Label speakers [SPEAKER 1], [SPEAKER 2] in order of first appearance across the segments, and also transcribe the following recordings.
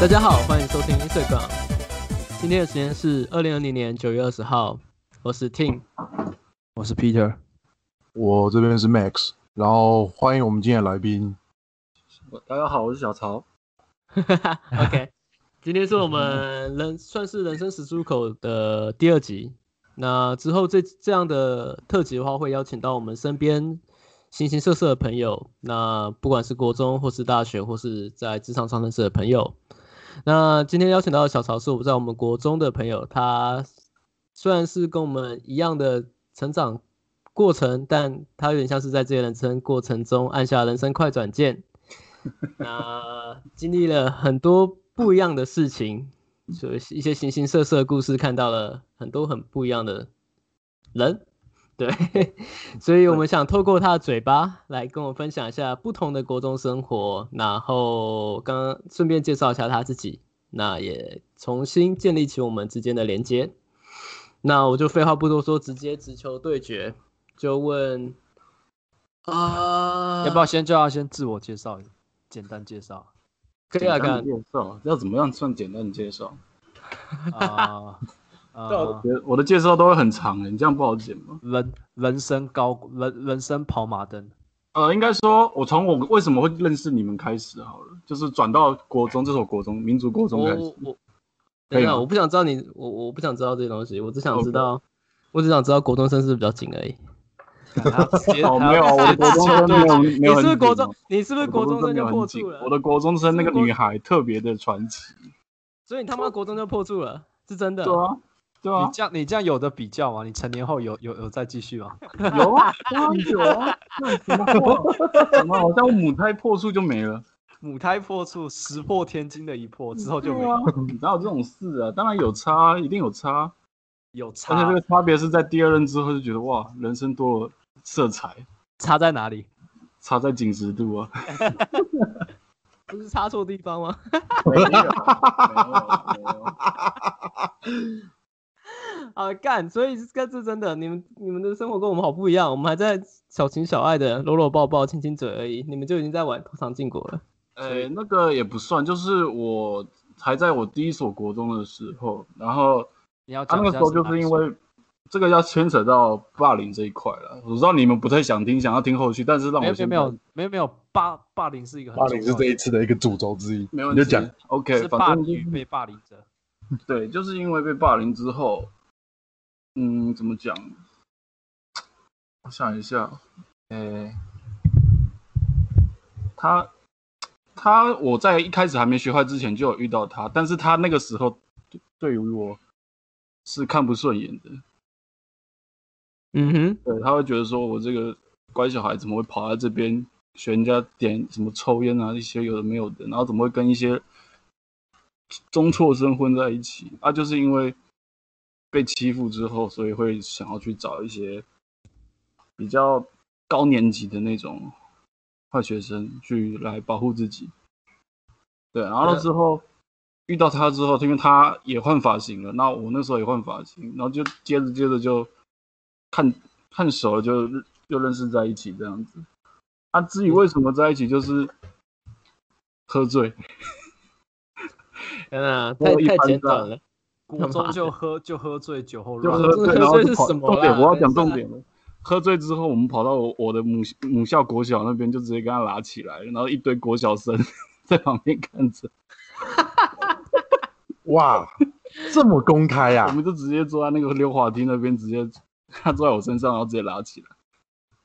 [SPEAKER 1] 大家好，欢迎收听一岁港。今天的时间是二零二零年九月二十号，我是 Tim。
[SPEAKER 2] 我是 Peter，
[SPEAKER 3] 我这边是 Max，然后欢迎我们今天的来宾。
[SPEAKER 4] 大家好，我是小曹。
[SPEAKER 1] OK，今天是我们人算是人生十字路口的第二集。那之后这这样的特辑的话，会邀请到我们身边形形色色的朋友，那不管是国中或是大学，或是在职场上认识的朋友。那今天邀请到的小曹是我在我们国中的朋友，他虽然是跟我们一样的成长过程，但他有点像是在这些人生过程中按下人生快转键， 那经历了很多不一样的事情，所以一些形形色色的故事，看到了很多很不一样的人，对， 所以我们想透过他的嘴巴来跟我分享一下不同的国中生活，然后刚刚顺便介绍一下他自己，那也重新建立起我们之间的连接。那我就废话不多说，直接直球对决，就问呃啊，
[SPEAKER 4] 呃
[SPEAKER 2] 要不要先叫他先自我介绍，简单介绍
[SPEAKER 1] 可以啊，
[SPEAKER 4] 简
[SPEAKER 1] 可以啊
[SPEAKER 4] 单介绍要怎么样算简单的介绍？
[SPEAKER 2] 啊？
[SPEAKER 1] 哦
[SPEAKER 4] 我
[SPEAKER 2] 啊，
[SPEAKER 4] 觉得我的介绍都会很长、欸，你这样不好剪吗？
[SPEAKER 2] 人人生高人人生跑马 灯，
[SPEAKER 4] 呃，应该说，我从我为什么会认识你们开始好了，就是转到国中，这所国中，民族国中开
[SPEAKER 1] 我
[SPEAKER 4] 始
[SPEAKER 1] 我。我，
[SPEAKER 4] 可
[SPEAKER 1] 等
[SPEAKER 4] 以
[SPEAKER 1] 一下，
[SPEAKER 4] 吗
[SPEAKER 1] 我不想知道你，我我不想知道这些东西，我只想
[SPEAKER 4] OK
[SPEAKER 1] 知道我只想知道国中生是不是比较紧而已。
[SPEAKER 2] 他直接
[SPEAKER 4] 哦，
[SPEAKER 2] 他
[SPEAKER 4] 没有，我的国中生没有没
[SPEAKER 1] 你
[SPEAKER 4] 有
[SPEAKER 1] 是不是
[SPEAKER 4] 很紧
[SPEAKER 1] 国
[SPEAKER 4] 哦
[SPEAKER 1] 中？你是不是
[SPEAKER 4] 我
[SPEAKER 1] 国中生
[SPEAKER 4] 没
[SPEAKER 1] 就
[SPEAKER 4] 有很
[SPEAKER 1] 破
[SPEAKER 4] 紧
[SPEAKER 1] 处了？
[SPEAKER 4] 我的国中生那个
[SPEAKER 1] 是国
[SPEAKER 4] 女孩特别的传奇。
[SPEAKER 1] 所以你他妈国中就破处了，是真的
[SPEAKER 4] 对。啊，对啊
[SPEAKER 2] 你，这样你这样有的比较吗？你成年后有有有再继续吗？
[SPEAKER 4] 有啊，当然有啊。那什么话？怎么好像母胎破处就没了？
[SPEAKER 2] 母胎破处，石破天惊的一破之后就没
[SPEAKER 4] 对啊
[SPEAKER 2] 有，
[SPEAKER 4] 哪有这种事啊？当然有差，一定有差。
[SPEAKER 2] 有
[SPEAKER 4] 而且
[SPEAKER 2] 差
[SPEAKER 4] 这个，差别是在第二任之后就觉得哇，人生多了色彩，
[SPEAKER 2] 差在哪里？
[SPEAKER 4] 差在紧实度啊。
[SPEAKER 1] 不是插错地方吗？
[SPEAKER 4] 没有，没 有，
[SPEAKER 1] 啊，干！所以这是真的，你们你们的生活跟我们好不一样，我们还在小情小爱的搂搂抱抱、亲亲嘴而已，你们就已经在玩偷尝禁果了。
[SPEAKER 4] 呃，那个也不算，就是我还在我第一所国中的时候，然后
[SPEAKER 2] 你要
[SPEAKER 4] 他、
[SPEAKER 2] 讲
[SPEAKER 4] 那
[SPEAKER 2] 一下
[SPEAKER 4] 个时候
[SPEAKER 2] 是
[SPEAKER 4] 就
[SPEAKER 2] 哪
[SPEAKER 4] 是
[SPEAKER 2] 一
[SPEAKER 4] 因
[SPEAKER 2] 首
[SPEAKER 4] 为这个要牵扯到霸凌这一块了。我知道你们不太想听，想要听后续，但是让
[SPEAKER 2] 没有没
[SPEAKER 4] 我
[SPEAKER 2] 有
[SPEAKER 4] 先
[SPEAKER 2] 没有没有没有霸霸凌是一个很
[SPEAKER 3] 霸凌是
[SPEAKER 2] 重
[SPEAKER 3] 这
[SPEAKER 2] 要
[SPEAKER 3] 一次的一个主轴之一，
[SPEAKER 4] 没
[SPEAKER 3] 你
[SPEAKER 4] 问
[SPEAKER 3] 就
[SPEAKER 4] 题，
[SPEAKER 3] 讲
[SPEAKER 4] OK，
[SPEAKER 2] 是
[SPEAKER 4] 反
[SPEAKER 2] 霸
[SPEAKER 4] 正就
[SPEAKER 2] 凌与被霸凌者。
[SPEAKER 4] 对，就是因为被霸凌之后，嗯，怎么讲？我想一下，诶、他他我在一开始还没学坏之前就有遇到他，但是他那个时候对对于我是看不顺眼的，
[SPEAKER 1] 嗯哼，
[SPEAKER 4] 对，他会觉得说我这个乖小孩怎么会跑来这边学人家点什么抽烟啊，一些有的没有的，然后怎么会跟一些中辍生混在一起？啊，就是因为被欺负之后，所以会想要去找一些比较高年级的那种坏学生去来保护自己。对，然后那
[SPEAKER 1] 对
[SPEAKER 4] 时候遇到他之后，因为他也换发型了，那我那时候也换发型，然后就接着接着就看看熟了就就认识在一起这样子。啊，至于
[SPEAKER 1] 嗯
[SPEAKER 4] 为什么在一起，就是喝醉，
[SPEAKER 1] 天啊，
[SPEAKER 4] 我
[SPEAKER 1] 太
[SPEAKER 4] 一
[SPEAKER 1] 太
[SPEAKER 4] 般
[SPEAKER 1] 简
[SPEAKER 4] 知道
[SPEAKER 1] 短了。
[SPEAKER 2] 国中就喝就喝醉，酒后
[SPEAKER 4] 就
[SPEAKER 2] 乱
[SPEAKER 4] 喝
[SPEAKER 1] 哦喝
[SPEAKER 4] 醉，
[SPEAKER 1] 醉
[SPEAKER 4] 然后
[SPEAKER 1] 是
[SPEAKER 4] 就跑。
[SPEAKER 1] 什么
[SPEAKER 4] 重
[SPEAKER 1] 啦
[SPEAKER 4] 点，我要
[SPEAKER 1] 等一
[SPEAKER 4] 讲重
[SPEAKER 1] 下
[SPEAKER 4] 点了。喝醉之后，我们跑到我我的母母校国小那边，就直接跟他拉起来，然后一堆国小生 在旁边看着，
[SPEAKER 3] 哇，这么公开
[SPEAKER 4] 我
[SPEAKER 3] 啊，
[SPEAKER 4] 们就直接坐在那个溜滑梯那边，直接他坐在我身上，然后直接拉起来。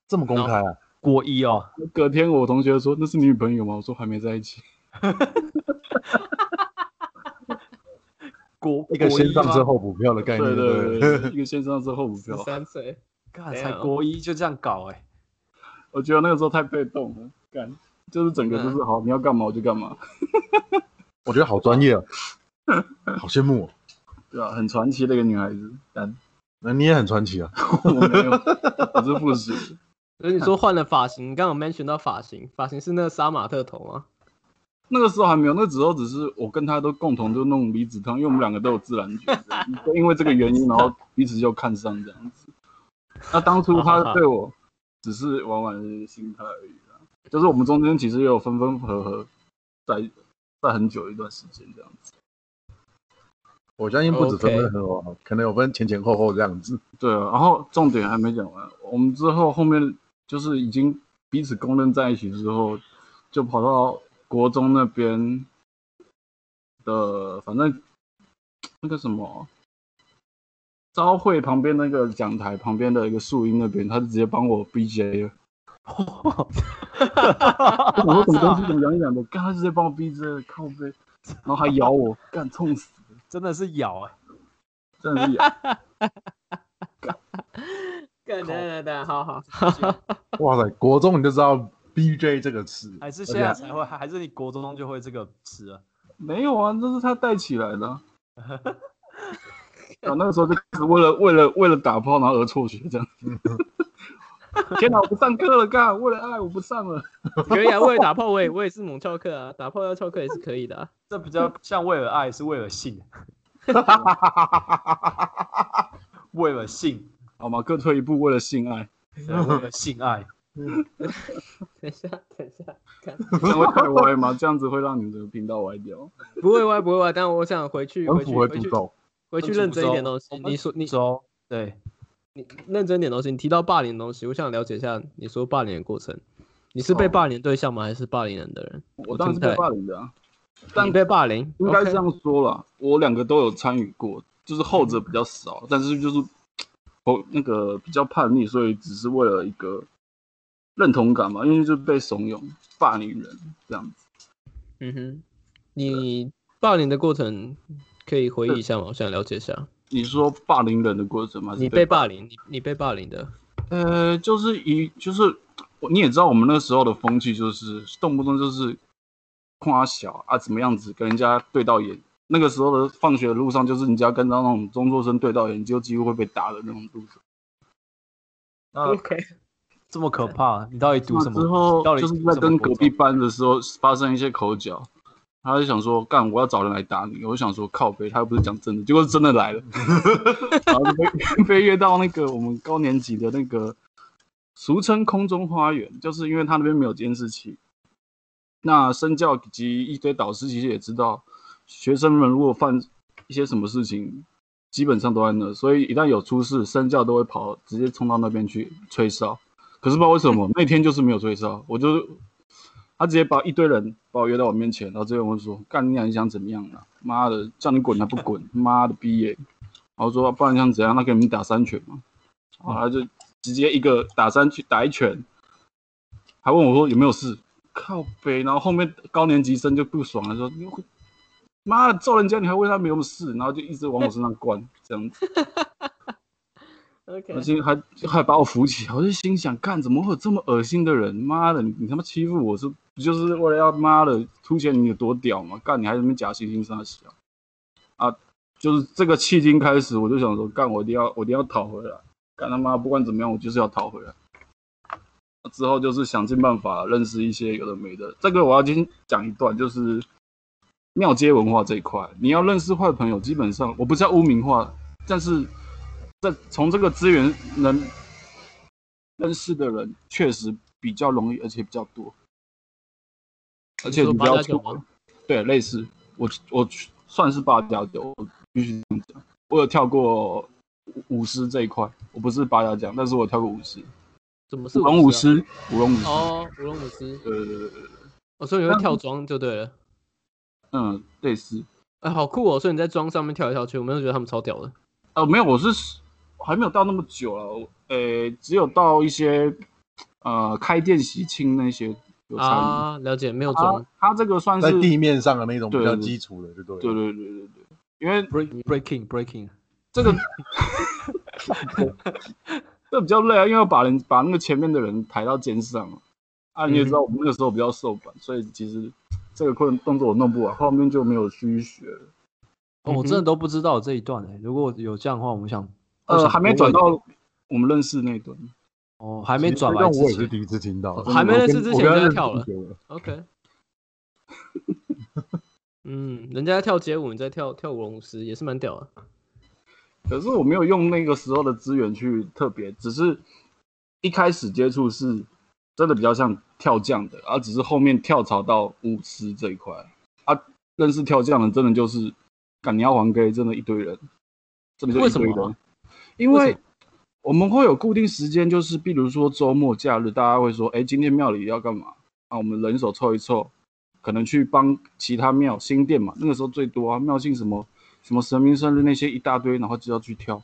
[SPEAKER 3] 这么公开啊，
[SPEAKER 2] 国一哦，
[SPEAKER 4] 隔天我同学说：“那是你女朋友吗？”我说：“还没在一起。
[SPEAKER 2] 国
[SPEAKER 3] 一个
[SPEAKER 2] 国一
[SPEAKER 3] 先上
[SPEAKER 2] 吗
[SPEAKER 3] 车后补票的”概
[SPEAKER 4] 对
[SPEAKER 3] 念，
[SPEAKER 4] 对
[SPEAKER 3] 不对？
[SPEAKER 4] 对，一个线上之后补
[SPEAKER 1] 十
[SPEAKER 4] 票，
[SPEAKER 1] 三岁，
[SPEAKER 2] 干
[SPEAKER 1] 没
[SPEAKER 2] 才
[SPEAKER 1] 有
[SPEAKER 2] 国一就这样搞 哎、
[SPEAKER 4] 我觉得那个时候太被动了，干就是整个就是好，你要干嘛我就干嘛，
[SPEAKER 3] 我觉得好专业哦，好羡慕哦。
[SPEAKER 4] 对啊，很传奇的一个女孩子，但
[SPEAKER 3] 那你也很传奇啊，
[SPEAKER 4] 我没有，我是复习。
[SPEAKER 1] 所以你说换了发型，你刚刚有 mention 到发型，发型是那个杀马特头吗？
[SPEAKER 4] 那个时候还没有，那时候只是我跟他都共同就弄离子烫，因为我们两个都有自然卷，就因为这个原因，然后彼此就看上这样子。那当初他对我只是啊玩玩的心态而已啦，就是我们中间其实也有分分合合在在很久一段时间这样子。
[SPEAKER 3] 我相信不止
[SPEAKER 1] OK
[SPEAKER 3] 分分合合哦，可能有分前前后后这样子。
[SPEAKER 4] 对啊，然后重点还没讲完，我们之后后面就是已经彼此公认在一起之后，就跑到国中那边的，反正那个什么招会旁边那个讲台旁边的一个树荫那边，他就直接帮我 BJ 了。我说什么东西怎么讲一讲的，干他直接帮我 BJ 了，靠背，然后还咬我，干痛死了，
[SPEAKER 2] 真的是咬哎、
[SPEAKER 4] 真的是咬。
[SPEAKER 1] 干等等等，好好，
[SPEAKER 3] 哇塞，国中你就知道 BJ 这个词，
[SPEAKER 2] 还是现在才会，还是你国中就会这个词啊？
[SPEAKER 4] 没有啊，这是他带起来的啊。啊，那个时候就是为了为了为了打炮，然后而辍学这样子。天哪，我不上课了，干！为了爱，我不上了。
[SPEAKER 1] 可以啊，为了打炮，我也我也是猛翘课啊，打炮要翘课也是可以的、啊。
[SPEAKER 2] 这比较像为了爱，是为了性，为了性，
[SPEAKER 4] 好嘛，各退一步，为了性爱，
[SPEAKER 2] 对为了性爱。
[SPEAKER 1] 等一下， 等一下，看
[SPEAKER 4] 这样会太歪吗？这样子会让你们整个频道歪掉。
[SPEAKER 1] 不会歪不会歪，但我想回去
[SPEAKER 3] 很
[SPEAKER 1] 回去
[SPEAKER 3] 符
[SPEAKER 1] 回
[SPEAKER 3] 合主
[SPEAKER 1] 去
[SPEAKER 3] 轴。
[SPEAKER 1] 回去认真一点东西。
[SPEAKER 2] 我们
[SPEAKER 1] 你说你
[SPEAKER 2] 周对，
[SPEAKER 1] 你认真一点东西，你提到霸凌的东西，我想了解一下你说霸凌的过程。你是被
[SPEAKER 3] 哦
[SPEAKER 1] 霸凌对象吗？还是霸凌人的人？
[SPEAKER 4] 我当时被霸凌的、啊，但
[SPEAKER 1] 你被霸凌，
[SPEAKER 4] 应该这
[SPEAKER 1] OK
[SPEAKER 4] 样说啦。我两个都有参与过，就是后者比较少，但是就是我那个比较叛逆，所以只是为了一个认同感嘛，因为就是被怂恿霸凌人这样子。
[SPEAKER 1] 嗯哼，你霸凌的过程可以回忆一下吗？我想了解一下。
[SPEAKER 4] 你是说霸凌人的过程吗？还是
[SPEAKER 1] 你被霸凌，你你被霸凌的，
[SPEAKER 4] 呃，就是以就是我你也知道我们那时候的风气就是动不动就是夸小啊怎么样子跟人家对到眼。那个时候的放学的路上，就是你只要跟到那种中辍生对到眼，你就几乎会被打的那种路上。啊
[SPEAKER 2] 那这么可怕，你到底读什么？
[SPEAKER 4] 之后
[SPEAKER 2] 到底
[SPEAKER 4] 就是
[SPEAKER 2] 读
[SPEAKER 4] 在
[SPEAKER 2] 什么
[SPEAKER 4] 跟
[SPEAKER 2] 国
[SPEAKER 4] 隔壁
[SPEAKER 2] 中
[SPEAKER 4] 班的时候发生一些口角，他就想说干我要找人来打你，我就想说靠背，他又不是讲真的，结果是真的来了， 然后就被 被约到那个我们高年级的那个俗称空中花园，就是因为他那边没有监视器，那身教及一堆导师其实也知道，学生们如果犯一些什么事情。基本上都在那，所以一旦有出事，身教都会跑，直接冲到那边去吹哨。可是不知道为什么那天就是没有追上，我就他直接把一堆人把我约到我面前，然后这些人会说：“干你俩你想怎么样啊？妈的，叫你滚还不滚，妈的逼耶、然后说：“不然你想怎样？那给你们打三拳嘛。”然后他就直接一个打三拳，打一拳，还问我说有没有事，靠背。然后后面高年级生就不爽了，说：“你妈的，揍人家你还问他没有事？”然后就一直往我身上灌，这样子。
[SPEAKER 1] OK，
[SPEAKER 4] 而且还还把我扶起来，我就心想，干怎么会有这么恶心的人？妈的，你你他妈欺负我是不就是为了要妈的凸显你有多屌吗？干你还在那边假惺惺撒小啊！就是这个契机开始，我就想说，干我一定要我一定要讨回来，干他妈不管怎么样，我就是要讨回来。之后就是想尽办法认识一些有的没的。这个我要先讲一段，就是庙街文化这一块，你要认识坏朋友，基本上我不是要污名化，但是在从这个资源能认识的人确实比较容易，而且比较多，而且
[SPEAKER 1] 你说
[SPEAKER 4] 你不要
[SPEAKER 1] 八加九
[SPEAKER 4] 错
[SPEAKER 1] 吗
[SPEAKER 4] 对，类似我我算是八加九，我必须这样讲，我有跳过舞狮这一块，我不是八加讲，但是我有跳过舞狮。
[SPEAKER 1] 怎么是啊
[SPEAKER 4] 舞龙舞
[SPEAKER 1] 舞狮
[SPEAKER 4] 狮，舞龙舞狮呃
[SPEAKER 1] 啊？，哦，舞龙舞狮。
[SPEAKER 4] 对对对对对，
[SPEAKER 1] 我说哦你会跳装就对了，
[SPEAKER 4] 嗯，类似。
[SPEAKER 1] 哎，好酷哦！所以你在装上面跳来跳去，我没有觉得他们超屌的。
[SPEAKER 4] 呃，没有，我是还没有到那么久了，我呃，只有到一些呃开店喜庆那些有参与。
[SPEAKER 1] 啊，了解，没有
[SPEAKER 4] 他
[SPEAKER 1] 装。
[SPEAKER 4] 他这个算
[SPEAKER 3] 在
[SPEAKER 4] 是对
[SPEAKER 3] 地面上的那种比较
[SPEAKER 4] 对
[SPEAKER 3] 基础的，就对了。
[SPEAKER 4] 对对对对，因为
[SPEAKER 2] break breaking breaking
[SPEAKER 4] 这个这比较累啊，因为要把人把那个前面的人抬到肩上嘛。啊，你也知道我们那个时候比较瘦版，所以其实这个困动作我弄不完，后面就没有去学了。嗯
[SPEAKER 2] 哦，我真的都不知道这一段哎、如果有这样的话，我们想我
[SPEAKER 4] 呃，
[SPEAKER 2] 想
[SPEAKER 4] 还没
[SPEAKER 2] 多
[SPEAKER 4] 转
[SPEAKER 2] 问
[SPEAKER 4] 到我们认识那一段。
[SPEAKER 2] 哦，还没转
[SPEAKER 3] 这
[SPEAKER 2] 来
[SPEAKER 3] 段
[SPEAKER 2] 之
[SPEAKER 3] 我也是
[SPEAKER 2] 前，
[SPEAKER 3] 第一次听到，
[SPEAKER 1] 还没认识之前就在
[SPEAKER 3] 就
[SPEAKER 1] 跳了
[SPEAKER 3] 了。
[SPEAKER 1] OK。嗯，人家在跳街舞，你在跳跳舞龙舞狮，也是蛮屌的。
[SPEAKER 4] 可是我没有用那个时候的资源去特别，只是一开始接触是真的比较像跳将的，而、只是后面跳槽到舞狮这一块啊，认识跳将的，真的就是，干你要还给真的一堆人，真的就
[SPEAKER 1] 为
[SPEAKER 4] 一
[SPEAKER 1] 什
[SPEAKER 4] 堆
[SPEAKER 1] 么啊
[SPEAKER 4] 人，因
[SPEAKER 1] 为什
[SPEAKER 4] 为我们会有固定时间，就是比如说周末、假日，大家会说，哎，今天庙里要干嘛？啊，我们人手凑一凑，可能去帮其他庙新店嘛，那个时候最多啊，庙庆什么什么神明生日那些一大堆，然后就要去跳，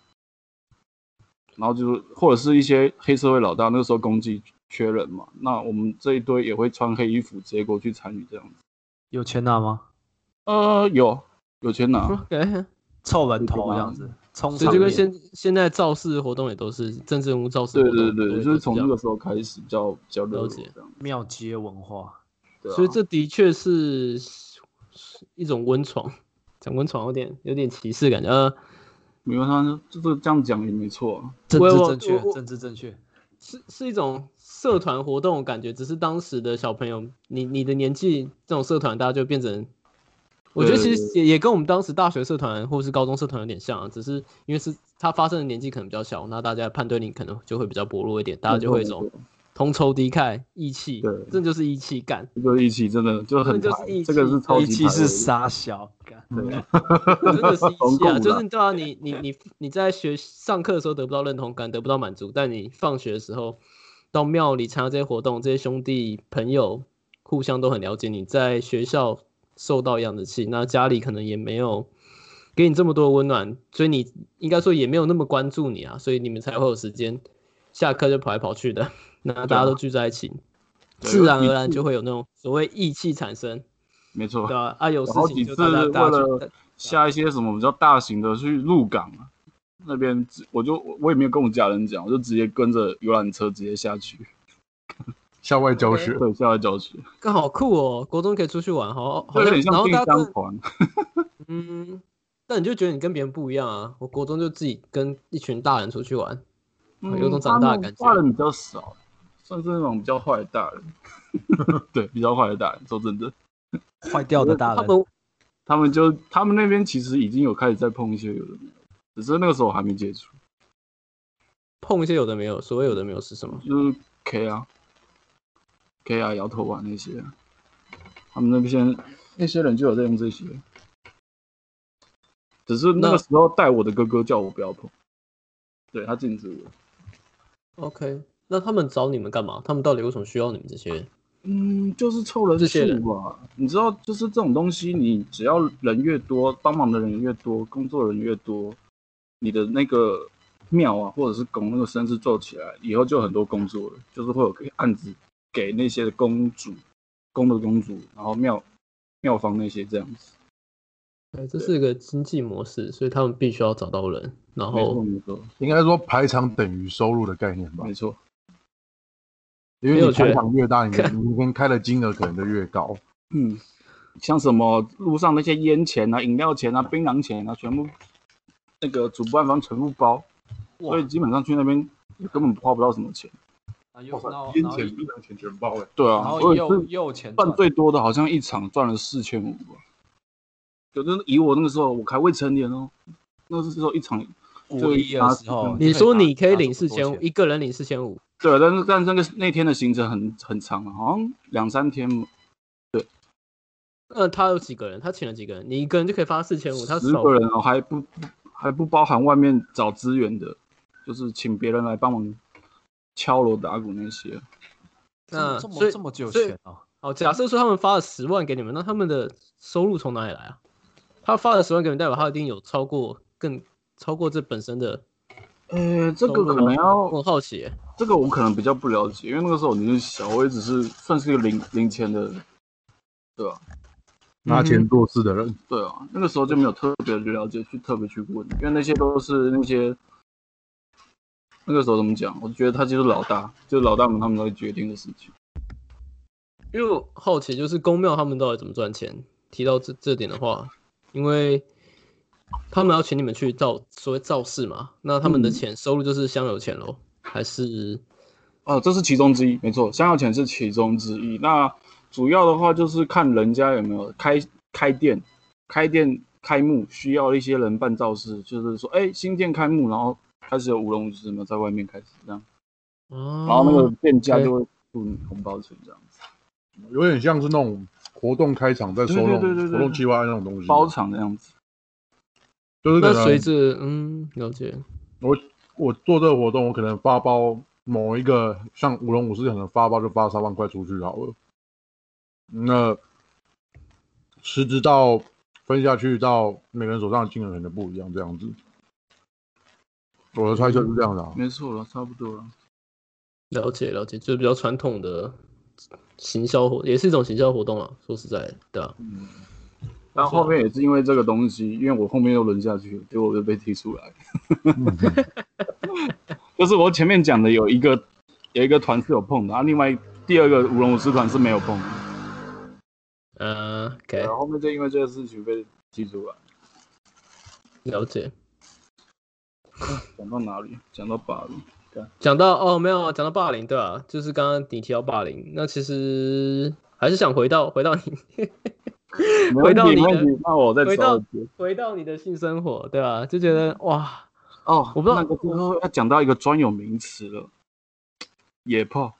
[SPEAKER 4] 然后就是或者是一些黑社会老大，那个时候攻击缺人嘛，那我们这一堆也会穿黑衣服直接过去参与这样子。
[SPEAKER 2] 有钱拿吗？
[SPEAKER 4] 呃，有有钱拿，
[SPEAKER 1] 嗯 OK，
[SPEAKER 2] 凑人头这样子，冲
[SPEAKER 1] 所以
[SPEAKER 2] 场
[SPEAKER 1] 就跟
[SPEAKER 2] 面。
[SPEAKER 1] 现现在造势活动也都是政治人物造势活
[SPEAKER 4] 对
[SPEAKER 1] 动，
[SPEAKER 4] 对
[SPEAKER 1] 都
[SPEAKER 4] 对，
[SPEAKER 1] 也
[SPEAKER 4] 就
[SPEAKER 1] 都
[SPEAKER 4] 是从
[SPEAKER 1] 这
[SPEAKER 4] 那
[SPEAKER 1] 样
[SPEAKER 4] 个时候开始比较比较热
[SPEAKER 1] 了
[SPEAKER 4] 络
[SPEAKER 1] 解
[SPEAKER 4] 这样。
[SPEAKER 2] 庙街文化，
[SPEAKER 4] 对啊
[SPEAKER 1] 所以这的确是一种温床，讲温床有点有点歧视感觉。呃，
[SPEAKER 4] 没有他这这这样讲也没错、啊，
[SPEAKER 2] 政
[SPEAKER 1] 我
[SPEAKER 2] 治
[SPEAKER 1] 我
[SPEAKER 2] 正确
[SPEAKER 1] 我，
[SPEAKER 2] 政治正确。
[SPEAKER 1] 是是一种社团活动的感觉，只是当时的小朋友，你你的年纪，这种社团大家就变成，我觉得其实也也跟我们当时大学社团或是高中社团有点像、啊，只是因为是它发生的年纪可能比较小，那大家判断力可能就会比较薄弱一点，大家就会有一种
[SPEAKER 4] 没
[SPEAKER 1] 同仇敌忾、义气，
[SPEAKER 4] 对
[SPEAKER 1] 这就是义气干。
[SPEAKER 4] 这个义气真的就很
[SPEAKER 1] 这就是
[SPEAKER 4] 排
[SPEAKER 1] 义气
[SPEAKER 4] 这个是超级
[SPEAKER 2] 一期
[SPEAKER 4] 排
[SPEAKER 2] 是
[SPEAKER 4] 的
[SPEAKER 2] 傻小，干
[SPEAKER 4] 对，
[SPEAKER 1] 真的是一
[SPEAKER 4] 同
[SPEAKER 1] 起
[SPEAKER 4] 共
[SPEAKER 1] 啊，
[SPEAKER 4] 啦
[SPEAKER 1] 就是对啊，你你你你在学上课的时候得不到认同感，得不到满足，但你放学的时候到庙里参加这些活动，这些兄弟朋友互相都很了解你，在学校受到一样的气，那家里可能也没有给你这么多温暖，所以你应该说也没有那么关注你啊，所以你们才会有时间下课就跑来跑去的， 那大家都聚在一起，
[SPEAKER 4] 对啊
[SPEAKER 1] 自然
[SPEAKER 4] 有
[SPEAKER 1] 而
[SPEAKER 4] 义
[SPEAKER 1] 然
[SPEAKER 4] 气
[SPEAKER 1] 就会有那种所谓义气产生，
[SPEAKER 4] 没错
[SPEAKER 1] 对。吧、啊？有事
[SPEAKER 4] 好
[SPEAKER 1] 情
[SPEAKER 4] 几
[SPEAKER 1] 就
[SPEAKER 4] 次
[SPEAKER 1] 大家大家
[SPEAKER 4] 为
[SPEAKER 1] 去
[SPEAKER 4] 了。下一些什么比较大型的去鹿港啊那边直，我就我也没有跟我家人讲，我就直接跟着游览车直接下去，
[SPEAKER 3] 校外教学，
[SPEAKER 4] 对，下来郊区，
[SPEAKER 1] 刚好酷哦，国中可以出去玩，好，好
[SPEAKER 4] 就有点
[SPEAKER 1] 然
[SPEAKER 4] 像
[SPEAKER 1] 后
[SPEAKER 4] 进
[SPEAKER 1] 大家
[SPEAKER 4] 香
[SPEAKER 1] 都
[SPEAKER 4] 团，
[SPEAKER 1] 嗯，但你就觉得你跟别人不一样啊。我国中就自己跟一群大人出去玩，
[SPEAKER 4] 嗯
[SPEAKER 1] 有种长大的感觉
[SPEAKER 4] 他们大人比较少，算是那种比较坏的大人， 对，比较坏的大人。说真的，
[SPEAKER 2] 坏掉的大
[SPEAKER 1] 他
[SPEAKER 2] 人。
[SPEAKER 1] 们
[SPEAKER 4] 他们就他们那边其实已经有开始在碰一些有的没有的，只是那个时候我还没接触，
[SPEAKER 1] 碰一些有的没有，所谓有的没有是什么？
[SPEAKER 4] 就是 K 啊，K 啊，摇头丸那些啊，他们那边那些人就有在用这些，只是那
[SPEAKER 1] 那
[SPEAKER 4] 个时候带我的哥哥叫我不要碰，对他禁止我。
[SPEAKER 1] OK，那他们找你们干嘛？他们到底为什么需要你们这些人？
[SPEAKER 4] 嗯，就是凑人
[SPEAKER 1] 这些人
[SPEAKER 4] 数吧。你知道，就是这种东西，你只要人越多，帮忙的人越多，工作人越多，你的那个庙啊，或者是拱那个绅士做起来，以后就很多工作了，就是会有案子给那些公主、公的公主，然后庙庙方那些这样子。
[SPEAKER 1] 哎，这是一个经济模式，所以他们必须要找到人，然
[SPEAKER 4] 没错，
[SPEAKER 1] 后
[SPEAKER 4] 没错，
[SPEAKER 3] 应该说排场等于收入的概念吧
[SPEAKER 4] 没。错。
[SPEAKER 3] 因
[SPEAKER 1] 没
[SPEAKER 3] 为
[SPEAKER 1] 有
[SPEAKER 3] 你
[SPEAKER 1] 觉得
[SPEAKER 3] 排场越大，你的明天开的金额可能就越高。
[SPEAKER 4] 嗯，像什么路上那些烟钱啊、饮料钱啊、槟榔钱啊，全部那个主办方全部包，
[SPEAKER 2] 哇
[SPEAKER 4] 所以基本上去那边根本花不到什么钱。
[SPEAKER 2] 然后然后
[SPEAKER 3] 烟钱、槟榔钱全包了。欸
[SPEAKER 4] 对
[SPEAKER 2] 然
[SPEAKER 4] 啊，
[SPEAKER 2] 后
[SPEAKER 4] 我也
[SPEAKER 2] 又
[SPEAKER 4] 是
[SPEAKER 2] 又钱
[SPEAKER 4] 赚最多的，好像一场赚了四千五吧。有的以我那个时候我还未成年哦，那时候一场啊
[SPEAKER 2] 五亿的时候，
[SPEAKER 1] 你说你可以领
[SPEAKER 2] 四
[SPEAKER 1] 四千五，一个人领四千五，
[SPEAKER 4] 对，啊但是但是那个那天的行程很很长啊，好像两三天嘛，
[SPEAKER 1] 那他有几个人？他请了几个人？你一个人就可以发四千五，他
[SPEAKER 4] 十
[SPEAKER 1] 少
[SPEAKER 4] 个人哦，还不还不包含外面找资源的，就是请别人来帮忙敲锣打鼓那些。
[SPEAKER 1] 那
[SPEAKER 2] 这
[SPEAKER 1] 嗯所
[SPEAKER 2] 么
[SPEAKER 1] 以
[SPEAKER 2] 这么久
[SPEAKER 1] 所以
[SPEAKER 2] 钱哦，
[SPEAKER 1] 哦，假设说他们发了十万给你们，那他们的收入从哪里来啊？他发了十万给你们，代表他一定有超过更超过这本身的。
[SPEAKER 4] 呃，这个可能要
[SPEAKER 1] 我很好奇耶，
[SPEAKER 4] 这个我可能比较不了解，因为那个时候我年纪小，我也只是算是个零零钱的人，对吧、
[SPEAKER 3] 拿
[SPEAKER 1] 嗯
[SPEAKER 3] 钱
[SPEAKER 1] 哼
[SPEAKER 3] 做事的人，
[SPEAKER 4] 对啊，那个时候就没有特别的了解，去特别去问，因为那些都是那些那个时候怎么讲？我觉得他就是老大，就是老大们他们在决定的事情。
[SPEAKER 1] 因为我好奇就是公庙他们到底怎么赚钱？提到这这点的话，因为他们要请你们去造所谓造势嘛，那他们的
[SPEAKER 4] 嗯
[SPEAKER 1] 钱、收入就是香油钱喽，还是
[SPEAKER 4] 哦，这是其中之一，没错，香料钱是其中之一。那主要的话就是看人家有没有开开店，开店开幕需要一些人办造势，就是说，哎，新店开幕，然后开始有舞龙舞狮嘛，在外面开始这样，
[SPEAKER 1] 哦，
[SPEAKER 4] 然后那个店家
[SPEAKER 1] 对
[SPEAKER 4] 就会付你红包钱这样子。
[SPEAKER 3] 有点像是那种活动开场再收
[SPEAKER 4] 对
[SPEAKER 3] 弄
[SPEAKER 4] 对对对对
[SPEAKER 3] 活动计划那种东
[SPEAKER 1] 嗯
[SPEAKER 3] 西，
[SPEAKER 4] 包场的样子。
[SPEAKER 3] 就是可
[SPEAKER 1] 那
[SPEAKER 3] 能
[SPEAKER 1] 随着嗯了解，
[SPEAKER 3] 我我做这个活动，我可能发包某一个像舞龙舞狮，可能发包就发三万块出去好了。那实质到分下去到每个人手上的金额可能不一样，这样子。我的猜测是这样的、啊，
[SPEAKER 4] 没错了，差不多了。
[SPEAKER 1] 了解了解，就是比较传统的行销活，也是一种行销活动了。说实在的，啊对吧？
[SPEAKER 4] 但后面也是因为这个东西，因为我后面又轮下去了，结果我就被踢出来。 就是我前面讲的有一个有一个团是有碰的，然后另外第二个舞龙舞狮团是没有碰的，
[SPEAKER 1] 呃，OK，
[SPEAKER 4] 然后后面就因为这个事情被踢出来。
[SPEAKER 1] 了解。
[SPEAKER 4] 讲到哪里？讲到巴黎。
[SPEAKER 1] 讲到哦，没有啊，讲到霸凌，对吧、就是刚刚你提到霸凌，那其实还是想回到回到你 回
[SPEAKER 4] 没问
[SPEAKER 1] 到
[SPEAKER 4] 题，
[SPEAKER 1] 你
[SPEAKER 4] 没
[SPEAKER 1] 的
[SPEAKER 4] 问题。那我再
[SPEAKER 1] 回
[SPEAKER 4] 找
[SPEAKER 1] 到
[SPEAKER 4] 一遍
[SPEAKER 1] 回到你的性生活，对吧、啊就觉得哇，
[SPEAKER 4] 哦，
[SPEAKER 1] 我不知道
[SPEAKER 4] 那个时候要讲到一个专有名词了，野炮。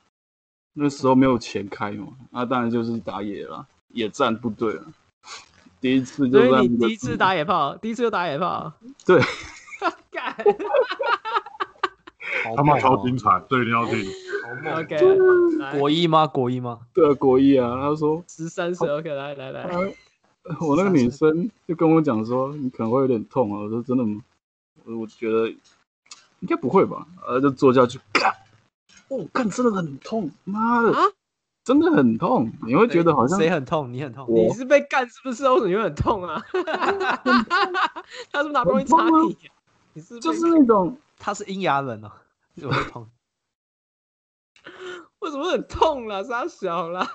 [SPEAKER 4] 那时候没有钱开嘛，那、当然就是打野了，野战部队了。第一次就
[SPEAKER 1] 所以
[SPEAKER 4] 在那
[SPEAKER 1] 你
[SPEAKER 4] 个
[SPEAKER 1] 第一次打野炮，第一次就打野炮，
[SPEAKER 4] 对，
[SPEAKER 1] 干
[SPEAKER 2] 好
[SPEAKER 3] 他们
[SPEAKER 2] 猛
[SPEAKER 3] 超
[SPEAKER 2] 哦
[SPEAKER 3] 精彩，这一定要听。
[SPEAKER 1] ，OK，来
[SPEAKER 4] 啊
[SPEAKER 2] 国一吗？国一吗？
[SPEAKER 4] 对啊国一啊，他说啊
[SPEAKER 1] 十三岁，OK，来来来，
[SPEAKER 4] 我那个女生就跟我讲说，你可能会有点痛啊。我说真的吗？我我觉得应该不会吧。呃，就坐下去，干，哦，干，真的很痛，妈的，
[SPEAKER 1] 啊
[SPEAKER 4] 真的很痛。你会觉得好像
[SPEAKER 2] 谁很痛？你很痛？
[SPEAKER 1] 你
[SPEAKER 4] 我
[SPEAKER 1] 是被干是不是？为什么你会很痛啊？ 他是不是拿东西插
[SPEAKER 4] 很痛啊
[SPEAKER 1] 你？你是被
[SPEAKER 4] 就是那种
[SPEAKER 2] 他是阴阳人哦， 我会 痛。
[SPEAKER 1] 为什么很痛啦？傻小啦，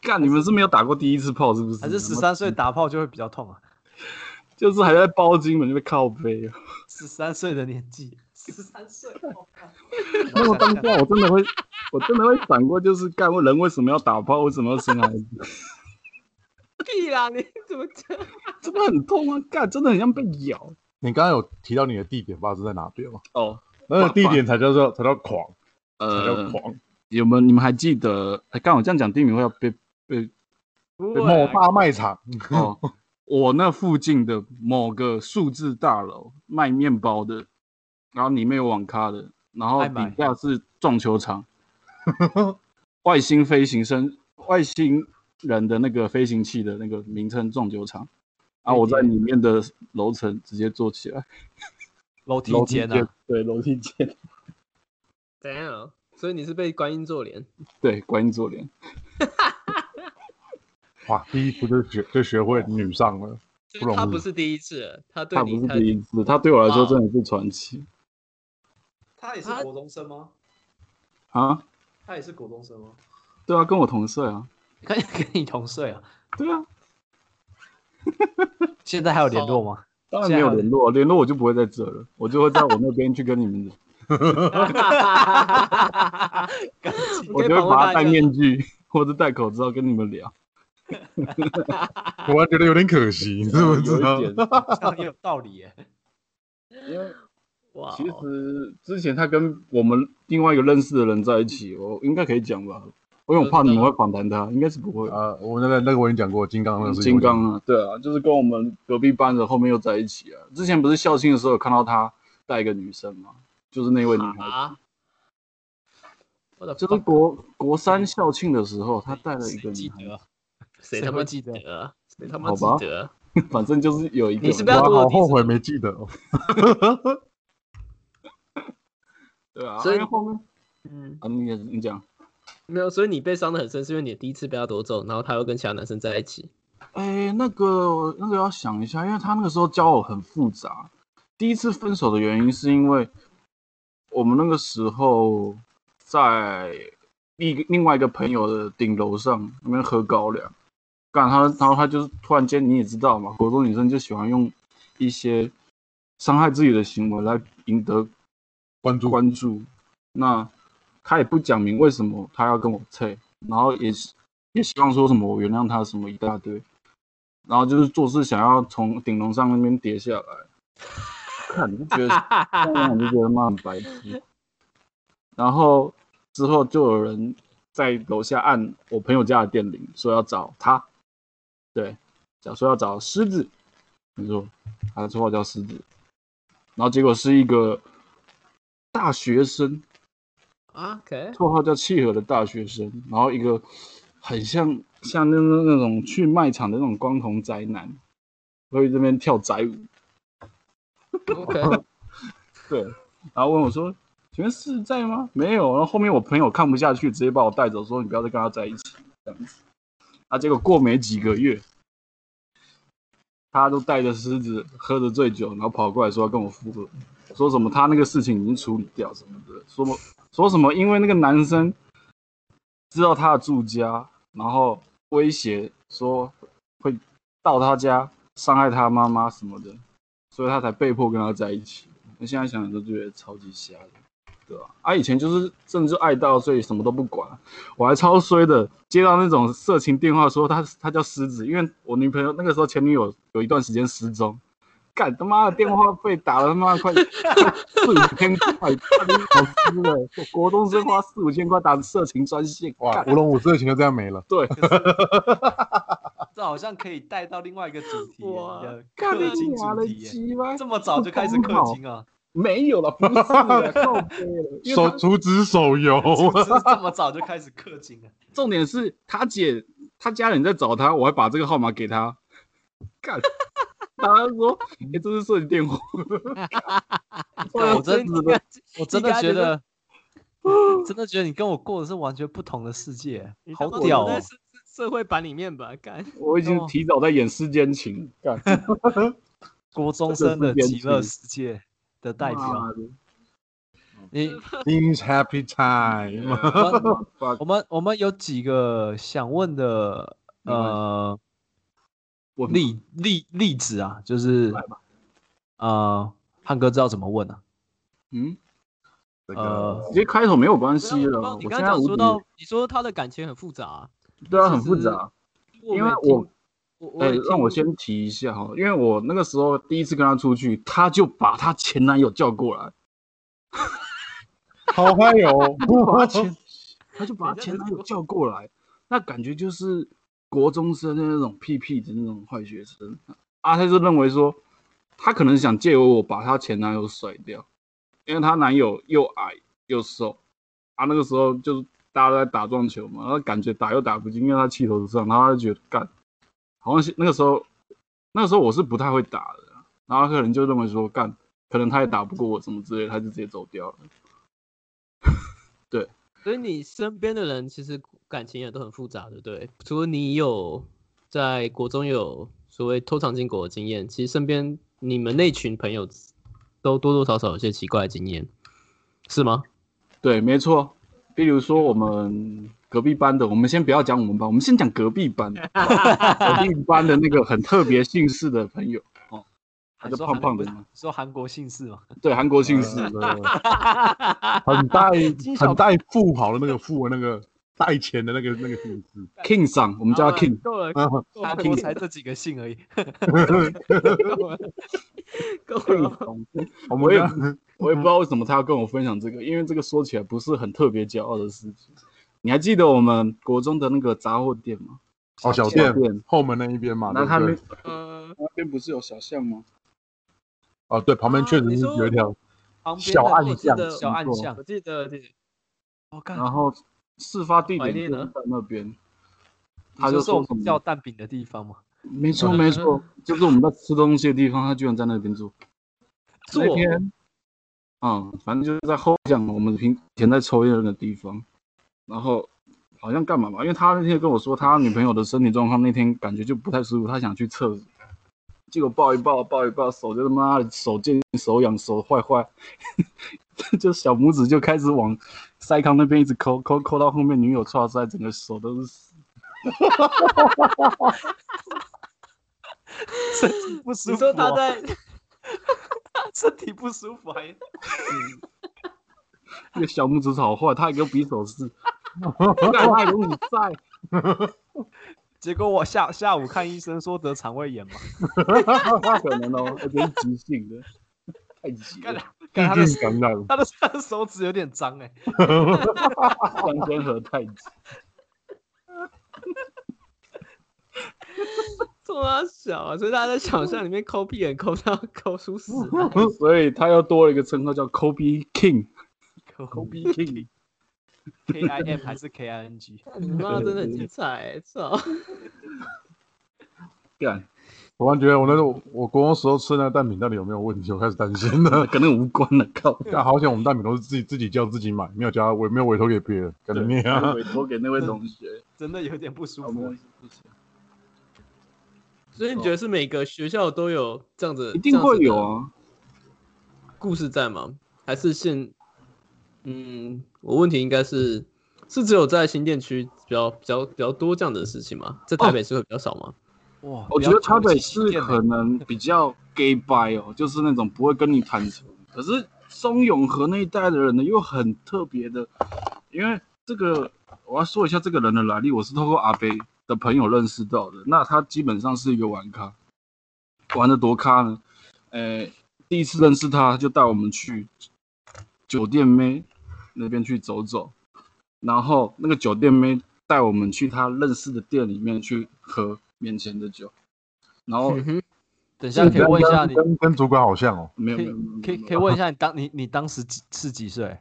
[SPEAKER 4] 干，你们是没有打过第一次炮是不是？
[SPEAKER 2] 还是十三岁打炮就会比较痛啊？
[SPEAKER 4] 就是还在包金门那边靠背啊。
[SPEAKER 2] 十三岁的年纪，十三岁，
[SPEAKER 4] 那么当下我真的会， 我真的会闪过，就是干，人为什么要打炮？为什么要生孩子？
[SPEAKER 1] 屁啦！你怎么这样？
[SPEAKER 4] 真的很痛啊！干，真的很像被咬。
[SPEAKER 3] 你刚刚有提到你的地点发生在哪边吗？
[SPEAKER 4] 哦，
[SPEAKER 3] 那个地点才叫做才叫狂，才叫
[SPEAKER 4] 呃，
[SPEAKER 3] 狂。
[SPEAKER 4] 有没有？你们还记得？哎，刚好这样讲地名会要被被
[SPEAKER 1] 不会
[SPEAKER 3] 某
[SPEAKER 1] 啊，
[SPEAKER 3] 大卖场，嗯
[SPEAKER 4] 哦。我那附近的某个数字大楼卖面包的，然后里面有网咖的，然后
[SPEAKER 2] 爱买
[SPEAKER 4] 底下是撞球场，外星飞行生外星人的那个飞行器的那个名称撞球场。啊！我在里面的楼层直接坐起来，
[SPEAKER 2] 楼梯
[SPEAKER 4] 楼梯
[SPEAKER 2] 间
[SPEAKER 4] 间
[SPEAKER 2] 啊，，
[SPEAKER 4] 对，楼梯间，
[SPEAKER 1] 怎样啊？所以你是被观音做脸？
[SPEAKER 4] 对，观音坐莲。
[SPEAKER 3] 哇，第一次就学就学会女上了。不容易
[SPEAKER 1] 他不是第一次了，他对
[SPEAKER 4] 他
[SPEAKER 1] 你
[SPEAKER 4] 不是第一次，他对我来说真的是传奇
[SPEAKER 2] 他也
[SPEAKER 1] 是国
[SPEAKER 2] 中生吗？
[SPEAKER 4] 啊！
[SPEAKER 2] 他也是国中生吗？
[SPEAKER 4] 对啊，跟我同岁啊，
[SPEAKER 2] 跟跟你同岁啊？
[SPEAKER 4] 对啊，
[SPEAKER 2] 现在还有联络吗？
[SPEAKER 4] 当然没有联络，联络我就不会在这了，我就会在我那边去跟 你们，
[SPEAKER 1] 他，
[SPEAKER 2] 哦
[SPEAKER 4] 我就会把它戴面具或者戴口罩跟你们聊。
[SPEAKER 3] 我还觉得有点可惜，你知不知道
[SPEAKER 4] 有一？点，
[SPEAKER 2] 这样也有道理耶。
[SPEAKER 4] 因为
[SPEAKER 1] 哇哦
[SPEAKER 4] 其实之前他跟我们另外一个认识的人在一起，我应该可以讲吧，因为我怕你们会反弹他，应该是不会。
[SPEAKER 3] 呃，我那个那个我已经讲过，金刚那个事情
[SPEAKER 4] 金刚啊，对啊，就是跟我们隔壁班的后面又在一起啊。之前不是校庆的时候有看到他带一个女生嘛，就是那位女孩子。
[SPEAKER 1] 啊！我的
[SPEAKER 4] 就是国国三校庆的时候，他带了一个
[SPEAKER 2] 谁记
[SPEAKER 4] 女孩
[SPEAKER 2] 得啊？
[SPEAKER 1] 谁
[SPEAKER 2] 谁
[SPEAKER 1] 他妈
[SPEAKER 2] 会记得
[SPEAKER 1] 得？啊谁他妈
[SPEAKER 4] 好
[SPEAKER 1] 记
[SPEAKER 4] 吧
[SPEAKER 1] 得？啊
[SPEAKER 4] 子，反正就是有一个。
[SPEAKER 1] 你是不
[SPEAKER 3] 我
[SPEAKER 1] 要
[SPEAKER 3] 好后悔没记得哦。
[SPEAKER 4] 对啊，
[SPEAKER 1] 所以
[SPEAKER 4] 因为后面
[SPEAKER 1] 嗯，
[SPEAKER 4] 啊，你也你讲，
[SPEAKER 1] 没有，所以你被伤的很深，是因为你第一次被他夺走，然后他又跟其他男生在一起。
[SPEAKER 4] 哎，那个那个要想一下，因为他那个时候交友很复杂。第一次分手的原因是因为我们那个时候在另另外一个朋友的顶楼上那边喝高粱，干他，然后他就是突然间你也知道嘛，国中女生就喜欢用一些伤害自己的行为来赢得
[SPEAKER 3] 关注
[SPEAKER 4] 关注。那他也不讲明为什么他要跟我退，然后也是也希望说什么我原谅他什么一大堆，然后就是做事想要从顶楼上那边跌下来，看你就觉得，当然你就觉得妈很白痴。 然后之后就有人在楼下按我朋友家的电铃，说要找他，对，假说要找狮子，没错，他的绰号叫狮子，然后结果是一个大学生，
[SPEAKER 1] OK，
[SPEAKER 4] 绰号叫契合的大学生，然后一个很像像那那那种去卖场的那种光头宅男，会这边跳宅舞，
[SPEAKER 1] OK，
[SPEAKER 4] 对，然后问我说：“请问是在吗？”没有。然后后面我朋友看不下去，直接把我带走，说：“你不要再跟他在一起。”这样子。啊，结果过没几个月，他都带着狮子，喝着醉酒，然后跑过来说要跟我复合，说什么他那个事情已经处理掉什么的，说么说什么因为那个男生知道他的住家，然后威胁说会到他家伤害他妈妈什么的，所以他才被迫跟他在一起。我现在想想都觉得超级瞎的，对吧、啊？以前就是真的就爱到，所以什么都不管。我还超衰的，接到那种色情电话说他他叫狮子，因为我女朋友那个时候前女友有一段时间失踪，干他妈的电话被打了他妈快四五千块，老师了，国中生花四五千块打色情专线，
[SPEAKER 3] 哇，
[SPEAKER 4] 干
[SPEAKER 3] 舞龙舞狮的钱就这样没了。
[SPEAKER 4] 对，
[SPEAKER 2] 这好像可以带到另外一个主 题耶，
[SPEAKER 1] 哇
[SPEAKER 2] 呃
[SPEAKER 4] 干
[SPEAKER 2] 氪金
[SPEAKER 4] 你妈
[SPEAKER 2] 主
[SPEAKER 4] 的
[SPEAKER 2] 题耶，
[SPEAKER 4] 鸡巴！
[SPEAKER 2] 这么早就开始氪金 啊？
[SPEAKER 4] 没有了，不是 啦靠背了，因为
[SPEAKER 3] 手
[SPEAKER 4] 他
[SPEAKER 3] 阻止手游，
[SPEAKER 2] 是不是这么早就开始氪金啊？
[SPEAKER 4] 重点是他姐他家人在找他，我还把这个号码给他，干，然后他 说，哎、这是设计电话，
[SPEAKER 2] 我真
[SPEAKER 4] 的
[SPEAKER 2] 的，我真的
[SPEAKER 1] 你刚才觉
[SPEAKER 2] 觉 得，真的觉得你跟我过的是完全不同的世界，好屌
[SPEAKER 1] 在
[SPEAKER 2] 哦！
[SPEAKER 1] 社社会版里面吧，干，
[SPEAKER 4] 我已
[SPEAKER 1] 哦
[SPEAKER 4] 经提早在演世间情，干，
[SPEAKER 2] 国中生的极乐
[SPEAKER 4] 这是
[SPEAKER 2] 世界的代表，
[SPEAKER 4] 妈的
[SPEAKER 2] 你
[SPEAKER 3] Seems happy
[SPEAKER 4] 哎呃
[SPEAKER 3] time。
[SPEAKER 2] 我们
[SPEAKER 4] Fuck
[SPEAKER 2] 我们我们有几个想问的
[SPEAKER 4] 没关系
[SPEAKER 2] 呃
[SPEAKER 4] 我立
[SPEAKER 2] 例例例子啊，就是
[SPEAKER 4] 来吧
[SPEAKER 2] 呃，汉哥知道怎么问啊？
[SPEAKER 4] 嗯，
[SPEAKER 3] 这
[SPEAKER 2] 呃
[SPEAKER 3] 个
[SPEAKER 4] 直接开头没有关系
[SPEAKER 1] 不知道
[SPEAKER 4] 了，
[SPEAKER 1] 你
[SPEAKER 4] 啊我
[SPEAKER 1] 刚
[SPEAKER 4] 现
[SPEAKER 1] 才
[SPEAKER 4] 在
[SPEAKER 1] 讲
[SPEAKER 4] 无
[SPEAKER 1] 说
[SPEAKER 4] 敌，
[SPEAKER 1] 到，你说他的感情很复杂啊、
[SPEAKER 4] 对啊，
[SPEAKER 1] 其
[SPEAKER 4] 很复
[SPEAKER 1] 实
[SPEAKER 4] 杂，
[SPEAKER 1] 因
[SPEAKER 4] 因为我
[SPEAKER 1] 我我
[SPEAKER 4] 哎、
[SPEAKER 1] 也
[SPEAKER 4] 让我
[SPEAKER 1] 听
[SPEAKER 4] 先提一下哈，因为我那个时候第一次跟她出去，她就把她前男友叫过来，
[SPEAKER 3] 好嗨 哦！
[SPEAKER 4] 不把前，他就把前男友叫过来，那感觉就是国中生的那种屁屁的那种坏学生啊，他就认为说，他可能想借由我把她前男友甩掉，因为她男友又矮又瘦，啊，那个时候就是大家都在打撞球嘛，然后感觉打又打不进，因为他气头上，然后他就觉得干，好像是那个时候，那个时候我是不太会打的，啊然后他可能就认为说干，可能他也打不过我什么之类的，他就直接走掉了。
[SPEAKER 1] 所以你身边的人其实感情也都很复杂，对不对？除了你有在国中有所谓偷藏禁果的经验，其实身边你们那群朋友都多多少少有些奇怪的经验，是 吗？
[SPEAKER 4] 对，没错。比如说我们隔壁班的，我们先不要讲我们班，我们先讲隔壁班，隔壁班的那个很特别姓氏的朋友，他就
[SPEAKER 2] 你说
[SPEAKER 4] 胖
[SPEAKER 2] 韩
[SPEAKER 4] 胖的
[SPEAKER 2] 国
[SPEAKER 4] 嘛
[SPEAKER 2] 你说韩国姓氏嘛？
[SPEAKER 4] 对，韩国姓氏，
[SPEAKER 3] 嗯很带
[SPEAKER 1] 金小
[SPEAKER 3] 很带富豪的那个富的那个带钱的那个那个名字，
[SPEAKER 4] King 桑，我们叫他 King，
[SPEAKER 1] 够了，
[SPEAKER 3] 嗯
[SPEAKER 2] 韩国才这几个姓而已。
[SPEAKER 1] 够
[SPEAKER 4] King
[SPEAKER 1] 了，
[SPEAKER 4] 桑。
[SPEAKER 3] 我
[SPEAKER 4] 我
[SPEAKER 3] 们
[SPEAKER 4] 也
[SPEAKER 3] 叫
[SPEAKER 4] 我也不知道为什么他要跟我分享这个，因为这个说起来不是很特别骄傲的事情。你还记得我们国中的那个杂货店吗？
[SPEAKER 3] 哦小
[SPEAKER 4] 店
[SPEAKER 3] 店后门那一边嘛，
[SPEAKER 4] 那
[SPEAKER 3] 对
[SPEAKER 4] 他
[SPEAKER 3] 不
[SPEAKER 4] 那
[SPEAKER 3] 对？
[SPEAKER 1] 呃，
[SPEAKER 4] 那边不是有小巷吗？
[SPEAKER 3] 哦，对，旁边确实是有一条
[SPEAKER 2] 旁边
[SPEAKER 3] 小
[SPEAKER 2] 的
[SPEAKER 3] 暗
[SPEAKER 1] 我记
[SPEAKER 3] 巷
[SPEAKER 1] 得，
[SPEAKER 2] 小暗巷
[SPEAKER 1] 我，记得，记得
[SPEAKER 2] 我看
[SPEAKER 4] 然后事发地
[SPEAKER 1] 怀念
[SPEAKER 4] 点就
[SPEAKER 1] 了
[SPEAKER 4] 是在那边，
[SPEAKER 2] 他
[SPEAKER 4] 他
[SPEAKER 2] 就
[SPEAKER 4] 就
[SPEAKER 2] 说
[SPEAKER 4] 说
[SPEAKER 2] 我
[SPEAKER 4] 什
[SPEAKER 2] 们
[SPEAKER 4] 么
[SPEAKER 2] 叫蛋饼的地方嘛。
[SPEAKER 4] 没错没错， 就是我们在吃东西的地方，他居然在那边做。
[SPEAKER 1] 做
[SPEAKER 4] 那天，嗯，反正就是在后巷，我们平以前在抽烟的那个地方，然后好像干嘛嘛？因为他那天跟我说，他女朋友的身体状况那天感觉就不太舒服，他想去厕所，结果抱一抱抱一抱，手就他妈的手贱手痒手坏坏， 就小拇指就开始往腮康那边一直抠抠抠到后面女友抓塞，整个手都是屎。
[SPEAKER 2] 身体不舒服、啊
[SPEAKER 1] 你说他在
[SPEAKER 2] 身体不舒服还
[SPEAKER 4] 那个小拇指好坏，他还给我比手势， 干他还给你晒，
[SPEAKER 2] 结果我下下午看医生说得肠胃炎嘛，
[SPEAKER 4] 可能哦，而且是急性的，太急
[SPEAKER 2] 干
[SPEAKER 4] 了，
[SPEAKER 2] 干他
[SPEAKER 3] 细
[SPEAKER 2] 的
[SPEAKER 3] 菌感染，
[SPEAKER 2] 他的他的手指有点脏哎、
[SPEAKER 4] 三根合太急。
[SPEAKER 1] 这么小啊，所以大家在想象里面抠屁眼抠到抠出屎来，
[SPEAKER 4] 所以他又多了一个称号叫 Kobe King。Kobe King，
[SPEAKER 2] K I M 还是 K I N G？
[SPEAKER 1] 啊你妈真的很精彩、欸，操！
[SPEAKER 4] 干，
[SPEAKER 3] 我突然觉得我那时候我国中时候吃那个蛋饼到底有没有问题，我开始担心 了。
[SPEAKER 4] 跟那个无关了，靠！
[SPEAKER 3] 但好险我们蛋饼都是自己自己叫自己买，没有加我没有委托给别人，感觉你 啊，
[SPEAKER 4] 委托给那位同学。
[SPEAKER 2] 真的有点不舒
[SPEAKER 4] 好没
[SPEAKER 2] 服
[SPEAKER 4] 关。系不行
[SPEAKER 1] 所以你觉得是每个学校都有这样子，
[SPEAKER 4] 一定会
[SPEAKER 1] 这样子
[SPEAKER 4] 有
[SPEAKER 1] 的
[SPEAKER 4] 啊。
[SPEAKER 1] 故事在吗？还是现？嗯，我问题应该是是只有在新店区比较比较比较多这样的事情吗？在台北是会比较少吗？
[SPEAKER 2] 哇，
[SPEAKER 4] 我觉得台北市可能比较 gay bye 哦，就是那种不会跟你坦诚。可是中永和那一带的人呢，又很特别的，因为这个我要说一下这个人的来历，我是透过阿北的朋友认识到的。那他基本上是一个玩咖，玩的多咖呢？呃，第一次认识他，他就带我们去酒店妹那边去走走，然后那个酒店妹带我们去她认识的店里面去喝面前的酒，然
[SPEAKER 2] 哦
[SPEAKER 4] 后
[SPEAKER 1] 嗯哼，
[SPEAKER 2] 等一下可以问一下你，
[SPEAKER 3] 跟跟主管好像哦，
[SPEAKER 4] 没有
[SPEAKER 2] 可
[SPEAKER 4] 没
[SPEAKER 2] 以
[SPEAKER 4] 有
[SPEAKER 2] 可以可以问一下你当你你当时几是几岁？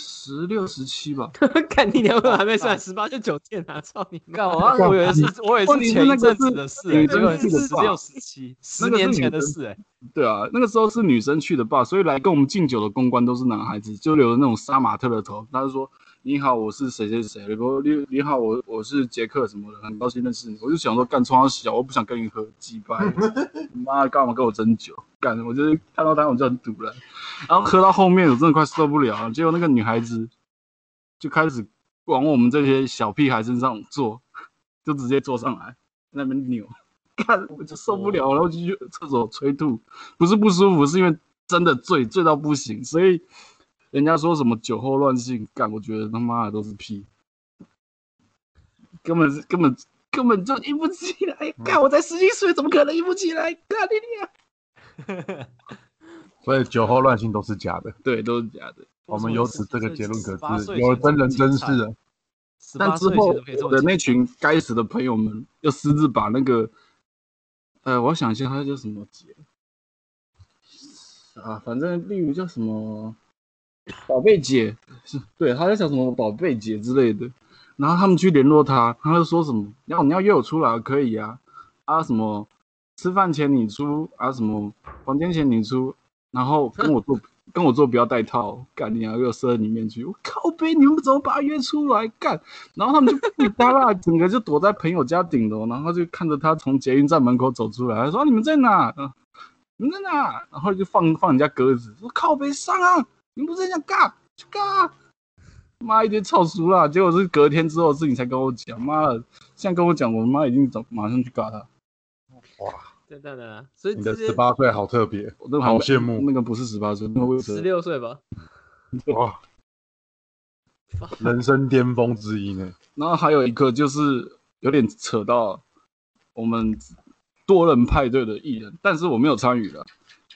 [SPEAKER 4] 十六十七吧，
[SPEAKER 1] 看你娘的还没算十八就酒店啊！操你妈！
[SPEAKER 2] 干，我刚我以为是我以
[SPEAKER 4] 问
[SPEAKER 2] 为
[SPEAKER 4] 题
[SPEAKER 2] 是
[SPEAKER 4] 是
[SPEAKER 2] 前
[SPEAKER 4] 那
[SPEAKER 2] 一
[SPEAKER 4] 个
[SPEAKER 2] 阵子
[SPEAKER 4] 是
[SPEAKER 2] 的事
[SPEAKER 4] 女
[SPEAKER 2] 欸，结
[SPEAKER 4] 生
[SPEAKER 2] 果
[SPEAKER 4] 去
[SPEAKER 2] 是
[SPEAKER 4] 的
[SPEAKER 2] 十
[SPEAKER 4] 吧
[SPEAKER 2] 六十七，十
[SPEAKER 4] 那个
[SPEAKER 2] 年
[SPEAKER 4] 是
[SPEAKER 2] 前
[SPEAKER 4] 女
[SPEAKER 2] 的
[SPEAKER 4] 生
[SPEAKER 2] 事哎。
[SPEAKER 4] 对啊，那个时候是女生去的吧，所以来跟我们敬酒的公关都是男孩子，就留着那种杀马特的头。他就说：“你好，我是谁谁谁，你说你你好，我我是杰克什么的，很高兴认识你。”我就想说，干冲他小，我不想跟你喝鸡巴，你妈干嘛跟我争酒？干，我就是看到他我就很堵了，然后喝到后面我真的快受不了了。结果那个女孩子就开始往我们这些小屁孩身上坐，就直接坐上来在那边扭，看我就受不了了，我就去厕所催吐。不是不舒服，是因为真的醉醉到不行，所以人家说什么酒后乱性，干，我觉得他妈的都是屁，根本是根本根本就硬不起来，干，我才十七岁，怎么可能硬不起来？干你娘！
[SPEAKER 3] 所以酒后乱性都是假的。
[SPEAKER 4] 对，都是假的。
[SPEAKER 3] 我们由此这个结论可
[SPEAKER 2] 18
[SPEAKER 3] 知，有真人真事
[SPEAKER 2] 岁以前
[SPEAKER 3] 啊。
[SPEAKER 2] 18
[SPEAKER 4] 但之
[SPEAKER 2] 岁以
[SPEAKER 4] 后
[SPEAKER 2] 前都可以这
[SPEAKER 4] 我
[SPEAKER 2] 么
[SPEAKER 4] 的
[SPEAKER 2] 讲
[SPEAKER 4] 那群该死的朋友们又私自把那个，呃，我想一下，他叫什么节啊？反正例如叫什么宝贝姐，是对，他在想什么宝贝姐之类的。然后他们去联络他，他就说什么要你要约我出来可以啊，啊什么吃饭钱你出啊什么房间钱你出，然后跟我做跟我做不要带套，干你娘啊给我射到里面去！我靠背，你们怎么把他约出来干？然后他们就屁哒啦， 整个就躲在朋友家顶楼，然后就看着他从捷运站门口走出来，他说、啊你们在哪？啊你们在哪？然后就放放人家鸽子，说靠背上啊！你们不是在干去干啊！妈一堆操熟啦！结果是隔天之后的事情才跟我讲，妈的，现在跟我讲，我妈已经走，马上去嘎他。
[SPEAKER 1] 等等等啊，所以
[SPEAKER 3] 你的
[SPEAKER 1] 这
[SPEAKER 3] 十
[SPEAKER 1] 些
[SPEAKER 3] 八岁好特别，
[SPEAKER 4] 我都
[SPEAKER 3] 好羡慕
[SPEAKER 4] 那个不是十八岁，那个未成
[SPEAKER 1] 十
[SPEAKER 4] 年
[SPEAKER 1] 六岁吧，
[SPEAKER 3] 哇，人生巅峰之一呢。
[SPEAKER 4] 然后还有一个就是有点扯到我们多人派对的艺人，但是我没有参与了，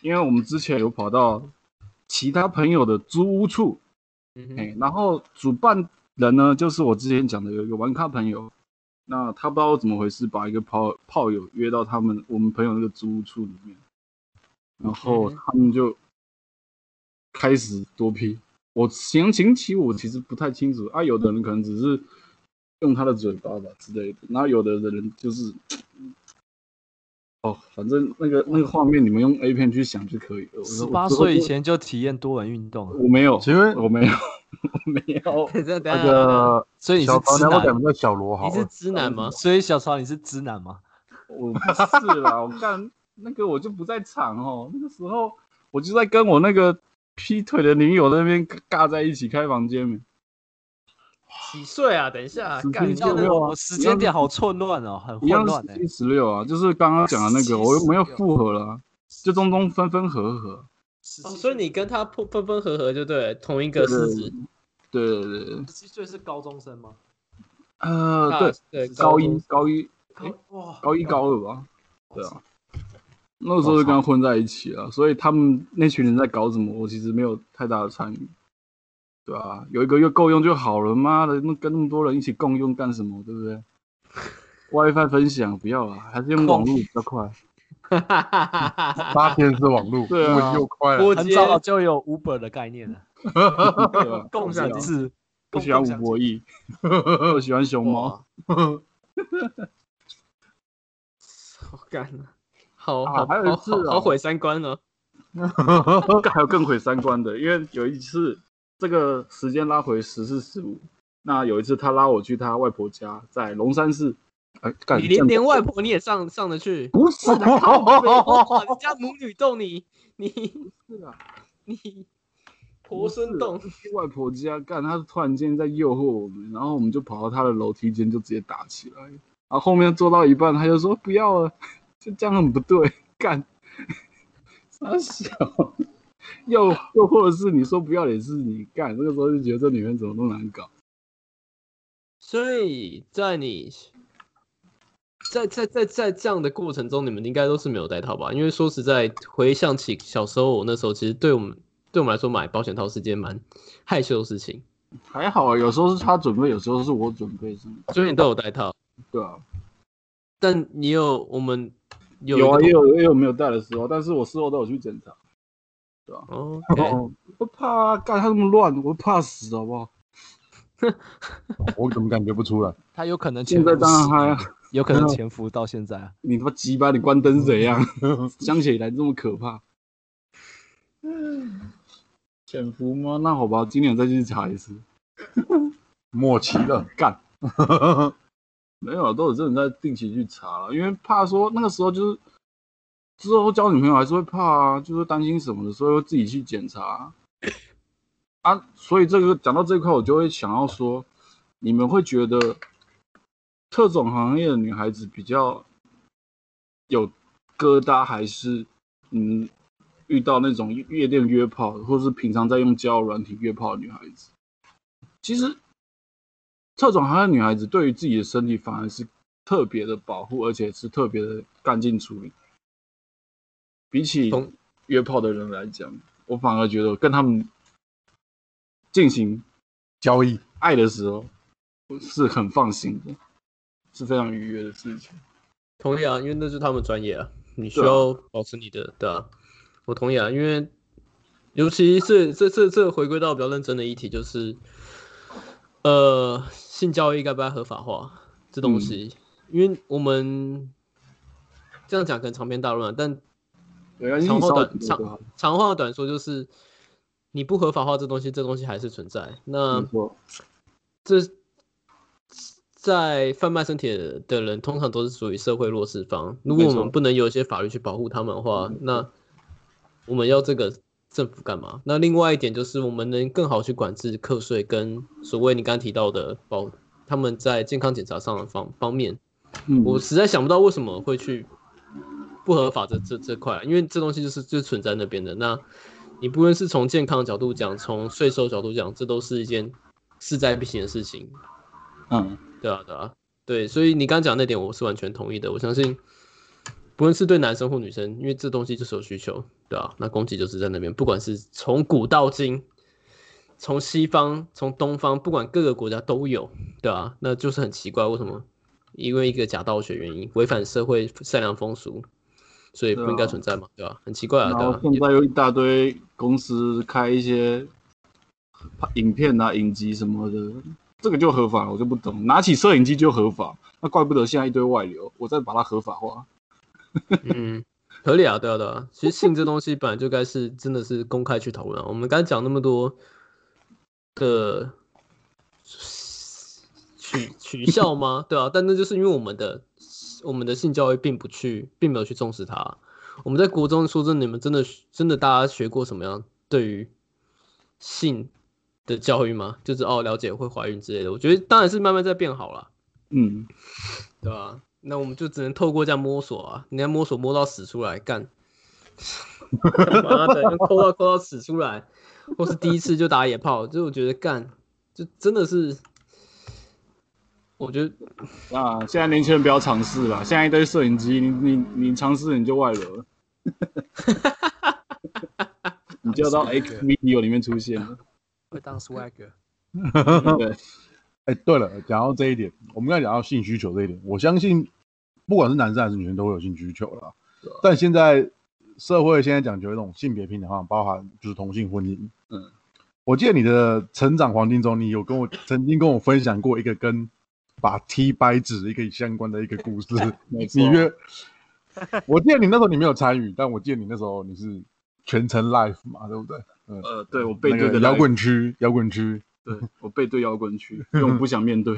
[SPEAKER 4] 因为我们之前有跑到其他朋友的租屋处，
[SPEAKER 1] 嗯
[SPEAKER 4] 哎、
[SPEAKER 1] 哼，
[SPEAKER 4] 然后主办人呢就是我之前讲的有一个玩咖朋友，那他不知道怎么回事，把一个炮炮友约到他们我们朋友那个租屋处里面，然后
[SPEAKER 1] 嗯
[SPEAKER 4] 他们就开始多批。我详情其我其实不太清楚啊，有的人可能只是用他的嘴巴吧之类的，然后有的人就是，哦，反正那个那个画面你们用 A 片去想就可以了。我
[SPEAKER 2] 十
[SPEAKER 4] 说
[SPEAKER 2] 八岁以，前就体验多人运动
[SPEAKER 4] 我
[SPEAKER 2] 了，
[SPEAKER 4] 我没有，
[SPEAKER 3] 请问
[SPEAKER 4] 我没有， 我没有。
[SPEAKER 1] 等等等
[SPEAKER 3] 哎那
[SPEAKER 1] 下，
[SPEAKER 3] 个
[SPEAKER 2] 所以你是
[SPEAKER 3] 小曹，你
[SPEAKER 2] 直
[SPEAKER 3] 要不要
[SPEAKER 2] 男
[SPEAKER 3] 改名叫小罗好
[SPEAKER 1] 啊
[SPEAKER 3] 嗯
[SPEAKER 1] 你是
[SPEAKER 3] 了？
[SPEAKER 1] 直男吗？
[SPEAKER 2] 所以小曹你是直男吗？
[SPEAKER 4] 我不是啦， 我干那个我就不在场哦。那个时候我就在跟我那个劈腿的女友在那边尬在一起开房间嘛。
[SPEAKER 1] 几岁啊？等一下，
[SPEAKER 4] 十
[SPEAKER 1] 干
[SPEAKER 4] 七
[SPEAKER 1] 你
[SPEAKER 4] 你
[SPEAKER 1] 这样
[SPEAKER 4] 就
[SPEAKER 1] 的
[SPEAKER 4] 没有啊
[SPEAKER 2] 我时间点好错乱哦，很
[SPEAKER 4] 一
[SPEAKER 2] 混
[SPEAKER 4] 样
[SPEAKER 2] 乱哎
[SPEAKER 4] 十。七十六啊，就是刚刚讲的那个，我又没有复合了啊、就中中分分合合。
[SPEAKER 1] 哦，所以你跟他不分分合合就对了，同一个市值，
[SPEAKER 4] 对对对对，
[SPEAKER 2] 十七岁是高中生吗？
[SPEAKER 4] 呃，对
[SPEAKER 1] 大，啊对，
[SPEAKER 4] 高一
[SPEAKER 1] 中
[SPEAKER 4] 高一
[SPEAKER 2] 高哇，
[SPEAKER 4] 高一高二吧，对啊，那个时候就跟他混在一起了，所以他们那群人在搞什么，我其实没有太大的参与，对啊，有一个月够用就好了，妈的，那跟那么多人一起共用干什么，对不对？ WiFi 分享不要啊，还是用网络比较快。
[SPEAKER 3] 八天是网路，
[SPEAKER 4] 对啊
[SPEAKER 3] 我又快了
[SPEAKER 1] 我。
[SPEAKER 2] 很早就有 Uber 的概念了，
[SPEAKER 4] 对吧
[SPEAKER 1] 共享
[SPEAKER 4] 不
[SPEAKER 1] 经
[SPEAKER 4] 是
[SPEAKER 1] 济
[SPEAKER 2] 是
[SPEAKER 4] 不喜欢吴博弈，我喜欢熊猫。
[SPEAKER 1] 哇， 好干了，好
[SPEAKER 4] 啊
[SPEAKER 1] 好
[SPEAKER 4] 还有一
[SPEAKER 1] 好
[SPEAKER 4] 次
[SPEAKER 1] 好
[SPEAKER 4] 啊
[SPEAKER 1] 好毁三观哦。
[SPEAKER 4] 还有更毁三观的，因为有一次这个时间拉回十四十五，那有一次他拉我去他外婆家，在龙山寺，
[SPEAKER 3] 哎，干
[SPEAKER 1] 你连连外婆你也上上得去？
[SPEAKER 4] 不是啊的，
[SPEAKER 1] 哇人家母女洞你 你
[SPEAKER 4] 是的，
[SPEAKER 1] 你婆孙洞，
[SPEAKER 4] 去外婆家干，他突然间在诱惑我们，然后我们就跑到他的楼梯间就直接打起来，然后后面做到一半他就说不要了，就这样很不对，干， 傻小。又又或者是你说不要脸是你干，那个时候就觉得这女人怎么那么难搞。
[SPEAKER 1] 所以在你。在在在在这样的过程中，你们应该都是没有戴套吧？因为说实在，回想起小时候，我那时候其实对我们对我们来说买保险套是件蛮害羞的事情，
[SPEAKER 4] 还好啊，有时候是他准备，有时候是我准备，是吗？
[SPEAKER 1] 所以你都有戴套。
[SPEAKER 4] 对啊，
[SPEAKER 1] 但你有我们有
[SPEAKER 4] 有啊，
[SPEAKER 1] 一
[SPEAKER 4] 也
[SPEAKER 1] 个
[SPEAKER 4] 有也有没有带的时候，但是我事后都有去检查，
[SPEAKER 1] 哦 OK
[SPEAKER 4] 哦，不怕啊，干他那么乱，我怕死好不好？
[SPEAKER 3] 我怎么感觉不出来？
[SPEAKER 2] 他有可能潜
[SPEAKER 4] 现
[SPEAKER 2] 伏
[SPEAKER 4] 在当然
[SPEAKER 2] 10年
[SPEAKER 4] 还，
[SPEAKER 2] 有 可能潜伏到现在啊。
[SPEAKER 4] 你他妈鸡巴，你关灯是怎 样？想起来这么可怕。潜伏吗？那好吧，今年再去查一次。
[SPEAKER 3] 默契了，
[SPEAKER 4] 干，没有啊，都有真的在定期去查了，因为怕说那个时候就是之后交女朋友还是会怕啊，就是担心什么的，所以会自己去检查啊。所以这个讲到这一块，我就会想要说，你们会觉得特种行业的女孩子比较有疙瘩，还是嗯遇到那种夜店约炮，或是平常在用交友软体约炮的女孩子？其实特种行业女孩子对于自己的身体反而是特别的保护，而且是特别的干净处理。比起
[SPEAKER 1] 同
[SPEAKER 4] 约炮的人来讲，我反而觉得跟他们进行
[SPEAKER 3] 交易
[SPEAKER 4] 爱的时候是很放心的，是非常愉悦的事情。
[SPEAKER 1] 同意啊，因为那是他们专业啊，你需
[SPEAKER 4] 对啊
[SPEAKER 1] 要保持你的对啊，我同意啊，因为尤其是这这这回归到比较认真的议题，就是呃性教育该不该合法化这东
[SPEAKER 4] 嗯
[SPEAKER 1] 西，因为我们这样讲可能长篇大论啊，但
[SPEAKER 4] 没关系，
[SPEAKER 1] 长
[SPEAKER 4] 你
[SPEAKER 1] 话
[SPEAKER 4] 稍微
[SPEAKER 1] 短
[SPEAKER 4] 提
[SPEAKER 1] 长
[SPEAKER 4] 就好
[SPEAKER 1] 长话短说就是你不合法化这东西，这东西还是存在。那、
[SPEAKER 4] 没错，
[SPEAKER 1] 这在贩卖身体的人通常都是属于社会弱势方。如果我
[SPEAKER 4] 没错嗯
[SPEAKER 1] 们不能有一些法律去保护他们的话，那我们要这个政府干嘛？那另外一点就是，我们能更好去管制课税跟所谓你刚刚提到的保他们在健康检查上的方方面，
[SPEAKER 4] 嗯，
[SPEAKER 1] 我实在想不到为什么会去不合法这这这块，啊因为这东西就是就是存在那边的。那你不论是从健康角度讲，从税收角度讲，这都是一件势在必行的事情。
[SPEAKER 4] 嗯，
[SPEAKER 1] 对啊，对啊，对，所以你刚讲那点我是完全同意的。我相信，不论是对男生或女生，因为这东西就是有需求，对啊，那供给就是在那边，不管是从古到今，从西方、从东方，不管各个国家都有，对啊，那就是很奇怪，为什么因为一个假道学原因，违反社会善良风俗，所以不应该存在嘛，对吧、很奇怪啊，
[SPEAKER 4] 啊然
[SPEAKER 1] 对
[SPEAKER 4] 后
[SPEAKER 1] 吧、
[SPEAKER 4] 现在有一大堆公司开一些影片啊、影集什么的，这个就合法了，我就不懂。拿起摄影机就合法，那怪不得现在一堆外流，我再把它合法化。
[SPEAKER 1] 嗯，合理啊，对啊，对啊。其实性这东西本来就该是真的是公开去讨论啊。我们刚才讲那么多的取取笑吗？ 对啊，但那就是因为我们的我们的性教育并不去，并没有去重视它。啊我们在国中说真的，你们真的真的大家学过什么样对于性的教育吗？就是哦，了解会怀孕之类的。我觉得当然是慢慢在变好了。
[SPEAKER 4] 嗯，
[SPEAKER 1] 对吧、那我们就只能透过这样摸索啊，你要摸索摸到屎出来干，干嘛的？要抠到抠到屎出来，或是第一次就打野炮，就我觉得干，就真的是，我觉得
[SPEAKER 4] 啊，现在年轻人不要尝试了，现在一堆摄影机，你你你尝试你就外流了， 你 就要到 X video 里面出现了。
[SPEAKER 2] 会当 swag，
[SPEAKER 4] 对，
[SPEAKER 3] 哎，对了，讲到这一点，我们刚才讲到性需求这一点，我相信不管是男生还是女生都会有性需求啦。
[SPEAKER 4] 啊
[SPEAKER 3] 但现在社会现在讲究一种性别平等化，包含就是同性婚姻。
[SPEAKER 4] 嗯，
[SPEAKER 3] 我记得你的成长环境中，你有跟我曾经跟我分享过一个跟把 T 掰指一个相关的一个故事。
[SPEAKER 4] 没错
[SPEAKER 3] 你 约，我记得你那时候你没有参与，但我记得你那时候你是全程 live 嘛，对不对？
[SPEAKER 4] 呃，对我背
[SPEAKER 3] 那
[SPEAKER 4] 对
[SPEAKER 3] 个
[SPEAKER 4] 的
[SPEAKER 3] 摇，滚区，摇滚区，
[SPEAKER 4] 对我背对摇滚区，因为我不想 面对。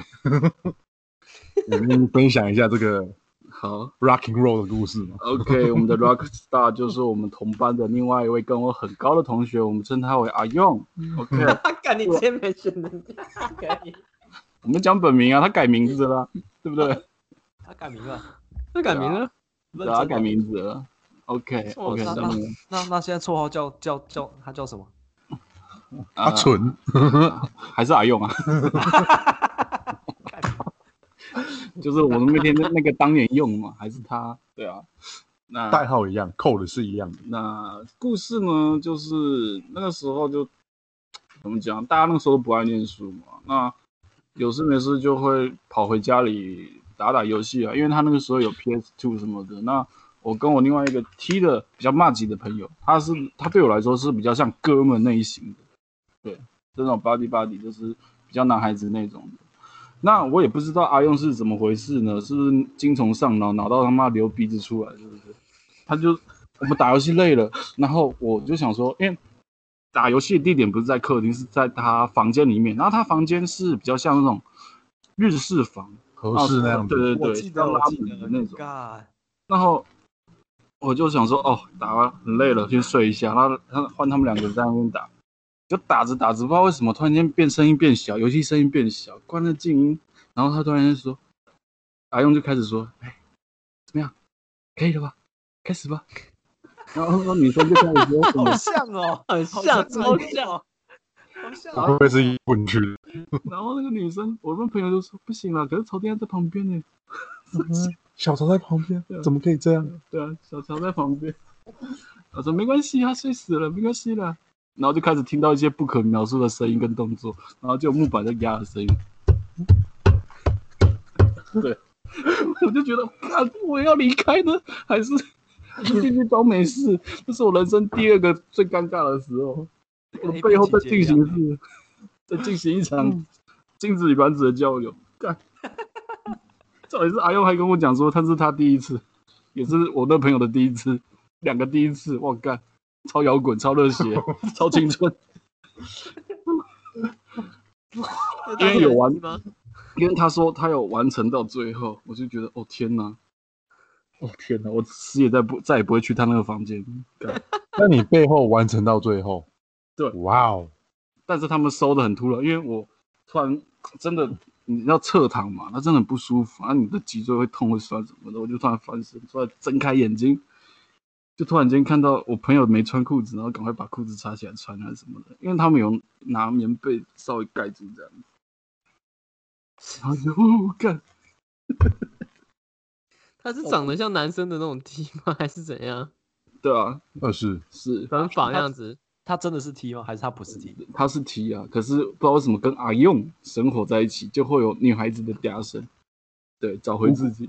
[SPEAKER 3] 我们分享一下这个
[SPEAKER 4] 好
[SPEAKER 3] rocking roll 的故事嘛。
[SPEAKER 4] ，OK，我们的 Rock Star 就是我们同班的另外一位跟我很高的同学，我们称他为阿用。OK，
[SPEAKER 1] 干你真没选 人家，可以，
[SPEAKER 4] 我们讲本名啊，他改名字了，对不对？
[SPEAKER 2] 他改名了。
[SPEAKER 1] 他改名了，
[SPEAKER 4] 对 啊，他改名字了。OK
[SPEAKER 2] 错
[SPEAKER 4] OK，
[SPEAKER 2] 了那那现在绰号叫叫叫他叫什么？
[SPEAKER 4] 啊
[SPEAKER 3] 阿纯，
[SPEAKER 4] 还是阿用啊？就是我们那天那那个当年用嘛，还是他？对啊，那
[SPEAKER 3] 代号一样，扣的是一样的。
[SPEAKER 4] 那故事呢，就是那个时候就怎么讲，大家那时候都不爱念书嘛，那有事没事就会跑回家里打打游戏啊，因为他那个时候有 PS Two 什么的。那我跟我另外一个踢的比较骂级的朋友，他是他对我来说是比较像哥们类型的，对，这种 body body 就是比较男孩子那种的。那我也不知道阿用是怎么回事呢？是不是精虫上脑，脑到他妈流鼻子出来，是不是？他就我们打游戏累了，然后我就想说，因为打游戏的地点不是在客厅，是在他房间里面。然后他房间是比较像那种日式房，
[SPEAKER 3] 合适哦那样
[SPEAKER 4] 啊
[SPEAKER 3] 子。
[SPEAKER 4] 对对
[SPEAKER 2] 我
[SPEAKER 4] 对，
[SPEAKER 2] 记得
[SPEAKER 4] 像
[SPEAKER 2] 我
[SPEAKER 4] 拉
[SPEAKER 2] 记
[SPEAKER 4] 门
[SPEAKER 2] 得
[SPEAKER 4] 的那种。
[SPEAKER 2] God，
[SPEAKER 4] 然后我就想说，哦，打完很累了，先睡一下。然后他换他们两个在那边打，就打着打着，不知道为什么突然间变声音变小，游戏声音变小，关了静音。然后他突然间说，阿用就开始说，哎，怎么样？可以了吧？开始吧。然后女生就开始说什么
[SPEAKER 2] 好像哦，
[SPEAKER 1] 很
[SPEAKER 2] 好
[SPEAKER 1] 像，
[SPEAKER 2] 这
[SPEAKER 1] 超
[SPEAKER 2] 个
[SPEAKER 1] 像，
[SPEAKER 2] 好像
[SPEAKER 3] 会
[SPEAKER 2] 哦。
[SPEAKER 3] 不会是混区？
[SPEAKER 4] 然后那个女生，我们朋友就说不行了，可是曹天在旁边呢。
[SPEAKER 3] 小曹在旁边
[SPEAKER 4] 对啊，
[SPEAKER 3] 怎么可以这样？
[SPEAKER 4] 对啊，小乔在旁边。我说没关系，他睡死了，没关系啦。然后就开始听到一些不可描述的声音跟动作，然后就有木板在压的声音。对， 我就觉得，啊，我要离开呢，还是还是继续装没事？这是我人生第二个最尴尬的时候。我的背后在进行是，在进行一场镜子与丸子的交流。干，重点是阿优还跟我讲说，他是他第一次，也是我那朋友的第一次，两个第一次，哇干，超摇滚，超热血，超青春。因为有玩
[SPEAKER 1] 吗？
[SPEAKER 4] 因为他说他有完成到最后，我就觉得哦天哪，哦天哪，我死也再不再也不会去他那个房间。干
[SPEAKER 3] 那你背后完成到最后，
[SPEAKER 4] 对
[SPEAKER 3] 哇哦，
[SPEAKER 4] 但是他们收的很突然，因为我突然真的你要侧躺嘛，那真的很不舒服，啊那你的脊椎会痛会酸什么的，我就突然翻身，突然睁开眼睛，就突然间看到我朋友没穿裤子，然后赶快把裤子插起来穿啊什么的，因为他们有拿棉被稍微盖住这样子，然后就哦干，
[SPEAKER 1] 他是长得像男生的那种 T 吗？还是怎样？
[SPEAKER 4] 对啊，
[SPEAKER 3] 二是
[SPEAKER 4] 是
[SPEAKER 1] 短发样子，
[SPEAKER 2] 他真的是 T 吗？还是他不是 T？
[SPEAKER 4] 他是 T 啊，可是不知道为什么跟阿用生活在一起，就会有女孩子的嗲声，对，找回自己。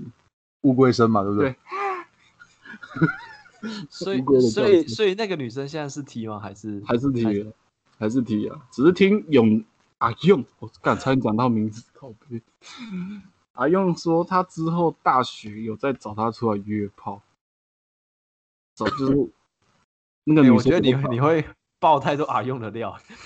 [SPEAKER 3] 乌龟身嘛，对不对？
[SPEAKER 4] 对
[SPEAKER 2] 所以
[SPEAKER 4] 乌龟的
[SPEAKER 2] 所
[SPEAKER 4] 叫
[SPEAKER 2] 以
[SPEAKER 4] 声
[SPEAKER 2] 所以那个女生现在是 T 吗？还是
[SPEAKER 4] 还是 T 啊，还是 T 啊，只是听永阿用，我敢差点讲到名字，靠背。阿用说他之后大学有在找他出来约炮，找就是那个
[SPEAKER 2] 哎
[SPEAKER 4] 女生、
[SPEAKER 2] 我觉得你会你会爆太多 阿用的料。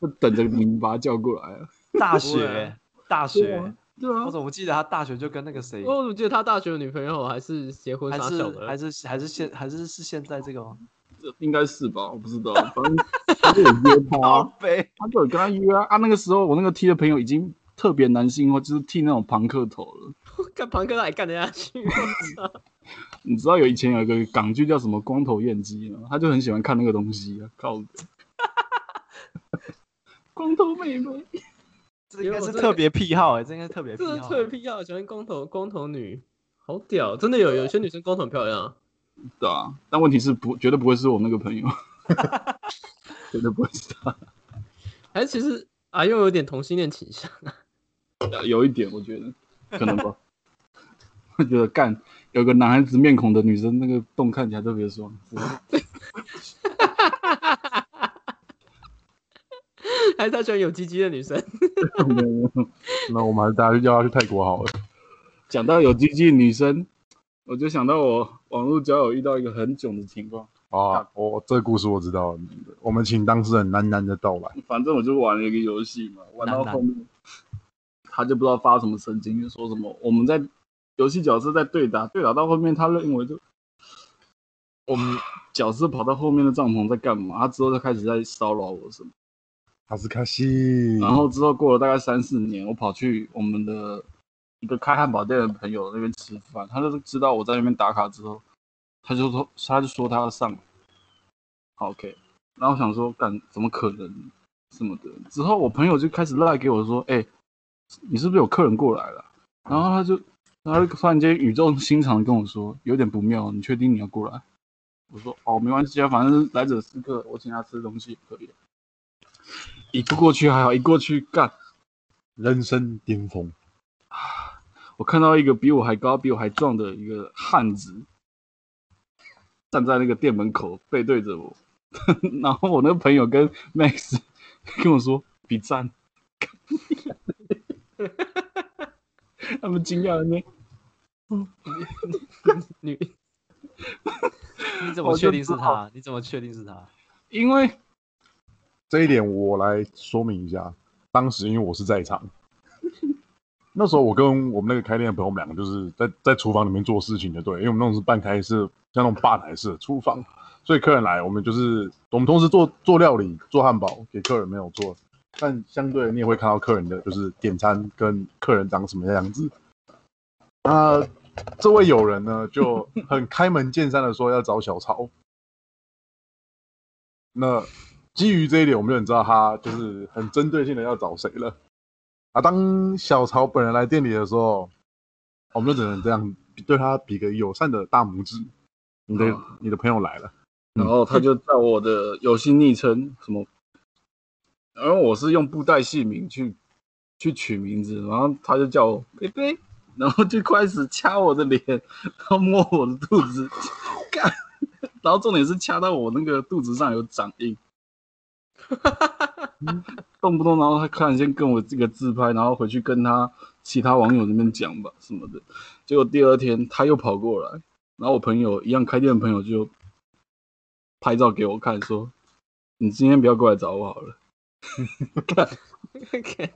[SPEAKER 4] 就等着你们把他叫过来啊。
[SPEAKER 2] 大
[SPEAKER 1] 不会啊
[SPEAKER 2] 学大学，
[SPEAKER 4] 对啊
[SPEAKER 2] 我，怎么记得他大学就跟那个谁，
[SPEAKER 1] 我怎么记得他大学的女朋友还是结婚
[SPEAKER 2] 还
[SPEAKER 1] 傻小
[SPEAKER 2] 是
[SPEAKER 1] 的？
[SPEAKER 2] 还是还是现还是是现在这个吗？
[SPEAKER 4] 这应该是吧，我不知道，反正他就有约炮啊、
[SPEAKER 2] 呗，
[SPEAKER 4] 他就有跟他约啊。啊，那个时候我那个 T 的朋友已经特别男性化，就是剃那种朋克头了。
[SPEAKER 1] 干庞克他也干得下去？ 我操
[SPEAKER 4] 你知道有以前有一个港剧叫什么《光头燕姬》吗？他就很喜欢看那个东西啊，靠北！光头妹妹，
[SPEAKER 2] 这应该
[SPEAKER 1] 因为
[SPEAKER 2] 是
[SPEAKER 1] 我这个
[SPEAKER 2] 特别癖好哎，这应该是特别癖
[SPEAKER 1] 这是
[SPEAKER 2] 好欸
[SPEAKER 1] 特。别必要，喜欢光头光头女，好屌！真的有有些女生光头很漂亮啊，
[SPEAKER 4] 对啊，但问题是不绝对 不会是我那个朋友，绝对不会是他。
[SPEAKER 1] 还是其实啊，又有点同性恋倾向。
[SPEAKER 4] 有一点我觉得可能吧。我觉得干有个男孩子面孔的女生，那个洞看起来特别爽。
[SPEAKER 1] 还是他喜欢有鸡鸡的女生？
[SPEAKER 3] 没有没有那我们还是大家要去泰国好了。
[SPEAKER 4] 讲到有鸡鸡的女生，我就想到我网络交友遇到一个很囧的情况。
[SPEAKER 3] 啊，我、这个故事我知道了，我们请当事人喃喃的道来。
[SPEAKER 4] 反正我就玩了一个游戏嘛，玩到
[SPEAKER 2] 男
[SPEAKER 4] 后面，他就不知道发什么神经，就说什么我们在游戏角色在对打，对打到后面，他认为就我们角色跑到后面的帐篷在干嘛，他之后就开始在骚扰我什么。
[SPEAKER 3] 哈斯卡西，
[SPEAKER 4] 然后之后过了大概三四年，我跑去我们的一个开汉堡店的朋友那边吃饭，他就知道我在那边打卡之后，他就说他就说他要上好，OK，然后我想说干怎么可能什么的，之后我朋友就开始赖给我说，哎、你是不是有客人过来了？然后他就然后他就突然间语重心长地跟我说，有点不妙，你确定你要过来？我说哦，没关系啊，反正来者是客，我请他吃东西也可以。一不过去还好，一过去干，
[SPEAKER 3] 人生巅峰，
[SPEAKER 4] 我看到一个比我还高、比我还壮的一个汉子，站在那个店门口背对着我， 然后我那个朋友跟 Max 跟我说比赞， 他们惊讶了呢，
[SPEAKER 1] 女
[SPEAKER 2] 你怎么确定是他？你怎么确定是他？
[SPEAKER 4] 因为
[SPEAKER 3] 这一点我来说明一下。当时因为我是在场， 那时候我跟我们那个开店的朋友，我们两个就是在在厨房里面做事情的，对，因为我们那种是半开式，像那种吧台式的厨房，所以客人来，我们就是我们同时做做料理、做汉堡给客人没有做，但相对你也会看到客人的就是点餐跟客人长什么样子。那这位友人呢，就很开门见山的说要找小曹。 那基于这一点，我们就很知道他就是很针对性的要找谁了。啊，当小曹本人来店里的时候，我们就只能这样对他比个友善的大拇指。你的、
[SPEAKER 4] 哦
[SPEAKER 1] 嗯
[SPEAKER 3] 你的朋友来了，
[SPEAKER 4] 然后他就在我的游戏昵称什么，然后我是用布袋戏名去去取名字，然后他就叫我贝贝，然后就开始掐我的脸，然后摸我的肚子， 干，然后重点是掐到我那个肚子上有掌印，动不动然后他看先跟我这个自拍，然后回去跟他其他网友那边讲吧什么的，结果第二天他又跑过来，然后我朋友一样开店的朋友就拍照给我看，说你今天不要过来找我好了。
[SPEAKER 1] ，OK，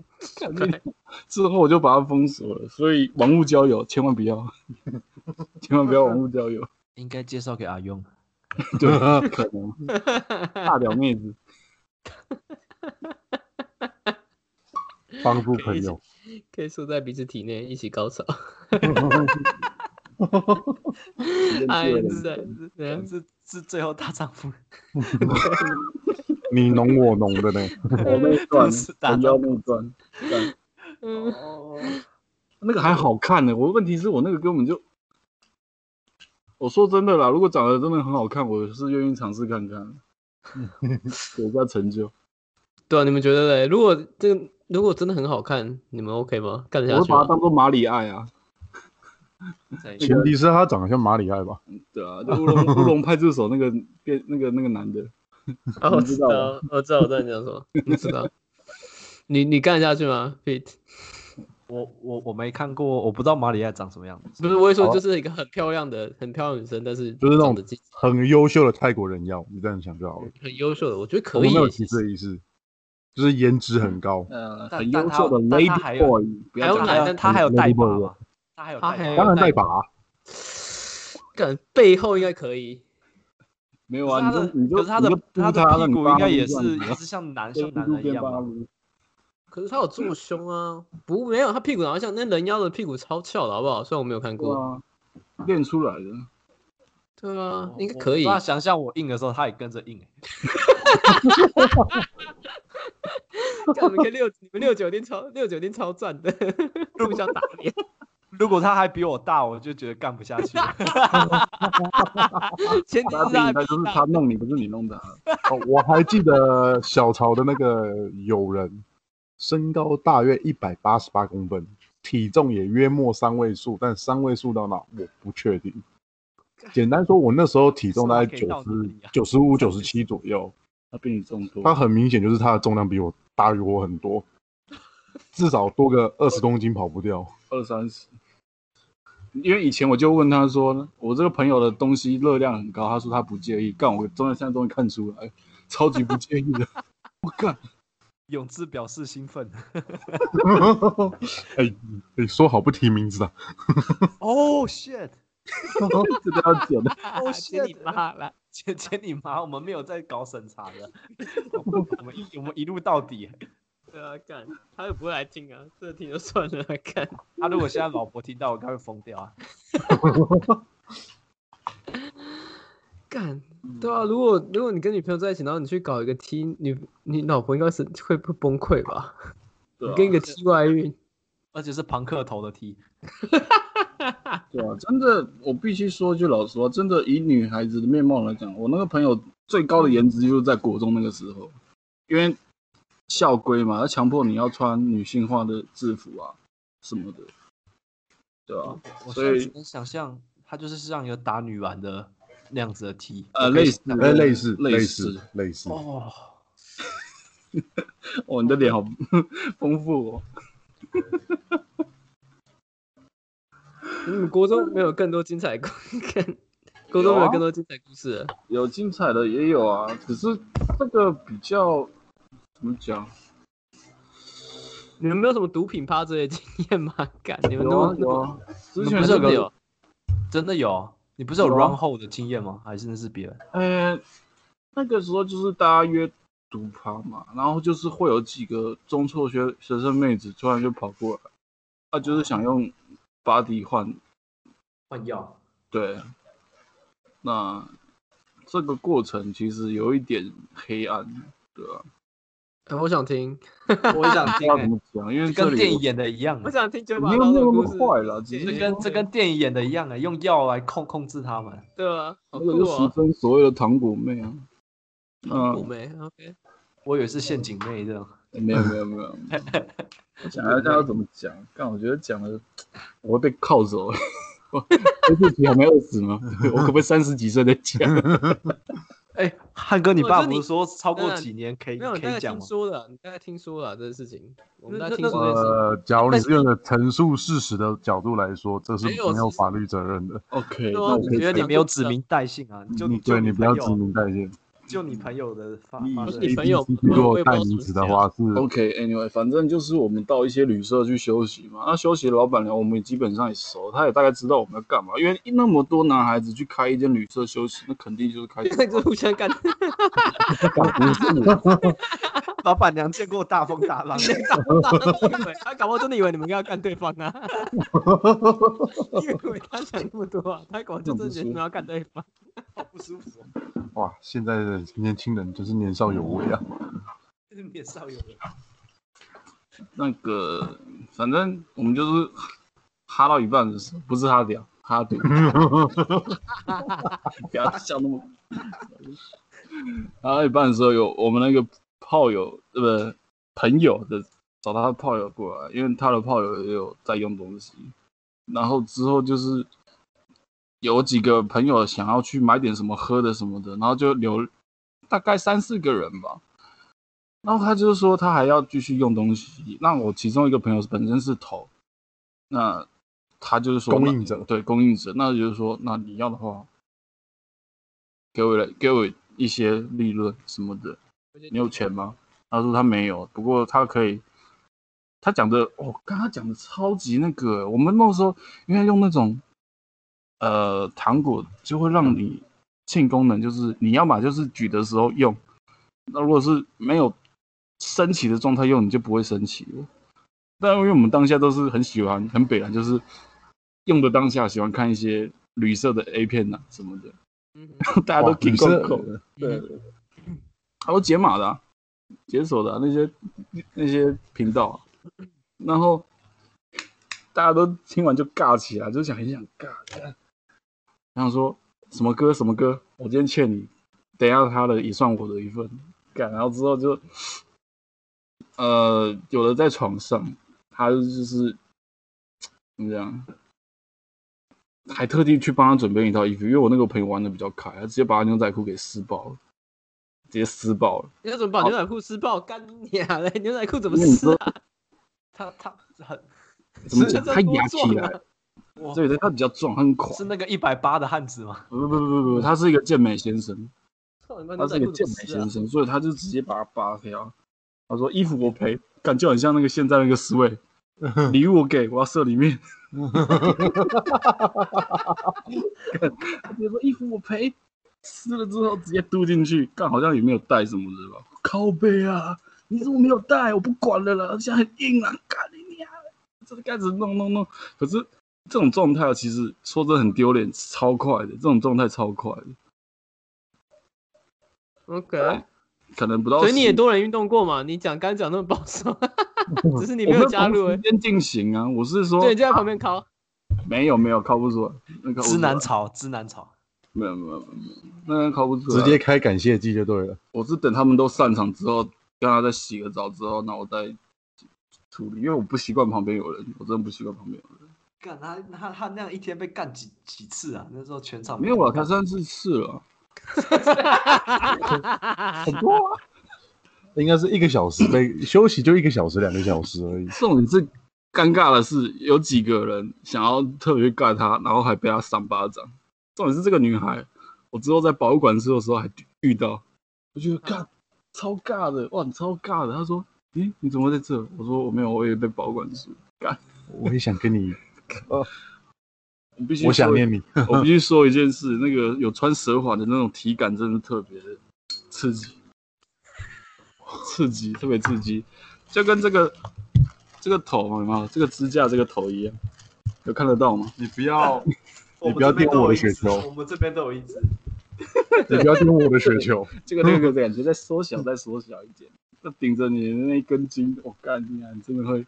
[SPEAKER 4] 之后我就把他封锁了。所以网络交友千万不要， 千万不要网络交友，
[SPEAKER 2] 应该介绍给阿用。
[SPEAKER 4] 对，可能 大屌妹子。
[SPEAKER 3] 帮助朋友。
[SPEAKER 1] 可以缩在彼此体内一起高潮。哎，是的，是的，
[SPEAKER 2] 是是最后大丈夫，
[SPEAKER 3] 你侬我侬 的呢，
[SPEAKER 4] 我妹赚，
[SPEAKER 2] 是大
[SPEAKER 4] 我腰妹赚，干
[SPEAKER 1] 嗯，
[SPEAKER 4] 那个还好看呢、我问题是我那个根本就，我说真的啦，如果长得真的很好看，我是愿意尝试看 看的。有在成就，
[SPEAKER 1] 对啊，你们觉得嘞？如果这个如果真的很好看，你们 OK 吗？干得
[SPEAKER 4] 我
[SPEAKER 1] 下
[SPEAKER 4] 会
[SPEAKER 1] 去
[SPEAKER 4] 把它
[SPEAKER 1] 吗？
[SPEAKER 4] 当做马里爱啊，
[SPEAKER 3] 前提是他长得像马里爱吧？
[SPEAKER 4] 对啊，就乌龙乌龙派出所那个变那个那个男的，
[SPEAKER 1] 啊，我
[SPEAKER 4] 你知
[SPEAKER 1] 知
[SPEAKER 4] 道
[SPEAKER 1] 道，我知道，我知道你讲什么，我知道。你你干得下去吗？Pete，
[SPEAKER 2] 我我我没看过，我不知道马里亚长什么样子。
[SPEAKER 1] 不是，我会说
[SPEAKER 3] 好啊
[SPEAKER 1] 就是一个很漂亮的、很漂亮的女生，但是
[SPEAKER 3] 就是那
[SPEAKER 1] 长
[SPEAKER 3] 种
[SPEAKER 1] 得机
[SPEAKER 3] 很优秀的泰国人要，你这样想就好了。
[SPEAKER 1] 很优秀的，我觉得可
[SPEAKER 3] 我
[SPEAKER 1] 以嗯
[SPEAKER 3] 们没有
[SPEAKER 1] 耶。
[SPEAKER 3] 歧
[SPEAKER 1] 其
[SPEAKER 3] 视
[SPEAKER 1] 实
[SPEAKER 3] 的意思，就是颜值很高。
[SPEAKER 4] 呃，
[SPEAKER 2] 但
[SPEAKER 4] 很
[SPEAKER 2] 但
[SPEAKER 4] 优
[SPEAKER 2] 他
[SPEAKER 4] 秀的
[SPEAKER 2] 但他还
[SPEAKER 4] lady
[SPEAKER 2] 有
[SPEAKER 4] boy，不
[SPEAKER 1] 还
[SPEAKER 4] 要
[SPEAKER 1] 有
[SPEAKER 2] 他
[SPEAKER 4] 讲
[SPEAKER 1] 奶
[SPEAKER 2] 还
[SPEAKER 1] 但
[SPEAKER 2] 有他还有带把
[SPEAKER 3] Lady Boy
[SPEAKER 2] 吗？他还有
[SPEAKER 1] 他还
[SPEAKER 2] 带
[SPEAKER 1] 有
[SPEAKER 3] 当
[SPEAKER 2] 把
[SPEAKER 3] 然带
[SPEAKER 1] 带
[SPEAKER 3] 把、
[SPEAKER 1] 干背后应该可以，
[SPEAKER 4] 没有
[SPEAKER 2] 可是
[SPEAKER 4] 啊，
[SPEAKER 2] 他
[SPEAKER 4] 你
[SPEAKER 2] 的
[SPEAKER 4] 就你就
[SPEAKER 2] 可是他的
[SPEAKER 4] 你就扑
[SPEAKER 2] 他
[SPEAKER 4] 他
[SPEAKER 2] 的屁股应该也
[SPEAKER 4] 让你
[SPEAKER 2] 是
[SPEAKER 4] 扒
[SPEAKER 2] 也是像男
[SPEAKER 4] 这样
[SPEAKER 2] 像男
[SPEAKER 4] 子路
[SPEAKER 2] 人一
[SPEAKER 4] 边
[SPEAKER 2] 样
[SPEAKER 4] 扒
[SPEAKER 2] 吧？
[SPEAKER 4] 撸
[SPEAKER 1] 可是他有做胸啊，不没有他屁股好像那人妖的屁股超翘的好不好？虽然我没有看
[SPEAKER 4] 对
[SPEAKER 1] 过，
[SPEAKER 4] 啊，练出 来的，
[SPEAKER 1] 对啊，
[SPEAKER 2] 我
[SPEAKER 1] 应该
[SPEAKER 2] 我
[SPEAKER 1] 可以。
[SPEAKER 2] 他想象我硬的时候，他也跟着硬、欸。
[SPEAKER 1] 干你们跟六你们六九零超六九零超赞的， 互相打啊 脸。
[SPEAKER 2] 如果他还比我大，我就觉得干不下去 了。
[SPEAKER 1] 前提
[SPEAKER 4] 他
[SPEAKER 1] 是
[SPEAKER 4] 应
[SPEAKER 1] 他
[SPEAKER 4] 该就是他啊弄你，不是你弄他。
[SPEAKER 3] 哦，我还记得小曹的那个友人，身高大约一百八十八公分，体重也约莫三位数，但三位数到哪我不确定。简单说，我那时候体重大概
[SPEAKER 2] 什么给
[SPEAKER 3] 九
[SPEAKER 2] 到
[SPEAKER 3] 十
[SPEAKER 2] 你啊
[SPEAKER 3] 九十五、九十七左右，
[SPEAKER 4] 他比你重多。
[SPEAKER 3] 他很明显就是他的重量比我大于我很 多，至少多个二十公斤跑不 掉。
[SPEAKER 4] 二三十。因为以前我就问他说，我这个朋友的东西热量很高，他说他不介意。干，我终于现在终于看出来，超级不介意的。 我干，
[SPEAKER 2] 永志表示兴奋。
[SPEAKER 3] 哎、哎，说好不提 名字的，啊
[SPEAKER 2] 哦、shit！
[SPEAKER 4] 这个要剪的。
[SPEAKER 2] 哦
[SPEAKER 1] 去你
[SPEAKER 2] ，shit
[SPEAKER 1] 妈了！
[SPEAKER 2] 姐姐你妈，我们没有在搞审查的，我们一我们一路到底。
[SPEAKER 1] 对啊，干，他又不会来听啊，这听就算了，干。
[SPEAKER 2] 他、如果现在老婆听到，我该会疯掉啊！
[SPEAKER 1] 干，对啊，如果如果你跟女朋友在一起，然后你去搞一个 T，你你老婆应该是会会崩溃吧？
[SPEAKER 4] 对
[SPEAKER 1] 你
[SPEAKER 4] 啊
[SPEAKER 1] 跟一个 T 外遇，
[SPEAKER 2] 而且是朋克头的 T，
[SPEAKER 4] 对啊，真的，我必须说句老实话，真的以女孩子的面貌来讲，我那个朋友最高的颜值就是在国中那个时候，因为校规嘛，他强迫你要穿女性化的制服啊什么的，对吧、啊？
[SPEAKER 2] 我
[SPEAKER 4] 所
[SPEAKER 2] 现在
[SPEAKER 4] 以
[SPEAKER 2] 只能想象，他就是像一个打女篮的那样子的 T，
[SPEAKER 4] 呃，类似，
[SPEAKER 3] 哎、类似
[SPEAKER 4] 类
[SPEAKER 3] 似类似，
[SPEAKER 2] 哦，
[SPEAKER 4] 哦，你的脸好 丰富哦。
[SPEAKER 1] 你们国中没有更多精彩故 看，国中没有更多精彩故事了。
[SPEAKER 4] 有精彩的也有啊，只是这个比较怎么讲？
[SPEAKER 1] 你们没有什么毒品趴之类的经验吗？ 干，你们
[SPEAKER 4] 有
[SPEAKER 1] 都
[SPEAKER 4] 啊有啊，之前
[SPEAKER 2] 不是
[SPEAKER 4] 那
[SPEAKER 2] 有
[SPEAKER 4] 个
[SPEAKER 2] 个真的有？你不是有
[SPEAKER 4] 有啊
[SPEAKER 2] run 后的经验吗？还是那是别人？
[SPEAKER 4] 呃，那个时候就是大家约毒趴嘛，然后就是会有几个中辍学学生妹子突然就跑过来，她就是想用 body 换
[SPEAKER 2] 换药？
[SPEAKER 4] 对，那这个过程其实有一点黑暗，对吧、
[SPEAKER 1] 哎我想听，
[SPEAKER 2] 我也想
[SPEAKER 4] 不知
[SPEAKER 2] 听、
[SPEAKER 4] 道
[SPEAKER 2] 欸
[SPEAKER 4] 怎，么讲，因为这
[SPEAKER 2] 跟
[SPEAKER 4] 里
[SPEAKER 2] 电影
[SPEAKER 4] 也
[SPEAKER 2] 演的一样、
[SPEAKER 1] 我
[SPEAKER 2] 欸，
[SPEAKER 1] 想听九把
[SPEAKER 4] 没有
[SPEAKER 1] 刀的
[SPEAKER 4] 那
[SPEAKER 1] 故
[SPEAKER 4] 么
[SPEAKER 1] 事。
[SPEAKER 4] 坏啦，
[SPEAKER 1] 这
[SPEAKER 4] 只是
[SPEAKER 2] 这跟这跟电影演的一样、欸，用药来控控制他们。
[SPEAKER 1] 对啊，好
[SPEAKER 4] 那个
[SPEAKER 1] 酷
[SPEAKER 4] 就俗
[SPEAKER 1] 哦，
[SPEAKER 4] 称所谓的糖果妹啊。
[SPEAKER 1] 酷
[SPEAKER 4] 嗯，
[SPEAKER 1] 妹。OK，
[SPEAKER 2] 我以为是陷阱妹这种，
[SPEAKER 4] 没有没有没有，我想一下要怎么讲，但我觉得讲的我会被铐走。我我自己还没饿死吗？我可不可以三十几岁再讲？
[SPEAKER 2] 哎、汉哥，你
[SPEAKER 1] 我
[SPEAKER 2] 爸
[SPEAKER 1] 觉得
[SPEAKER 2] 不
[SPEAKER 1] 你
[SPEAKER 2] 是说超过
[SPEAKER 1] 那
[SPEAKER 2] 几年可以
[SPEAKER 1] 没有，你大
[SPEAKER 2] 可以
[SPEAKER 1] 概
[SPEAKER 2] 讲
[SPEAKER 1] 听
[SPEAKER 2] 吗？
[SPEAKER 1] 说了，你大概听说了这个事情，我们
[SPEAKER 2] 那
[SPEAKER 1] 大概听
[SPEAKER 2] 那
[SPEAKER 1] 说这件事情。
[SPEAKER 3] 呃，假如你是用一个陈述事实的角度来说，这是
[SPEAKER 1] 没有
[SPEAKER 3] 没有
[SPEAKER 1] 其实
[SPEAKER 3] 法律责任的。
[SPEAKER 4] OK，
[SPEAKER 1] 对
[SPEAKER 4] 那
[SPEAKER 1] 啊
[SPEAKER 4] 我
[SPEAKER 1] 你
[SPEAKER 4] 可以
[SPEAKER 2] 觉得你
[SPEAKER 1] 讲
[SPEAKER 2] 没有
[SPEAKER 1] 就
[SPEAKER 2] 指
[SPEAKER 1] 是
[SPEAKER 2] 名带姓啊，你就
[SPEAKER 3] 你
[SPEAKER 2] 就
[SPEAKER 3] 嗯对
[SPEAKER 2] 你
[SPEAKER 3] 你不
[SPEAKER 2] 朋
[SPEAKER 3] 要指
[SPEAKER 2] 友，
[SPEAKER 3] 名带姓，
[SPEAKER 2] 就你朋友的发
[SPEAKER 4] 你
[SPEAKER 2] 发
[SPEAKER 4] 是
[SPEAKER 2] 的
[SPEAKER 1] 你
[SPEAKER 2] 例
[SPEAKER 1] 朋
[SPEAKER 2] 子
[SPEAKER 1] 友
[SPEAKER 3] 你
[SPEAKER 1] 我
[SPEAKER 3] 如果
[SPEAKER 1] 也不知
[SPEAKER 3] 带
[SPEAKER 1] 道怎
[SPEAKER 3] 名
[SPEAKER 1] 么啊
[SPEAKER 3] 词的
[SPEAKER 1] 讲
[SPEAKER 3] 话是
[SPEAKER 4] OK，Anyway，、反正就是我们到一些旅社去休息嘛。那休息，老板娘我们也基本上也熟，她也大概知道我们要干嘛。因为那么多男孩子去开一间旅社休息，那肯定就是开
[SPEAKER 1] 那 就是互相干，
[SPEAKER 4] 不是我
[SPEAKER 2] 老板娘见过大风大浪，
[SPEAKER 1] 他搞不好真的以为你们要干对方啊， 因为他想那么多啊，他搞不好就真的觉得你们要干对方。
[SPEAKER 2] 好不舒服、哦，
[SPEAKER 3] 哇，现在的年轻人真是年少有为 啊！
[SPEAKER 2] 面上有人。
[SPEAKER 4] 那个，反正我们就是哈到一半的时候，不是哈屌，哈赌，不要笑 那么。哈到一半的时候，有我们那个炮友，呃，不朋友的找他的炮友过来，因为他的炮友也有在用东西。然后之后就是有几个朋友想要去买点什么喝的什么的，然后就留大概三四个人吧。然后他就是说他还要继续用东西。那我其中一个朋友本身是头，那他就是说
[SPEAKER 3] 供应者
[SPEAKER 4] 对供应者，那就是说那你要的话，给我给我一些利润什么的。你有钱吗？他说他没有，不过他可以。他讲的，我、哦、刚他讲的超级那个，我们那时候因为用那种呃糖果，就会让你性功能，就是你要么就是举的时候用，那如果是没有升起的状态用，你就不会升起了。但因为我们当下都是很喜欢，很北蓝，就是用的当下喜欢看一些绿色的 A 片呐、什么的，
[SPEAKER 1] 嗯
[SPEAKER 4] 大家都
[SPEAKER 3] 哇
[SPEAKER 4] 挺
[SPEAKER 3] 旅
[SPEAKER 4] 够
[SPEAKER 3] 社
[SPEAKER 4] 够的。对， 还有解码的啊、解锁的啊、那些那些频道啊、然后大家都听完就尬起来，就想很想尬，干想说什么歌什么歌，我今天欠你，等一下他的也算我的一份，干，然后之后就呃，有的在床上，他就是怎么讲，还特地去帮他准备一套衣服，因为我那个朋友玩的比较开，他直接把他牛仔裤给撕爆了，直接撕爆了。
[SPEAKER 1] 你要怎么把牛仔裤撕爆？干你娘嘞！ 牛仔裤怎么
[SPEAKER 4] 那你
[SPEAKER 1] 撕
[SPEAKER 4] 说
[SPEAKER 1] 啊？
[SPEAKER 2] 他他很
[SPEAKER 4] 怎么
[SPEAKER 2] 是
[SPEAKER 4] 讲？
[SPEAKER 1] 这
[SPEAKER 4] 他
[SPEAKER 1] 多
[SPEAKER 4] 牙
[SPEAKER 1] 壮
[SPEAKER 4] 起来
[SPEAKER 1] 啊，
[SPEAKER 2] 我
[SPEAKER 4] 对对，他比较壮，他很垮。
[SPEAKER 2] 是那个一百八的汉子吗？
[SPEAKER 4] 不不不不不，他是一个健美先生。
[SPEAKER 1] 操你妈！
[SPEAKER 4] 他
[SPEAKER 1] 牛
[SPEAKER 4] 是
[SPEAKER 1] 仔
[SPEAKER 4] 一个
[SPEAKER 1] 裤
[SPEAKER 4] 健
[SPEAKER 1] 怎么
[SPEAKER 4] 美
[SPEAKER 1] 撕啊
[SPEAKER 4] 先？生，所以他就直接把它扒掉。他说：“衣服我赔，感觉很像那个现在那个思维，礼物我给，我要射里面。干”他直接说：“衣服我赔，撕了之后直接丢进去，干好像也没有带什么的吧？靠背啊，你怎么没有带？我不管了啦，现在很硬啊，干你娘的！这个开始弄弄弄，可是这种状态其实说真的很丢脸，超快的，这种状态超快的，
[SPEAKER 1] OK，啊
[SPEAKER 4] 可能不到。”
[SPEAKER 1] 所以你也多人运动过嘛？你讲刚讲那么保 守，只是你没有加入
[SPEAKER 4] 我没有
[SPEAKER 1] 而
[SPEAKER 4] 同时间进行啊，我是说
[SPEAKER 1] 对，你就在旁边敲。
[SPEAKER 4] 没有没有靠不住，啊那个
[SPEAKER 2] 知男潮，知男潮，
[SPEAKER 4] 没有没有没有，没有那个靠不住，啊
[SPEAKER 3] 直接开感谢祭就对了。
[SPEAKER 4] 我是等他们都散场之后，让他再洗个澡之后，那我再处理，因为我不习惯旁边有人，我真的不习惯旁边有人。
[SPEAKER 2] 干他他他那样一天被干几几次啊？那时候全场
[SPEAKER 4] 没
[SPEAKER 3] 嗯
[SPEAKER 4] 有啊，他三四次了，很多啊。
[SPEAKER 3] 应该是一个小时被休息就一个小时两个小时而已。
[SPEAKER 4] 重点是尴尬的是，有几个人想要特别尬他，然后还被他扇巴掌。重点是这个女孩，我之后在保育馆吃的时候还遇到，我觉得尬，超尬的，哇，你超尬的。她说：“咦、你怎么会在这？”我说：“我没有，我也被保育馆吃。
[SPEAKER 3] 我也想跟你，”
[SPEAKER 4] 我必须，
[SPEAKER 3] 我想 念。你。
[SPEAKER 4] 我必须说一件事，那个有穿蛇环的那种体感真的特别的刺激，刺激，特别刺激，就跟这个这个头嘛，有没有这个支架这个头一样，有看得到吗？
[SPEAKER 3] 你不要，你
[SPEAKER 2] 我
[SPEAKER 3] 你
[SPEAKER 2] 们
[SPEAKER 3] 不要
[SPEAKER 2] 这边
[SPEAKER 3] 玷污
[SPEAKER 2] 都有
[SPEAKER 3] 我的
[SPEAKER 2] 一
[SPEAKER 3] 雪
[SPEAKER 2] 只
[SPEAKER 3] 球
[SPEAKER 2] 我们这边都有一只。
[SPEAKER 3] 不要玷污我的雪 球。
[SPEAKER 4] 这个 那个感觉再缩小，再缩小一点，那顶着你的那一根筋，我、干你啊，你真的会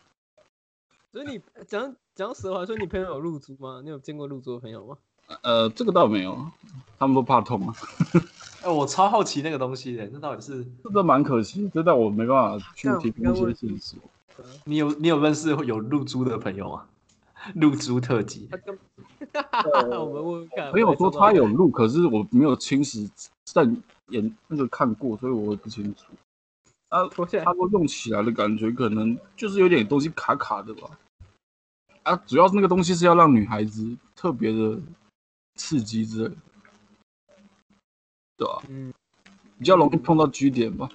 [SPEAKER 1] 所以你讲讲实话，说你朋友有露珠吗？你有见过露珠的朋友吗？
[SPEAKER 4] 呃，这个倒没有，他们都怕痛啊，
[SPEAKER 2] 哎、我超好奇那个东西的，那到底是
[SPEAKER 4] 这都蛮可惜，这但我没办法去
[SPEAKER 1] 干
[SPEAKER 4] 提
[SPEAKER 1] 干
[SPEAKER 4] 供一
[SPEAKER 1] 我
[SPEAKER 4] 些
[SPEAKER 1] 也
[SPEAKER 4] 线索。
[SPEAKER 2] 你有你有认识有露珠的朋友吗？露珠特 辑
[SPEAKER 1] 他跟我们问问看。
[SPEAKER 4] 呃朋友说他
[SPEAKER 1] 有。
[SPEAKER 4] 有录，可是我没有亲实在眼那个看过，所以我也不清楚。啊，
[SPEAKER 1] 脱下来
[SPEAKER 4] 他说用起来的感觉可能就是有点东西卡卡的吧。啊，主要是那个东西是要让女孩子特别的刺激之类的，对吧、
[SPEAKER 1] 嗯，
[SPEAKER 4] 比较容易碰到 G 点吧。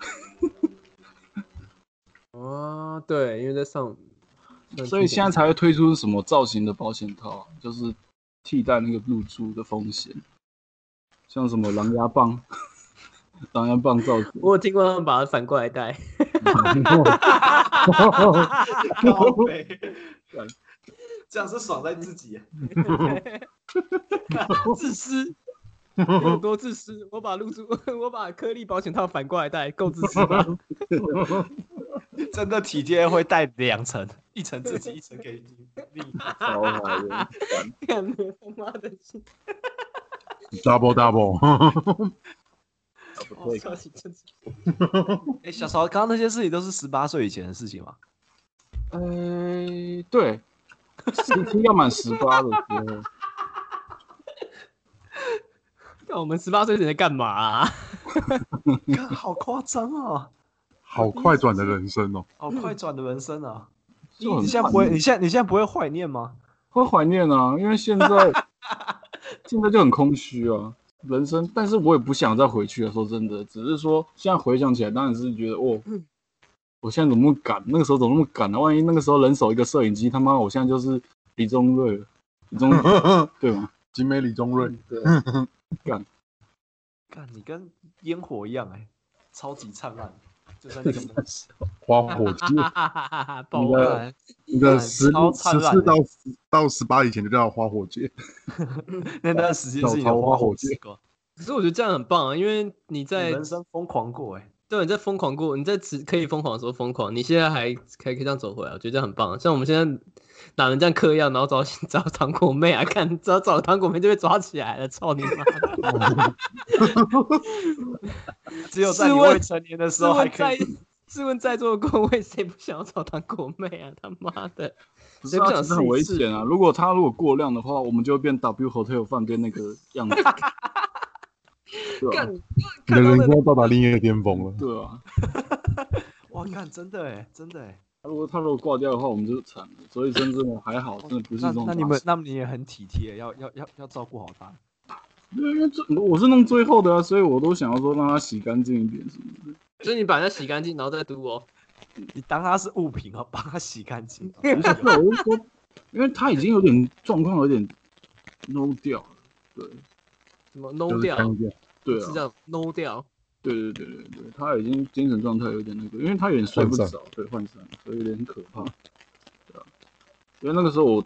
[SPEAKER 1] 哦，对，因为在上，上
[SPEAKER 4] 所以现在
[SPEAKER 1] 去
[SPEAKER 4] 才会推出什么造型的保险套，啊就是替代那个露珠的风险，像什么狼牙棒、 狼牙棒造型。
[SPEAKER 1] 我有听过他们把它反过来 戴，
[SPEAKER 2] 靠背， 这样是爽在自己。啊
[SPEAKER 1] 自私，有多自私？我把露珠， 我把颗粒保险套反过来戴，够自私吧？
[SPEAKER 2] 真的体贴会带两层，一层自己，一层给你。
[SPEAKER 4] 超嗨的，
[SPEAKER 1] 干你他妈的！
[SPEAKER 3] double double，
[SPEAKER 1] 我操，你哦真是
[SPEAKER 2] 哎、小曹，刚刚那些事情都是十八岁以前的事情吗？
[SPEAKER 4] 呃，对，十七要满十八的时 候，
[SPEAKER 1] 看我们十八岁前在干嘛啊？
[SPEAKER 2] 看，好夸张哦，
[SPEAKER 3] 好快转的人生哦！
[SPEAKER 2] 好快转的人生啊！
[SPEAKER 4] 就
[SPEAKER 2] 你
[SPEAKER 4] 很
[SPEAKER 2] 现在不会，你现在你现在不会怀念吗？
[SPEAKER 4] 会怀念啊，因为 现在现在就很空虚啊，人生。但是我也不想再回去了，说真的，只是说现在回想起来，当然是觉得哦，
[SPEAKER 2] 嗯
[SPEAKER 4] 我现在怎么那么敢？那个时候怎么那么敢呢、万一那个时候人手一个摄影机，他妈我现在就是李宗瑞了，李 宗瑞 对吗？
[SPEAKER 3] 景哦美李宗瑞，
[SPEAKER 4] 对，
[SPEAKER 2] 看，你跟烟火一样哎、超级灿烂，就在那个门
[SPEAKER 3] 花火鸡，
[SPEAKER 1] 哈哈哈哈哈！爆
[SPEAKER 4] 你
[SPEAKER 1] 我
[SPEAKER 4] 的
[SPEAKER 1] 了！
[SPEAKER 3] 你的十
[SPEAKER 2] 超
[SPEAKER 3] 十
[SPEAKER 2] 灿烂
[SPEAKER 3] 四到10到十八以前就叫花火节，
[SPEAKER 2] 那段时间是你
[SPEAKER 3] 小
[SPEAKER 2] 的
[SPEAKER 3] 桃花
[SPEAKER 2] 花
[SPEAKER 3] 火
[SPEAKER 2] 火
[SPEAKER 3] 节
[SPEAKER 2] 时光，
[SPEAKER 1] 可是我觉得这样很棒啊，因为你
[SPEAKER 2] 你
[SPEAKER 1] 在
[SPEAKER 2] 人生疯狂过哎、
[SPEAKER 1] 对，你在疯狂过，你在只可以疯狂的时候疯狂，你现在还还可以这样走回来，我觉得这样很棒。啊像我们现在哪能这样嗑药，然后找找糖果妹啊？看，只要找糖果妹就被抓起来了，操你妈！
[SPEAKER 2] 只有在你
[SPEAKER 1] 试问
[SPEAKER 2] 未成年的时
[SPEAKER 1] 试
[SPEAKER 2] 候还
[SPEAKER 1] 问
[SPEAKER 2] 可
[SPEAKER 1] 在
[SPEAKER 2] 以，
[SPEAKER 1] 试问在座的各位，谁不想要找糖果妹啊？他妈的！
[SPEAKER 4] 不
[SPEAKER 1] 谁
[SPEAKER 4] 是
[SPEAKER 1] 不
[SPEAKER 4] 啊，
[SPEAKER 1] 想
[SPEAKER 4] 其实很危
[SPEAKER 1] 试一试
[SPEAKER 4] 险啊！如果它如果过量的话，我们就会变 W Hotel 饭店那个样 子。对啊
[SPEAKER 1] 干，
[SPEAKER 3] 你的人生要到达另一个巅峰了。
[SPEAKER 4] 对啊，
[SPEAKER 2] 哇，看真的哎，真的哎，
[SPEAKER 4] 它如果它如果挂掉的话，我们就惨了。所以真正的还好，真的不是
[SPEAKER 2] 那
[SPEAKER 4] 这种大
[SPEAKER 2] 那你
[SPEAKER 4] 事。
[SPEAKER 2] 们那你也很体贴，要要要要照顾好他。
[SPEAKER 4] 对因为这我是弄最后的啊，所以我都想要说让它洗干净一点什么的。
[SPEAKER 1] 所以你把它洗干净，然后再读哦。
[SPEAKER 2] 你当他是物品哦，帮 他洗干净哦。
[SPEAKER 4] 不是，我是说，因为它已经有点状况，有点 no 掉了。对
[SPEAKER 1] 什么 no
[SPEAKER 3] 就是
[SPEAKER 1] 掉？
[SPEAKER 3] 看一下
[SPEAKER 4] 对
[SPEAKER 1] 是
[SPEAKER 4] 啊
[SPEAKER 1] 这，样 no 掉。
[SPEAKER 4] 对对对对对，他已经精神状态有点那个，因为他有点睡不
[SPEAKER 3] 涣散
[SPEAKER 4] 着，对，涣散，所以有点很可怕，对啊。因为那个时候我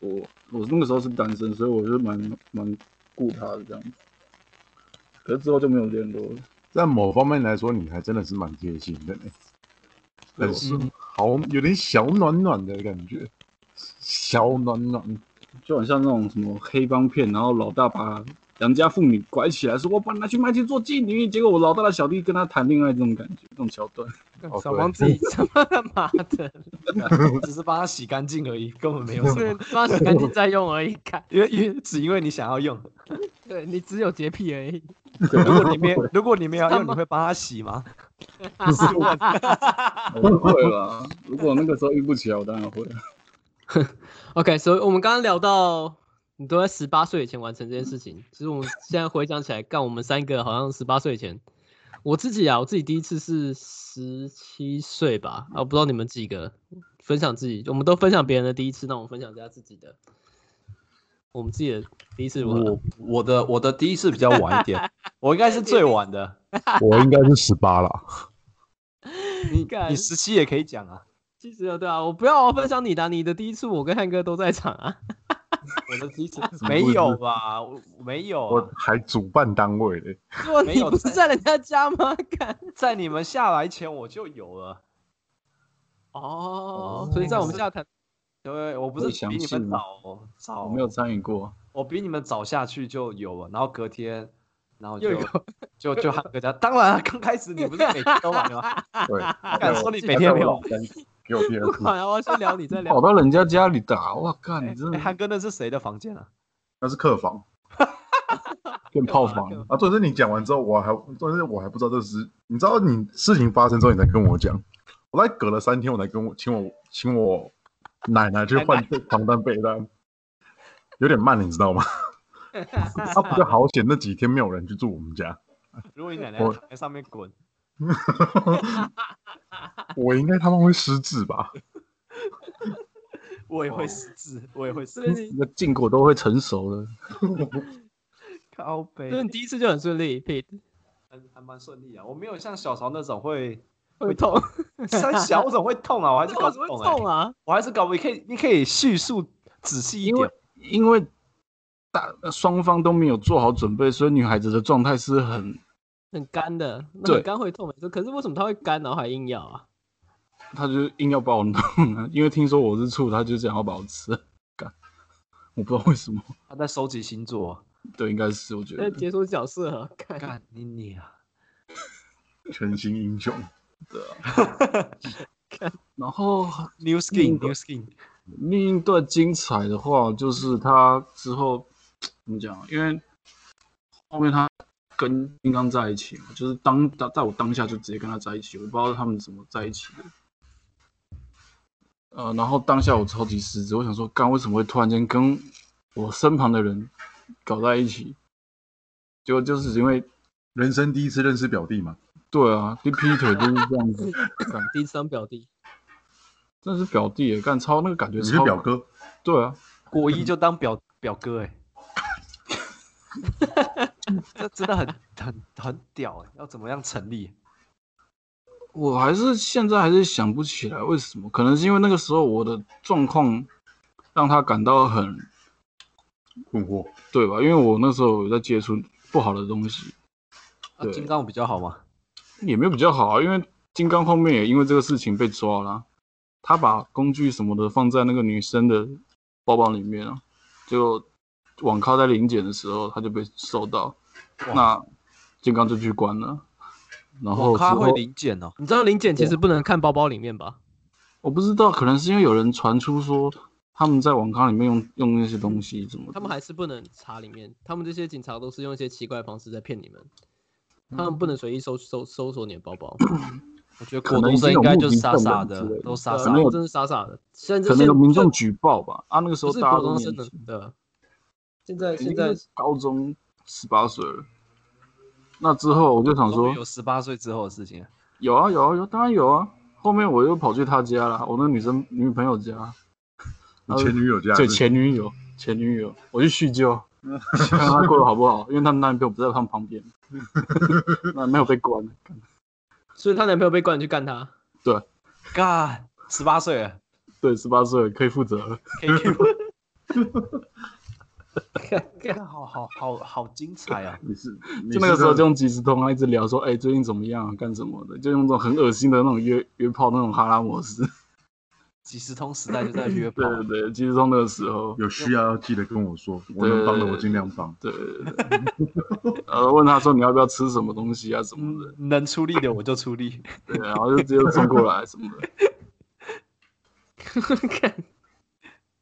[SPEAKER 4] 我我那个时候是单身，所以我就蛮蛮顾他的这样子。可是之后就没有联络了，
[SPEAKER 3] 在某方面来说，你还真的是蛮贴心的呢，
[SPEAKER 4] 对
[SPEAKER 3] 很
[SPEAKER 4] 啊我
[SPEAKER 2] 嗯
[SPEAKER 3] 是好，有点小暖暖的感觉，小暖暖。
[SPEAKER 4] 就很像那种什么黑帮片，然后老大把良家妇女拐起来，说我把你拿去卖去做妓女，结果我老大的小弟跟他谈恋爱，这种感觉，这种桥段。
[SPEAKER 3] 哦
[SPEAKER 2] 小
[SPEAKER 3] 对
[SPEAKER 2] 王
[SPEAKER 1] 自己他妈的，
[SPEAKER 2] 只是帮他洗干净 而已，根本没有什
[SPEAKER 1] 是
[SPEAKER 2] 么。
[SPEAKER 1] 把它洗干净再用而已。看，
[SPEAKER 2] 因为因为只因为你想要用，
[SPEAKER 1] 对你只有洁癖而已。
[SPEAKER 2] 如
[SPEAKER 3] 啊
[SPEAKER 2] 果你 没如果你没有
[SPEAKER 1] 他
[SPEAKER 2] 要用，
[SPEAKER 1] 妈
[SPEAKER 2] 你会帮他洗吗？
[SPEAKER 4] 我会啦，如果那个时候遇不起来，我当然会。
[SPEAKER 1] OK，所以我们刚刚聊到，你都在十八岁以前完成这件事情。其实我们现在回想起来，干我们三个好像十八岁以前，我自己啊，我自己第一次是十七岁吧，啊，我不知道你们几个分享自己，我们都分享别人的第一次，那我们分享一下自己的，我们自己的第一次如何？
[SPEAKER 2] 我我的我的第一次比较晚一点， 我应该是最晚的。
[SPEAKER 3] 我应该是十八啦，
[SPEAKER 2] 你
[SPEAKER 1] 干
[SPEAKER 2] 你十七也可以讲啊。
[SPEAKER 1] 其实啊对啊，我不要分享你的啊，你的第一次我跟汉哥都在场啊。
[SPEAKER 2] 我的 第一次
[SPEAKER 3] 么
[SPEAKER 2] 没
[SPEAKER 3] 不是
[SPEAKER 2] 有吧？我我没有啊、
[SPEAKER 3] 我还主办单位嘞，
[SPEAKER 1] 说
[SPEAKER 2] 没
[SPEAKER 1] 你
[SPEAKER 2] 有
[SPEAKER 1] 不是在人家家吗？ 干
[SPEAKER 2] 在你们下来前我就有了。
[SPEAKER 1] 哦
[SPEAKER 2] 哦，
[SPEAKER 1] 所以在我们
[SPEAKER 2] 是
[SPEAKER 1] 下 谈
[SPEAKER 2] 对，我不
[SPEAKER 4] 会
[SPEAKER 2] 是
[SPEAKER 4] 详
[SPEAKER 2] 比你
[SPEAKER 4] 细
[SPEAKER 2] 们
[SPEAKER 4] 吗
[SPEAKER 2] 早早，
[SPEAKER 4] 我没有，参与过，
[SPEAKER 2] 我比你们早下去就有了，然后隔天，然后
[SPEAKER 1] 又
[SPEAKER 2] 就
[SPEAKER 1] 有
[SPEAKER 2] 就就喊人家。当然啊，刚开始你不是每天都来 吗？
[SPEAKER 3] 对，
[SPEAKER 2] 敢啊说你每天没有？
[SPEAKER 3] 给我第二 次，
[SPEAKER 1] 好呀，我要先聊你，再聊
[SPEAKER 4] 跑到人家家里打，哇靠！你真
[SPEAKER 2] 哎
[SPEAKER 4] 的
[SPEAKER 2] 韩哥那是谁的房间 啊？
[SPEAKER 3] 那是客房，变炮房啊！重点是你讲完之后，我还重点是我还不知道这是，你知道你事情发生之后，你才跟我讲，我才隔了三天，我才跟我请我请我奶奶去换床单被单，有点慢，你知道 吗？啊，不就好险那几天没有人去住我们家，
[SPEAKER 2] 如果你奶奶
[SPEAKER 3] 我
[SPEAKER 2] 躺在上面滚，
[SPEAKER 3] 我应该他们会失智吧？
[SPEAKER 2] 我也会失智，我也会失
[SPEAKER 1] 所以
[SPEAKER 2] 智。
[SPEAKER 1] 你
[SPEAKER 4] 那禁果都会成熟的，
[SPEAKER 2] 靠
[SPEAKER 1] 所以
[SPEAKER 2] 背
[SPEAKER 1] 你，第一次就很顺利，Pete，
[SPEAKER 2] 还还蛮顺利啊。我没有像小曹那种会
[SPEAKER 1] 会痛，
[SPEAKER 2] 三小我怎么会痛啊？我还是搞
[SPEAKER 1] 为什
[SPEAKER 2] 不
[SPEAKER 1] 么
[SPEAKER 2] 懂
[SPEAKER 1] 会
[SPEAKER 2] 哎、
[SPEAKER 1] 痛啊？
[SPEAKER 2] 我还是搞不。你可以，你可以叙述仔细一
[SPEAKER 4] 因为
[SPEAKER 2] 点。
[SPEAKER 4] 因为大呃双方都没有做好准备，所以女孩子的状态是很，
[SPEAKER 1] 欸很干的，那
[SPEAKER 4] 对
[SPEAKER 1] 很干会痛没错，可是为什么它会干，然后还硬要啊？
[SPEAKER 4] 她就硬要把我弄啊，因 为听说我是处，她就想要把我吃，干，我不知道为什么，
[SPEAKER 2] 他在收集星座，啊
[SPEAKER 4] 对，应该是我觉
[SPEAKER 1] 在
[SPEAKER 4] 得，
[SPEAKER 1] 解锁角色啊，看
[SPEAKER 2] 干你你啊！
[SPEAKER 3] 全新英雄，
[SPEAKER 4] 然后
[SPEAKER 2] New skin, new skin，
[SPEAKER 4] 另一段精彩的话就是她之后怎么讲啊？因为后面她跟金刚在一起嘛，就是当在在我当下就直接跟他在一起，我不知道他们怎么在一起的。呃，然后当下我超级失职，我想说，干为什么会突然间跟我身旁的人搞在一起？结果就是因为
[SPEAKER 3] 人生第一次认识表弟嘛，
[SPEAKER 4] 对啊，一劈腿就是这样子，干
[SPEAKER 1] 第三表弟，
[SPEAKER 4] 真的是表弟耶，干超那个感觉
[SPEAKER 3] 你
[SPEAKER 4] 超
[SPEAKER 3] 是表哥，
[SPEAKER 4] 对啊，
[SPEAKER 2] 国一就当表 表哥 哎、这真的很很很屌哎、要怎么样成立？
[SPEAKER 4] 我还是现在还是想不起来为什么，可能是因为那个时候我的状况让他感到很
[SPEAKER 3] 困惑。
[SPEAKER 4] 对吧？因为我那时候有在接触不好的东西，
[SPEAKER 2] 啊、
[SPEAKER 4] 对
[SPEAKER 2] 金刚比较好吗？
[SPEAKER 4] 也没有比较好啊。因为金刚后面也因为这个事情被抓了啊、他把工具什么的放在那个女生的包包里面啊，结果网咖在临检的时候他就被收到，那金刚就去关了。然后之
[SPEAKER 2] 咖会
[SPEAKER 4] 后
[SPEAKER 2] 零检哦，
[SPEAKER 1] 你知道零检其实不能看包包里面吧？
[SPEAKER 4] 我不知道，可能是因为有人传出说他们在网咖里面用用那些东西怎么的，
[SPEAKER 1] 他们还是不能查里面，他们这些警察都是用一些奇怪的方式在骗你们，他们不能随意搜搜搜索你的包包，
[SPEAKER 2] 我觉得
[SPEAKER 4] 可
[SPEAKER 2] 国
[SPEAKER 4] 能
[SPEAKER 2] 中生
[SPEAKER 4] 已经
[SPEAKER 2] 应
[SPEAKER 4] 有
[SPEAKER 2] 该
[SPEAKER 4] 目
[SPEAKER 2] 就
[SPEAKER 4] 击
[SPEAKER 2] 傻
[SPEAKER 4] 证人
[SPEAKER 2] 傻
[SPEAKER 4] 之类
[SPEAKER 2] 的，
[SPEAKER 4] 的
[SPEAKER 2] 都傻
[SPEAKER 1] 对啊
[SPEAKER 2] 傻
[SPEAKER 4] 可能
[SPEAKER 2] 的
[SPEAKER 4] 有。
[SPEAKER 1] 真是傻傻的。现在
[SPEAKER 4] 可能有民众
[SPEAKER 1] 现
[SPEAKER 4] 举报吧。啊，那个时
[SPEAKER 1] 不
[SPEAKER 4] 候
[SPEAKER 1] 是
[SPEAKER 4] 大家
[SPEAKER 1] 国
[SPEAKER 4] 都
[SPEAKER 1] 中
[SPEAKER 4] 年
[SPEAKER 1] 生的
[SPEAKER 4] 轻，，
[SPEAKER 1] 对啊。现在
[SPEAKER 4] 已
[SPEAKER 1] 现
[SPEAKER 4] 经
[SPEAKER 1] 在
[SPEAKER 4] 是高中十八岁了。那之后我就想
[SPEAKER 2] 终
[SPEAKER 4] 说
[SPEAKER 2] 于，有十八岁之后的事情，
[SPEAKER 4] 有啊有啊有，当然有啊。后面我又跑去他家了，我那女生女朋友家，
[SPEAKER 3] 你前女友家
[SPEAKER 4] 对呃前女友前女友，我去 叙旧，看她过得好不好，因为她男朋友不在她 旁边，那没有被关。
[SPEAKER 1] 所以她男朋友被灌去干 她，
[SPEAKER 2] 干十八岁了，
[SPEAKER 4] 对，十八岁了可以负责了。
[SPEAKER 2] 可以给我，
[SPEAKER 1] 干干
[SPEAKER 2] 干好好好好精彩啊！
[SPEAKER 3] 你是
[SPEAKER 4] 就那个时候就用即时通啊，一直聊说，哎、最近怎么样、啊，干什么的，就用那种很恶心的那种约约炮那种哈拉模式。
[SPEAKER 2] 即时通时代就在约炮
[SPEAKER 4] 对，对对，即时通那个时候，
[SPEAKER 3] 有需要记得跟我说，我能帮的我尽量帮。
[SPEAKER 4] 对对对。 呃，问他说你要不要吃什么东西啊什么的，
[SPEAKER 2] 嗯能出力的我就出 力。
[SPEAKER 4] 对，然后就直接送过来什么的。
[SPEAKER 1] 干，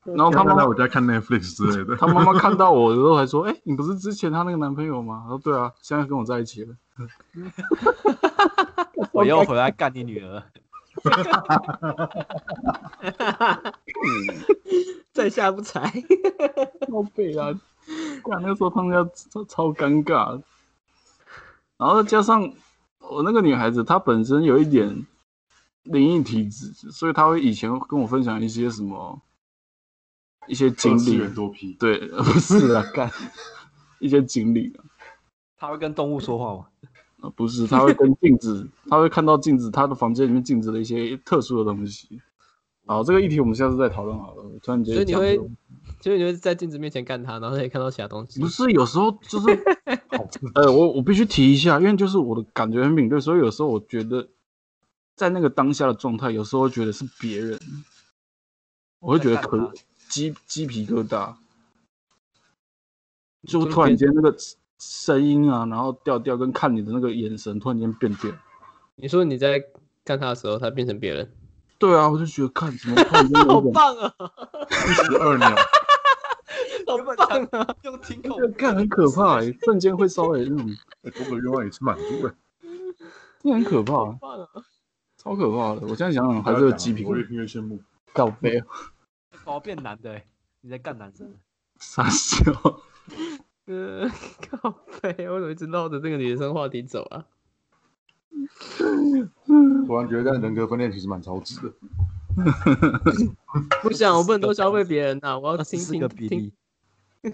[SPEAKER 4] 然后他
[SPEAKER 3] 他
[SPEAKER 4] 妈
[SPEAKER 3] 们来
[SPEAKER 4] 妈
[SPEAKER 3] 我家看 Netflix 之 类的，
[SPEAKER 4] 他妈妈看到我的时候还说，哎、你不是之前她那个男朋友吗？我说对啊，现在跟我在一起了。
[SPEAKER 2] 我又回来干你女儿，
[SPEAKER 1] 在下不 才。
[SPEAKER 4] 好背啊！哇，那个时候他们家超超尴尬，然后再加上我那个女孩子，她本身有一点灵异体质，所以她会以前跟我分享一些什么一些经
[SPEAKER 3] 经历
[SPEAKER 4] 历，
[SPEAKER 3] 很多批，
[SPEAKER 4] 对，不是啊，干 一些经历啊
[SPEAKER 2] 她会跟动物说话吗？
[SPEAKER 4] 呃，不是，她会跟镜子，她会看到镜子，她的房间里面镜子的一些特殊的东西。好，这个议题我们下次再讨论好了。我突然间
[SPEAKER 1] 所以你
[SPEAKER 4] 讲
[SPEAKER 1] 会
[SPEAKER 4] 这种
[SPEAKER 1] 所以你会在镜子面前干她，然后可以看到其他东西
[SPEAKER 4] 不。是，有时候就是，呃，我我必须提一下，因为就是我的感觉很敏锐，所以有时候我觉得，在那个当下的状态，有时候会觉得是别人，我会觉得
[SPEAKER 2] 在干
[SPEAKER 4] 可
[SPEAKER 2] 嘛
[SPEAKER 4] 鸡鸡皮疙瘩，
[SPEAKER 1] 你
[SPEAKER 4] 就
[SPEAKER 1] 就
[SPEAKER 4] 突然
[SPEAKER 1] 变
[SPEAKER 4] 间那个声音啊，然后调调跟看你的那个眼神突然间变调。
[SPEAKER 1] 你说你在干她的时候，她变成别人，
[SPEAKER 4] 对啊，我就觉得看怎么突然间有
[SPEAKER 1] 好
[SPEAKER 4] 一种
[SPEAKER 1] 棒啊！
[SPEAKER 3] 十二秒，
[SPEAKER 1] 好
[SPEAKER 2] 原本
[SPEAKER 1] 棒啊！
[SPEAKER 2] 用听
[SPEAKER 4] 这
[SPEAKER 2] 口
[SPEAKER 4] 个看很可怕、欸，瞬间会稍微那种，
[SPEAKER 3] 哎我的愿望也是满足了。
[SPEAKER 4] 这很可怕、
[SPEAKER 1] 好棒啊！
[SPEAKER 4] 超可怕的。我现在想想还是有鸡皮
[SPEAKER 3] 我越
[SPEAKER 4] 疙瘩，
[SPEAKER 3] 听越羡慕。
[SPEAKER 4] 告白啊
[SPEAKER 2] 搞变男的、欸，你在干男生？
[SPEAKER 4] 傻笑。
[SPEAKER 1] 呃， 靠背，我怎么一直绕着这个女生话题走啊？
[SPEAKER 3] 突然觉得这样人格分裂其实蛮超值的。
[SPEAKER 1] 不想，我不能多消费别人呐、我要听
[SPEAKER 2] 四
[SPEAKER 1] 听
[SPEAKER 2] 个比
[SPEAKER 1] 听。
[SPEAKER 2] 例，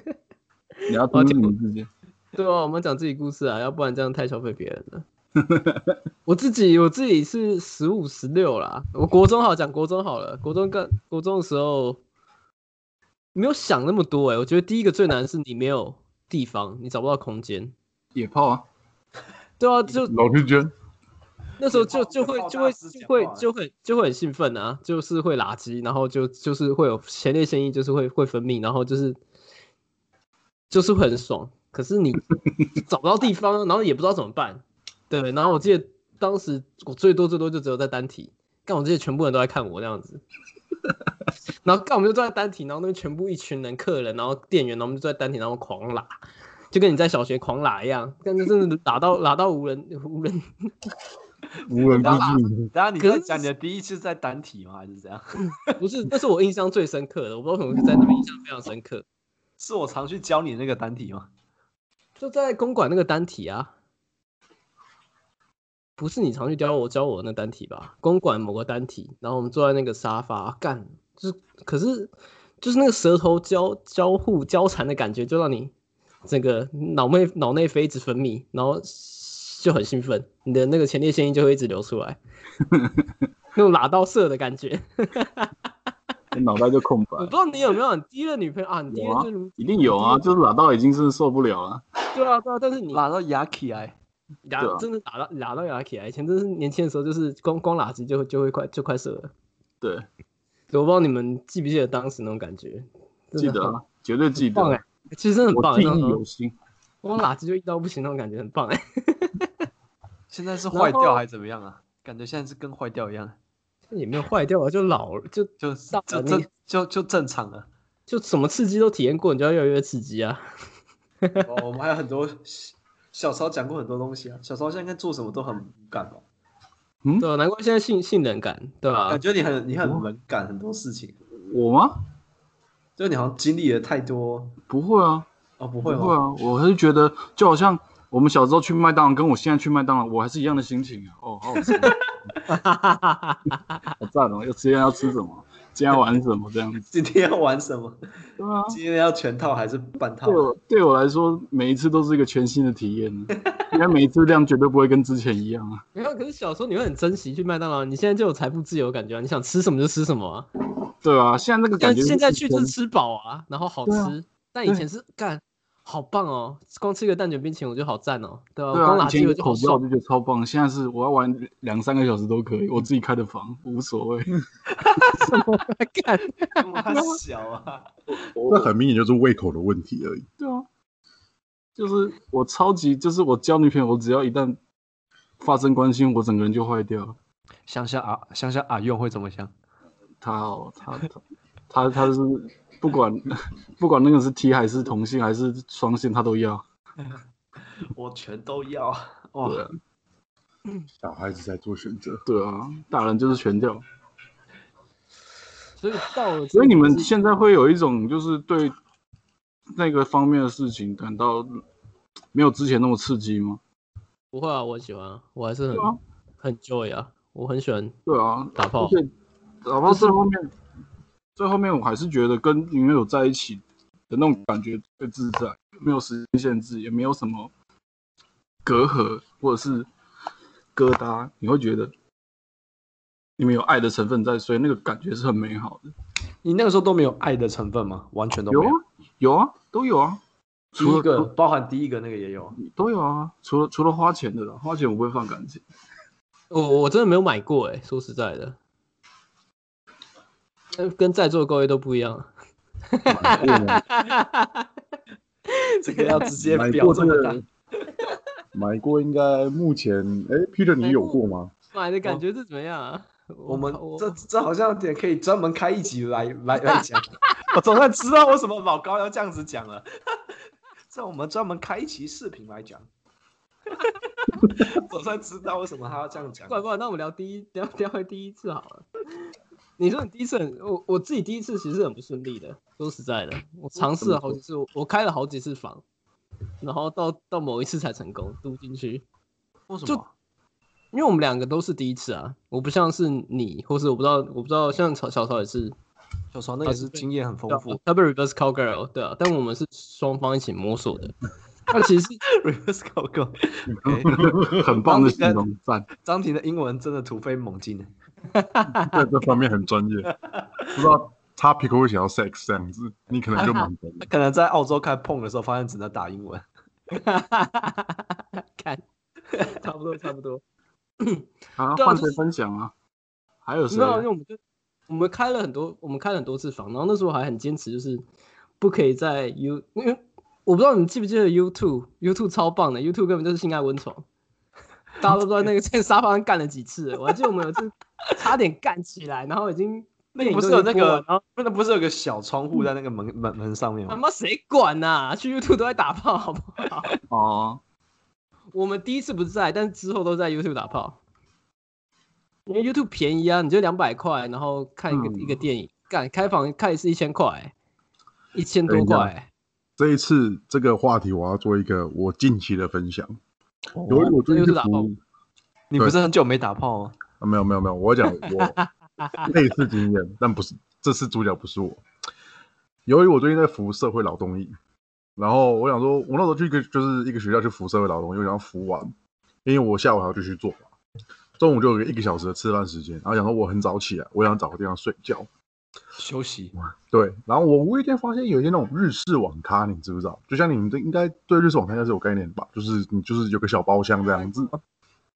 [SPEAKER 4] 你要听你自己。
[SPEAKER 1] 对啊，我们讲自己故事啊，要不然这样太消费别人了。 我自己我自己是十五十六啦，我国中好讲国中好了，国中跟国中的时候没有想那么多哎、我觉得第一个最难的是你没有地方，你找不到空间。
[SPEAKER 4] 野炮啊，
[SPEAKER 1] 对啊，就
[SPEAKER 3] 老绿娟，
[SPEAKER 1] 那时候就
[SPEAKER 2] 也
[SPEAKER 1] 就
[SPEAKER 2] 泡
[SPEAKER 1] 会
[SPEAKER 2] 也泡
[SPEAKER 1] 就会
[SPEAKER 2] 大师
[SPEAKER 1] 就
[SPEAKER 2] 讲
[SPEAKER 1] 会
[SPEAKER 2] 话
[SPEAKER 1] 就会就会很兴奋啊，就是会拉鸡，然后就就是会有前列腺液，就是会会分泌，然后就是就是会很爽。可是你找不到地方，然后也不知道怎么办，对。然后我记得当时我最多最多就只有在单体，干我这些全部人都在看我那样子， 然后干我们就坐在单体，然后那边全部一群人客人，然后店员，然后我们就坐在单体，然后狂拉。就跟你在小学狂拉一样，但是真的打到打到无人无人
[SPEAKER 3] 无人之境。
[SPEAKER 2] 然后你
[SPEAKER 1] 可
[SPEAKER 2] 在
[SPEAKER 1] 是
[SPEAKER 2] 讲你的第一次在单体吗？还是怎样？
[SPEAKER 1] 不是，那是我印象最深刻的，我不知道为什么在那边印象非常深刻，
[SPEAKER 2] 是我常去教你那个单体吗？
[SPEAKER 1] 就在公馆那个单体啊，不是你常去教我教我那单体吧？公馆某个单体，然后我们坐在那个沙发干，就是可是就是那个舌头交交互交缠的感觉，就让你整个脑内脑内啡一直分泌，然后就很兴奋，你的那个前列腺液就会一直流出 来，那种拉到射的感觉。
[SPEAKER 4] 我脑袋就空白
[SPEAKER 1] 我。不知道你有没有你第一任女朋友啊？你第一
[SPEAKER 4] 有
[SPEAKER 1] 任
[SPEAKER 4] 啊
[SPEAKER 1] 就是
[SPEAKER 4] 一定有
[SPEAKER 1] 嗯
[SPEAKER 4] 啊，就是懒到已经真的受不了了。
[SPEAKER 1] 对啊对啊，但是你
[SPEAKER 2] 拉到牙起来，
[SPEAKER 1] 打
[SPEAKER 4] 对啊
[SPEAKER 1] 真的打到打到牙起来，以前真是年轻的时候，就是光光拉直就会就会快就快射了。
[SPEAKER 4] 对，
[SPEAKER 1] 我不知道你们记不记得当时那种感觉，真
[SPEAKER 4] 记
[SPEAKER 1] 的
[SPEAKER 4] 得
[SPEAKER 1] 很
[SPEAKER 4] 啊，绝对记得
[SPEAKER 1] 棒哎、。其实真的很棒、
[SPEAKER 4] 我
[SPEAKER 1] 欸，
[SPEAKER 4] 记
[SPEAKER 1] 那
[SPEAKER 4] 忆
[SPEAKER 1] 种
[SPEAKER 4] 犹新。
[SPEAKER 1] 欸光拉直就一刀不行那种感觉很棒哎、
[SPEAKER 2] 现在是
[SPEAKER 1] 然
[SPEAKER 2] 坏掉
[SPEAKER 1] 后
[SPEAKER 2] 还是怎么样啊？感觉现在是跟坏掉一样，
[SPEAKER 1] 也没有坏掉 啊，就老了，就
[SPEAKER 2] 就
[SPEAKER 1] 到
[SPEAKER 2] 就
[SPEAKER 1] 了
[SPEAKER 2] 正
[SPEAKER 1] 你
[SPEAKER 2] 就就正常了。
[SPEAKER 1] 就什么刺激都体验过，你就要越来越刺激啊。
[SPEAKER 2] 哦，我们还有很多小时候讲过很多东西啊，小时候现在做什么都很无感吧？
[SPEAKER 1] 对啊，难怪现在性性冷感，对吧、
[SPEAKER 4] 啊
[SPEAKER 2] 感觉你很你很冷感很多事情，
[SPEAKER 4] 我吗？
[SPEAKER 2] 就是你好像经历了太多
[SPEAKER 4] 不会啊，
[SPEAKER 2] 哦，不
[SPEAKER 4] 不
[SPEAKER 2] 会吗？
[SPEAKER 4] 会啊，我还是觉得就好像我们小时候去麦当劳，跟我现在去麦当劳，我还是一样的心情啊。哦，好好 吃，好赞哦！要今天要吃什么？今天要玩什么？这样 子，
[SPEAKER 2] 今天要玩什么？
[SPEAKER 4] 对啊。
[SPEAKER 2] 今天要全套还是半套
[SPEAKER 4] 对？我对我来说，每一次都是一个全新的 体验，因为每一次量绝对不会跟之前一样啊。
[SPEAKER 1] 没有，可是小时候你会很珍惜去麦当劳，你现在就有财富自由感觉啊，你想吃什么就吃什么啊。
[SPEAKER 4] 对啊，现在那个感
[SPEAKER 1] 但
[SPEAKER 4] 觉是
[SPEAKER 1] 现在去
[SPEAKER 4] 一天
[SPEAKER 1] 就是吃饱啊，然后好吃。
[SPEAKER 4] 对啊
[SPEAKER 1] 但以前是干好棒哦，光吃一个蛋卷冰淇淋我就好赞哦，对吧、
[SPEAKER 4] 对
[SPEAKER 1] 光
[SPEAKER 4] 啊，
[SPEAKER 1] 拉
[SPEAKER 4] 以前
[SPEAKER 1] 鸡我
[SPEAKER 4] 有
[SPEAKER 1] 就好
[SPEAKER 4] 口罩我
[SPEAKER 1] 爽。
[SPEAKER 4] 就觉得超棒，现在是我要玩两三个小时都可以，我自己开的房 无所 谓。
[SPEAKER 1] 干，
[SPEAKER 2] 哇小啊！
[SPEAKER 3] 那很明显就是胃口的问题而已。
[SPEAKER 4] 对啊，就是我超级，就是我交女朋友，我只要一旦发生关系，我整个人就坏掉。
[SPEAKER 2] 乡下啊，乡下啊，用会怎么想？
[SPEAKER 4] 他哦，他他他他是不管 不管那个是 T 还是同性还是双性，他都要。
[SPEAKER 2] 我全都要 哇！
[SPEAKER 4] 对啊，
[SPEAKER 3] 小孩子在做选 择，
[SPEAKER 4] 对啊，大人就是悬吊。
[SPEAKER 1] 所以到了这个就是，
[SPEAKER 4] 所以你们现在会有一种就是对那个方面的事情感到没有之前那么刺激吗？
[SPEAKER 1] 不会啊，我很喜欢啊，我还是很、
[SPEAKER 4] 对啊
[SPEAKER 1] 很 joy 啊，我很喜欢
[SPEAKER 4] 对啊，
[SPEAKER 1] 打炮
[SPEAKER 4] 而。且哪怕最后面，最后面我还是觉得跟女友在一起的那种感觉最自在，没有时间限制，也没有什么隔阂或者是疙瘩，你会觉得你们有爱的成分在，所以那个感觉是很美好的。
[SPEAKER 2] 你那个时候都没有爱的成分吗？完全都
[SPEAKER 4] 有
[SPEAKER 2] 没
[SPEAKER 4] 啊，有啊，都有啊，
[SPEAKER 2] 第
[SPEAKER 4] 除
[SPEAKER 2] 一
[SPEAKER 4] 了
[SPEAKER 2] 个包含第一个那个也有，
[SPEAKER 4] 都有啊，除了除了花钱的啦，花钱我不会放感情。
[SPEAKER 1] 我我真的没有买过哎、说实在的，跟跟在座各位都不一样啊。
[SPEAKER 2] 这个要直接
[SPEAKER 3] 买
[SPEAKER 2] 表
[SPEAKER 3] 过
[SPEAKER 2] 这
[SPEAKER 3] 这
[SPEAKER 2] 么
[SPEAKER 3] 个
[SPEAKER 2] 大。
[SPEAKER 3] 买过应该目前，哎，Peter 你有过 吗？
[SPEAKER 1] 买的感觉是怎么样啊？我
[SPEAKER 2] 我们
[SPEAKER 1] 我
[SPEAKER 2] 这这好像有点可以专门开一集来 来来讲。我总算知道为什么老高要这样子讲了。 这我们专门开一期视频来讲。 总算知道为什么他要这样讲。
[SPEAKER 1] 怪不得，那我们聊第一聊 聊回第一次好了。你说你第一次很，我我自己第一次其实很不顺利的，说实在的，我尝试了好几次，我我开了好几次房，然后到到某一次才成功租进去，
[SPEAKER 2] 为什
[SPEAKER 1] 就？因为我们两个都是第一次啊，我不像是你，或是我不知道我不知道像小小曹也是，
[SPEAKER 2] 小床那个是经验很丰 富。
[SPEAKER 1] 他被 reverse cowgirl 对啊，但我们是双方一起摸索的，那其实是
[SPEAKER 2] Reverse c o g o
[SPEAKER 4] 很棒的形容，赞，
[SPEAKER 2] 哎张婷的英文真的突飞猛进。
[SPEAKER 3] 在这方面很专业，不知道 topic 会想要 sex 这样子，你可能就蛮懂的。
[SPEAKER 2] 可能在澳洲开碰的时候，发现只能打英文。
[SPEAKER 1] 看 差不多差不多。
[SPEAKER 4] 啊，
[SPEAKER 1] 对啊
[SPEAKER 4] 换
[SPEAKER 1] 就
[SPEAKER 4] 谁
[SPEAKER 1] 是
[SPEAKER 4] 分享啊？还有谁
[SPEAKER 1] 没有，
[SPEAKER 4] 啊
[SPEAKER 1] 因为？我们就我们开了很多，我们开了很多次房，然后那时候还很坚持，就是不可以在 U，因为我不知道你记不记得 U two，U two 超棒的，U two 根本就是性爱温床，大家都不知道那个在沙发上干了几次了，我还记得我们有一次差点干起来，然后已经
[SPEAKER 2] 那
[SPEAKER 1] 电影
[SPEAKER 2] 个不
[SPEAKER 1] 都
[SPEAKER 2] 是有
[SPEAKER 1] 已经
[SPEAKER 2] 那
[SPEAKER 1] 播完
[SPEAKER 2] 个
[SPEAKER 1] 了然后，
[SPEAKER 2] 不
[SPEAKER 4] 啊
[SPEAKER 2] 是不是有个小窗户在那个门门门上面
[SPEAKER 1] 他
[SPEAKER 4] 嗯
[SPEAKER 2] 吗？
[SPEAKER 1] 妈谁管呐、去 U two 都在打炮，好不好？
[SPEAKER 4] 哦，
[SPEAKER 1] 我们第一次不是在，但是之后都在 YouTube 打炮，因为 YouTube 便宜啊，你就两百块，然后看一个、
[SPEAKER 4] 嗯
[SPEAKER 1] 一个电影，干开房看一次一千块，一千多
[SPEAKER 3] 等一下
[SPEAKER 1] 块，
[SPEAKER 3] 这一次这个话题，我要做一个我近期的分享。由于我最
[SPEAKER 1] 哦这又
[SPEAKER 3] 近
[SPEAKER 1] 是
[SPEAKER 3] 是
[SPEAKER 1] 打
[SPEAKER 3] 服
[SPEAKER 1] 炮
[SPEAKER 3] 务，
[SPEAKER 2] 你不是很久没打炮吗？
[SPEAKER 3] 啊，没有没有没有，我要讲我 类似经验，但不是这次主角不是我。由于我最近在服社会劳动役，然后我想说，我那时候去一个就是一个学校去服社会劳动役，我想要服完，因为我下午还要继续做嘛，中午就有一个一个小时的吃饭时间，然后想说我很早起来，我想找个地方睡觉，
[SPEAKER 2] 休息。
[SPEAKER 3] 对，然后我无意间发现有一些那种日式网咖，你知不知道？就像你们这应该对日式网咖应该是有概念吧？就是你就是有个小包厢这样子，啊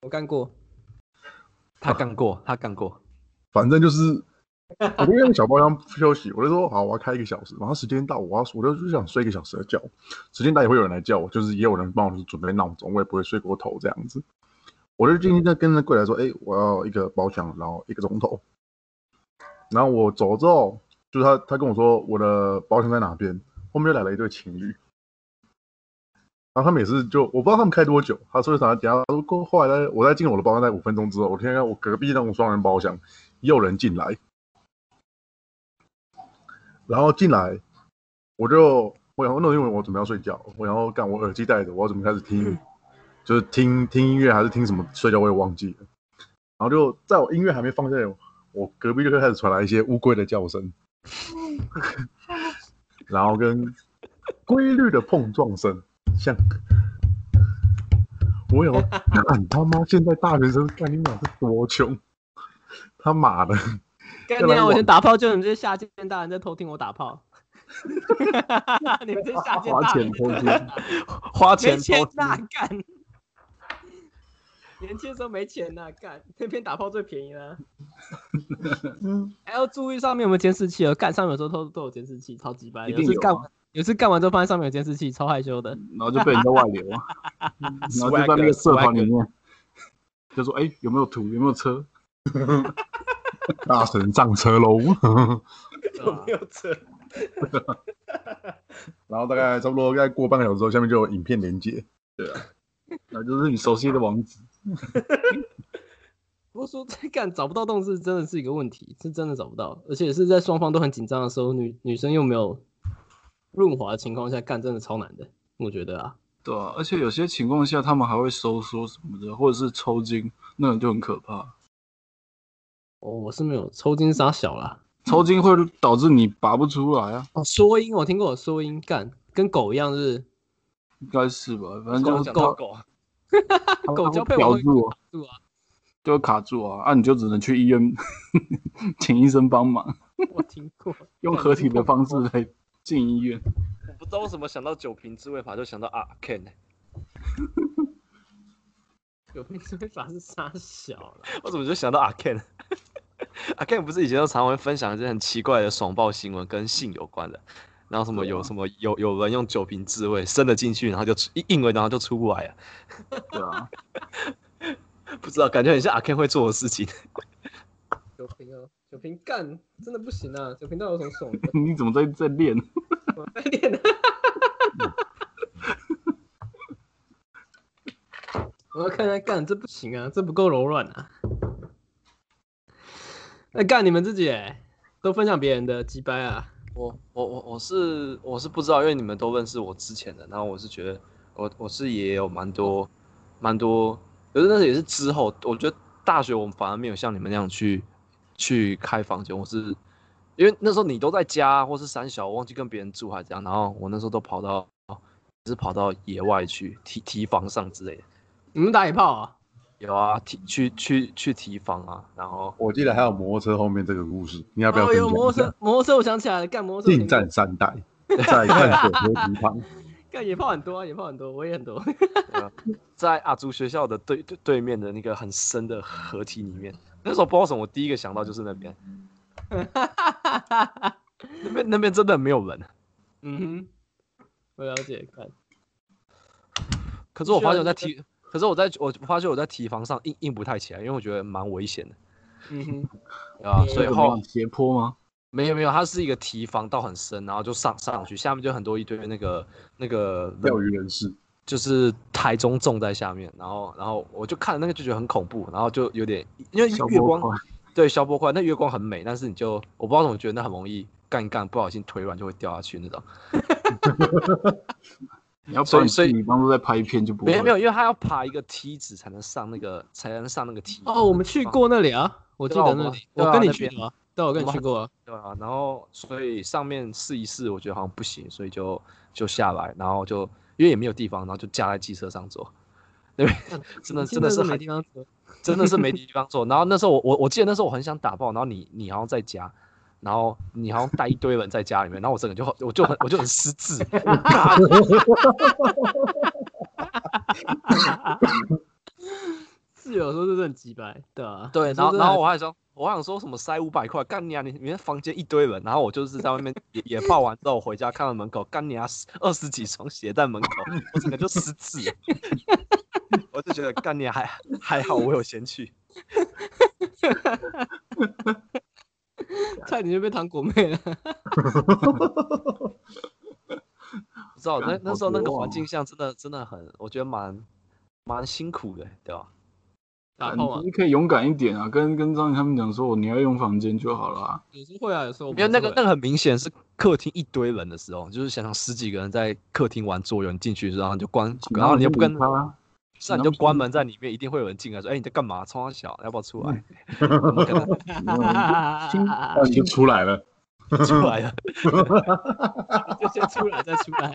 [SPEAKER 1] 我干过，
[SPEAKER 2] 他干过，他干过。
[SPEAKER 3] 反正就是，我就用小包厢休息，我就说好，我要开一个小时，然后时间到，我要我就就想睡一个小时的觉，时间到也会有人来叫我，就是也有人帮我就是准备闹钟，我也不会睡过头这样子。我就今天在跟那柜台说，哎、我要一个包厢，然后一个钟头。然后我走之后，就是他他跟我说我的包厢在哪边，后面就来了一对情侣。然后他们也是就我不知道他们开多久，他说啥？等一下如果后来呢我在进我的包厢在五分钟之后，我听见我隔壁那种双人包厢也有人进来，然后进来我就我想说那因为我准备要睡觉，我想要干我耳机戴着，我要准备开始听，就是听听音乐还是听什么睡觉我也忘记了。然后就在我音乐还没放下来，我隔壁就开始传来一些乌龟的叫声， 然后跟规律的碰撞声，像我有，哦 干他妈现在大学生干你妈是多穷，他妈的！
[SPEAKER 1] 干
[SPEAKER 3] 要
[SPEAKER 1] 你
[SPEAKER 3] 来
[SPEAKER 1] 娘！我
[SPEAKER 3] 我
[SPEAKER 1] 先打炮，就你们这些下贱大人在偷听我打 炮。你们这些下贱
[SPEAKER 4] 花
[SPEAKER 1] 大
[SPEAKER 4] 钱
[SPEAKER 1] 人
[SPEAKER 4] 偷听，
[SPEAKER 2] 花
[SPEAKER 1] 没
[SPEAKER 2] 钱
[SPEAKER 1] 钱
[SPEAKER 2] 投资，
[SPEAKER 4] 啊
[SPEAKER 1] 呐，干！ 年轻的时候没钱呐，干！偏偏打炮最便宜 啦。还要注意上面有没有监视器哦，干上面有时候都都有监视器，超级白。
[SPEAKER 4] 一
[SPEAKER 1] 有
[SPEAKER 4] 定
[SPEAKER 1] 次
[SPEAKER 4] 有
[SPEAKER 1] 干
[SPEAKER 4] 啊
[SPEAKER 1] 完，有次干完之后发现上面有监视器，超害羞 的。
[SPEAKER 4] 然后就被人家外流啊，然后就在那个社团里面，就说哎、有没有图，有没有车，
[SPEAKER 3] 大神上车喽！
[SPEAKER 2] 有没有车？
[SPEAKER 3] 然后大概差不多再过半个小时之后，下面就有影片连接。
[SPEAKER 4] 那就是你熟悉的网址，
[SPEAKER 1] 不过说这干找不到动是真的是一个问题，是真的找不到，而且是在双方都很紧张的时候，女女生又没有润滑的情况下，干真的超难的，我觉得啊。
[SPEAKER 4] 对啊，而且有些情况下他们还会收缩什么的，或者是抽筋，那种就很可怕。
[SPEAKER 1] 哦，我是没有抽筋杀小啦。
[SPEAKER 4] 抽筋会导致你拔不出来啊，
[SPEAKER 1] 哦，缩阴我听过有缩阴，干跟狗一样是
[SPEAKER 4] 应该是吧？反正
[SPEAKER 1] 狗
[SPEAKER 4] 就是它
[SPEAKER 1] 狗狗，狗交配
[SPEAKER 4] 咬
[SPEAKER 1] 我
[SPEAKER 4] 住啊，
[SPEAKER 1] 住啊！
[SPEAKER 4] 就会卡住啊，啊你就只能去医院 请医生帮忙，
[SPEAKER 1] 我听过，
[SPEAKER 4] 用合体的方式来进医院。
[SPEAKER 2] 我不知道为什么想到酒瓶自卫法就想到啊 Ken，
[SPEAKER 1] 有病是会法是杀小了。
[SPEAKER 2] 我怎么就想到啊 Ken？啊 Ken 不是以前都常会分享一些很奇怪的爽爆新闻，跟性有关的。然后什
[SPEAKER 4] 啊
[SPEAKER 2] 么有什么有有人用酒瓶自慰伸了进去，然后就出一硬了，然后就出不来了，
[SPEAKER 4] 对啊，
[SPEAKER 2] 不知道感觉很像阿 Ken 会做的事情。
[SPEAKER 1] 酒瓶啊，酒瓶干真的不行啊！酒瓶到底有什么爽的？
[SPEAKER 4] 你怎么在在练？
[SPEAKER 1] 我在练啊。 我要看看干，这不行啊，这不够柔软啊。那干你们自己欸都分享别人的鸡掰啊！
[SPEAKER 2] 我我我我是我是不知道，因为你们都认识我之前的，然后我是觉得我我是也有蛮多蛮多，可是那也是之后，我觉得大学我们反而没有像你们那样去去开房间，我是因为那时候你都在家或是三小，我忘记跟别人住还是怎样，然后我那时候都跑到是跑到野外去提提房上之类的，
[SPEAKER 1] 你们打野炮啊？
[SPEAKER 2] 有啊提去去去提房啊，然后
[SPEAKER 3] 我记得还有摩托车后面这个故事，你要不要
[SPEAKER 1] 哦，
[SPEAKER 3] 分享
[SPEAKER 1] 有
[SPEAKER 3] 一下？
[SPEAKER 1] 摩托车，摩托车我想起来了，干摩托车我
[SPEAKER 3] 近
[SPEAKER 1] 听
[SPEAKER 3] 战三代，在淡水河堤旁。
[SPEAKER 1] 过，干野炮很多啊，野炮很多，我也很多。
[SPEAKER 2] 在阿竹学校的对对对面的那个很深的河堤里面，那时候不知道为什么，我第一个想到就是那边。 那边那边真的没有人，
[SPEAKER 1] 嗯哼，我了解，干
[SPEAKER 2] 可是我发现我在
[SPEAKER 1] 是
[SPEAKER 2] 提，可是我在我发现我在提防上硬硬不太起来，因为我觉得蛮危险的
[SPEAKER 1] 嗯哼，
[SPEAKER 2] 啊，
[SPEAKER 1] 嗯
[SPEAKER 2] 所以
[SPEAKER 4] 怎
[SPEAKER 2] 后
[SPEAKER 4] 么斜坡吗？
[SPEAKER 2] 没有没有，它是一个提防到很深，然后就上上去，下面就很多一堆那个那个
[SPEAKER 3] 钓鱼人士，
[SPEAKER 2] 就是台中种在下面，然后然后我就看那个就觉得很恐怖，然后就有点因为
[SPEAKER 4] 小
[SPEAKER 2] 月
[SPEAKER 4] 坡
[SPEAKER 2] 光
[SPEAKER 4] 块，
[SPEAKER 2] 对消波块，那月光很美，但是你就我不知道怎么觉得那很容易干一干，不小心腿软就会掉下去那种。
[SPEAKER 4] 你要不
[SPEAKER 2] 所以
[SPEAKER 4] 然
[SPEAKER 2] 所以
[SPEAKER 4] 你当初在拍片就不
[SPEAKER 2] 没
[SPEAKER 4] 会
[SPEAKER 2] 有没有，因为他要爬一个梯子才能上那个才能上那个梯。
[SPEAKER 1] 哦，我们去过那里啊，我记
[SPEAKER 2] 对啊
[SPEAKER 1] 得
[SPEAKER 2] 我们
[SPEAKER 1] 那里，
[SPEAKER 2] 对啊
[SPEAKER 1] 我跟你
[SPEAKER 2] 那
[SPEAKER 1] 去
[SPEAKER 2] 边
[SPEAKER 1] 的啊，对，我跟你去过啊。
[SPEAKER 2] 对啊，然后所以上面试一试，我觉得好像不行，所以就就下来，然后就因为也没有地方，然后就架在机车上坐。那边真的真的是
[SPEAKER 1] 没
[SPEAKER 2] 很
[SPEAKER 1] 地方走。
[SPEAKER 2] 真的是没地方坐。然后那时候我我我记得那时候我很想打爆，然后你你好像在家，然后你好像带一堆人在家里面，然后我整个就很我就很我就很失智，我嘎
[SPEAKER 1] 室友说这是很鸡掰，对啊。
[SPEAKER 2] 对，
[SPEAKER 1] 你
[SPEAKER 2] 然
[SPEAKER 1] 说
[SPEAKER 2] 后
[SPEAKER 1] 这
[SPEAKER 2] 然后
[SPEAKER 1] 还
[SPEAKER 2] 我还想我还想说什么塞五百块干你啊，你你们房间一堆人，然后我就是在外面也 也泡完之后回家看到门口干你啊，二十几双鞋在门口，我整个就失智了。 我就觉得干你啊还还好，我有先去。
[SPEAKER 1] 差点就被糖果妹了。
[SPEAKER 2] 不知道那
[SPEAKER 4] 干
[SPEAKER 2] 那
[SPEAKER 4] 好
[SPEAKER 2] 时候那
[SPEAKER 4] 绝
[SPEAKER 2] 个
[SPEAKER 4] 望
[SPEAKER 2] 环
[SPEAKER 4] 啊
[SPEAKER 2] 境下真的真的很，我觉得蛮蛮辛苦的，对吧？
[SPEAKER 1] 打
[SPEAKER 4] 啊
[SPEAKER 1] 炮啊
[SPEAKER 4] 你，可以勇敢一点啊，跟跟张宇他们讲说，你要用房间就好了啊、
[SPEAKER 1] 有时候会啊，有时候我
[SPEAKER 2] 因为那个那
[SPEAKER 1] 个
[SPEAKER 2] 个很明显是客厅一堆人的时候，就是想想十几个人在客厅玩桌游，你进去然后你就关，然后你又不跟，
[SPEAKER 4] 他，
[SPEAKER 2] 是啊你就关门在里面，一定会有人进来说，哎、你在干嘛？冲他小，要不要出来？ 怎么可能
[SPEAKER 4] 亲
[SPEAKER 3] 那
[SPEAKER 1] 啊
[SPEAKER 3] 你就出来了。
[SPEAKER 2] 出来了？
[SPEAKER 1] 就先出来 再出来。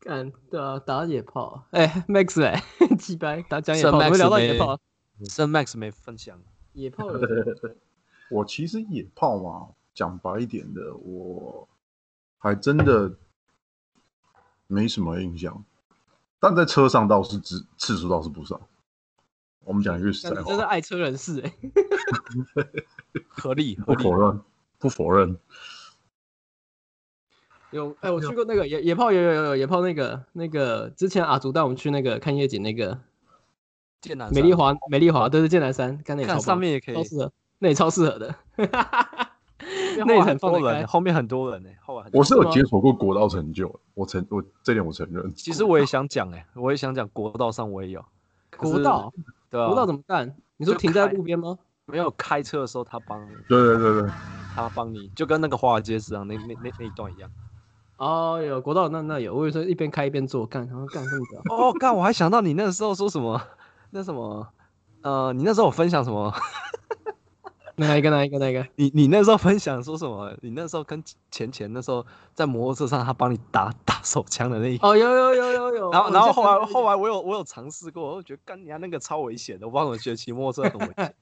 [SPEAKER 1] 干啊打打野炮，哎、m a x 哎、鸡掰打讲野
[SPEAKER 2] 是啊
[SPEAKER 1] 炮，我
[SPEAKER 2] Max
[SPEAKER 1] 们聊到
[SPEAKER 2] 没
[SPEAKER 1] 野炮，
[SPEAKER 2] 剩 Max 没分享，
[SPEAKER 1] 野炮有什么
[SPEAKER 3] 我其实野炮嘛，讲白一点的，我还真的没什么印象，但在车上倒是次次数倒是不少。我们讲一句实
[SPEAKER 1] 干
[SPEAKER 3] 在
[SPEAKER 1] 你
[SPEAKER 3] 话
[SPEAKER 1] 真，是爱车人士哎、
[SPEAKER 2] 合理合
[SPEAKER 3] 不
[SPEAKER 2] 理
[SPEAKER 3] 否。认，不否认。
[SPEAKER 1] 有哎、我去过那个野野炮，有有有有野炮那个那个，之前阿竹带我们去那个看夜景那个
[SPEAKER 2] 剑南
[SPEAKER 1] 美丽华美丽华，对对，剑南山，刚才也超
[SPEAKER 2] 啊看
[SPEAKER 1] 棒
[SPEAKER 2] 上面也可以
[SPEAKER 1] 超，适合，那也超适合的，那也
[SPEAKER 2] 后面
[SPEAKER 1] 很
[SPEAKER 2] 很
[SPEAKER 1] 放得
[SPEAKER 2] 多人，
[SPEAKER 1] 开
[SPEAKER 2] 后面很多人呢、后来很多
[SPEAKER 3] 我是有
[SPEAKER 1] 吗
[SPEAKER 3] 解锁过国道成就，我承我这点我承认。
[SPEAKER 2] 其实我也想讲哎、我也想讲国道上我也有，可
[SPEAKER 1] 国
[SPEAKER 2] 是
[SPEAKER 1] 道
[SPEAKER 2] 对啊，
[SPEAKER 1] 国道怎么办？你说
[SPEAKER 2] 就
[SPEAKER 1] 停在
[SPEAKER 2] 开
[SPEAKER 1] 路边吗？
[SPEAKER 2] 没有开车的时候他帮你，
[SPEAKER 3] 对对对对，
[SPEAKER 2] 他帮你就跟那个华尔街市场那那那那一段一样。
[SPEAKER 1] 哦，有国道那那有，我以为说一边开一边做，干，然后干这么屌，
[SPEAKER 2] 哦，干！我还想到你那时候说什么，那什么，呃，你那时候有分享什么？
[SPEAKER 1] 哪一个哪一个哪一个？
[SPEAKER 2] 你你那时候分享说什么？你那时候跟钱钱那时候在摩托车上，他帮你打打手枪的那一。
[SPEAKER 1] 哦，有有有有有。
[SPEAKER 2] 然后，
[SPEAKER 1] 我
[SPEAKER 2] 然后
[SPEAKER 1] 就
[SPEAKER 2] 后
[SPEAKER 1] 看
[SPEAKER 2] 来
[SPEAKER 1] 到一
[SPEAKER 2] 后来我有我有尝试过，我就觉得干你啊那个超危险的，我帮我觉得骑摩托 车很危险。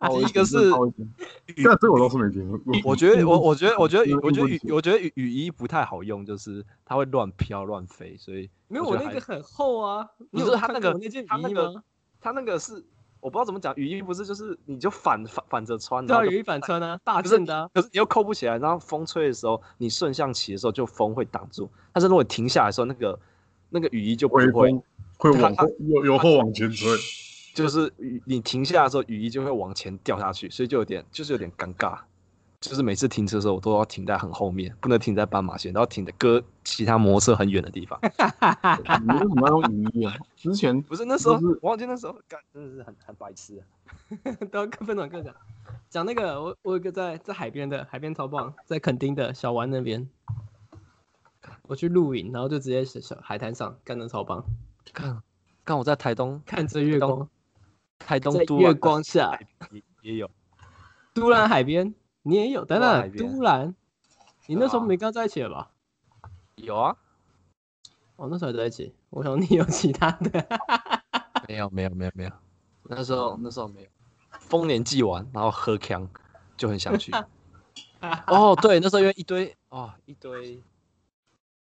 [SPEAKER 1] 个，
[SPEAKER 2] 第一个是
[SPEAKER 3] 但这个我倒是没听过。
[SPEAKER 2] 我觉得我我觉得我觉得雨
[SPEAKER 4] 嗯
[SPEAKER 2] 我觉得
[SPEAKER 4] 嗯
[SPEAKER 2] 雨我觉得雨雨衣不太好用，就是它会乱飘乱飞，所以
[SPEAKER 1] 没有
[SPEAKER 2] 我
[SPEAKER 1] 我
[SPEAKER 2] 觉得
[SPEAKER 1] 那
[SPEAKER 2] 还
[SPEAKER 1] 个很厚啊，你
[SPEAKER 2] 不
[SPEAKER 1] 有
[SPEAKER 2] 是它
[SPEAKER 1] 看
[SPEAKER 2] 那
[SPEAKER 1] 过
[SPEAKER 2] 个
[SPEAKER 1] 我那件
[SPEAKER 2] 它那
[SPEAKER 1] 雨衣
[SPEAKER 2] 个
[SPEAKER 1] 吗？啊
[SPEAKER 2] 它那个是我不知道怎么讲，雨衣不是就是你就反反反着穿，
[SPEAKER 1] 对
[SPEAKER 2] 然
[SPEAKER 1] 啊，
[SPEAKER 2] 后就
[SPEAKER 1] 雨衣反穿啊，大
[SPEAKER 2] 不是
[SPEAKER 1] 件的啊。
[SPEAKER 2] 可是你又扣不起来，然后风吹的时候，你顺向骑的时候就风会挡住，但是如果停下来的时候，那个那个雨衣就不
[SPEAKER 3] 微
[SPEAKER 2] 会
[SPEAKER 3] 风，会往
[SPEAKER 2] 他
[SPEAKER 3] 后由由后往前吹，
[SPEAKER 2] 就是雨你停下来的时候，雨衣就会往前掉下去，所以就有点就是有点尴尬。就是每次停车的时候，我都要停在很后面，不能停在斑马线，然后停的搁其他摩托车很远的地方。
[SPEAKER 4] 你为什么要用雨衣啊？之 前
[SPEAKER 2] 不是那时候
[SPEAKER 4] 不是，
[SPEAKER 2] 我忘记那时候，干真的是很很白痴啊、
[SPEAKER 1] 都要跟分享各讲。讲那个，我我有一个在在海边的，海边超棒，在垦丁的小湾那边，我去露营，然后就直接小小海滩上干的超棒，
[SPEAKER 2] 看，看我在台东，
[SPEAKER 1] 看着月光，
[SPEAKER 2] 台东
[SPEAKER 1] 在
[SPEAKER 2] 都啊
[SPEAKER 1] 月
[SPEAKER 2] 兰的
[SPEAKER 1] 光下，
[SPEAKER 2] 海也也有，
[SPEAKER 1] 都兰海边，你也有，等
[SPEAKER 2] 都兰
[SPEAKER 1] 等
[SPEAKER 2] 海，边
[SPEAKER 1] 都兰，你那时候
[SPEAKER 2] 对啊
[SPEAKER 1] 没跟他在一起了吧？
[SPEAKER 2] 有啊，
[SPEAKER 1] 哦，那时候还在一起，我想你有其他的，
[SPEAKER 2] 没有没有没有没有，那时候那时候没有。丰年祭完，然后喝康，就很想去。哦，对，那时候因为一堆哦一堆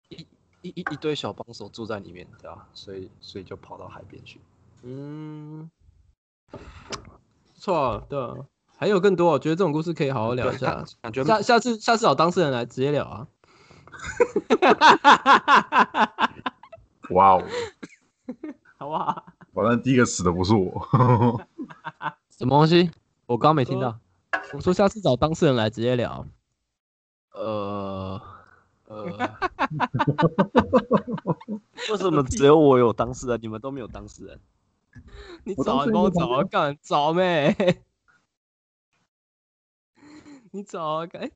[SPEAKER 2] 一一一一堆小帮手住在里面，对吧？所以所以就跑到海边去。
[SPEAKER 1] 嗯，不错啊，对啊，还有更多，我觉得这种故事可以好好聊一下
[SPEAKER 2] 感，感觉
[SPEAKER 1] 下下次下次找当事人来直接聊啊。
[SPEAKER 3] 哇哦！
[SPEAKER 1] 好不
[SPEAKER 2] 啊
[SPEAKER 1] 好？
[SPEAKER 3] 反正第一个死的不是我，
[SPEAKER 2] 什么东西？我刚刚没听
[SPEAKER 1] 说
[SPEAKER 2] 到。
[SPEAKER 1] 我说下次找当事人来直接聊。
[SPEAKER 2] 呃 呃，为什么只有我有当事人，你们都没有当事人？
[SPEAKER 1] 你
[SPEAKER 3] 我当
[SPEAKER 1] 找，
[SPEAKER 3] 事
[SPEAKER 1] 你
[SPEAKER 3] 人
[SPEAKER 1] 帮我
[SPEAKER 3] 有当
[SPEAKER 1] 找啊，干找妹。 你找啊，干哎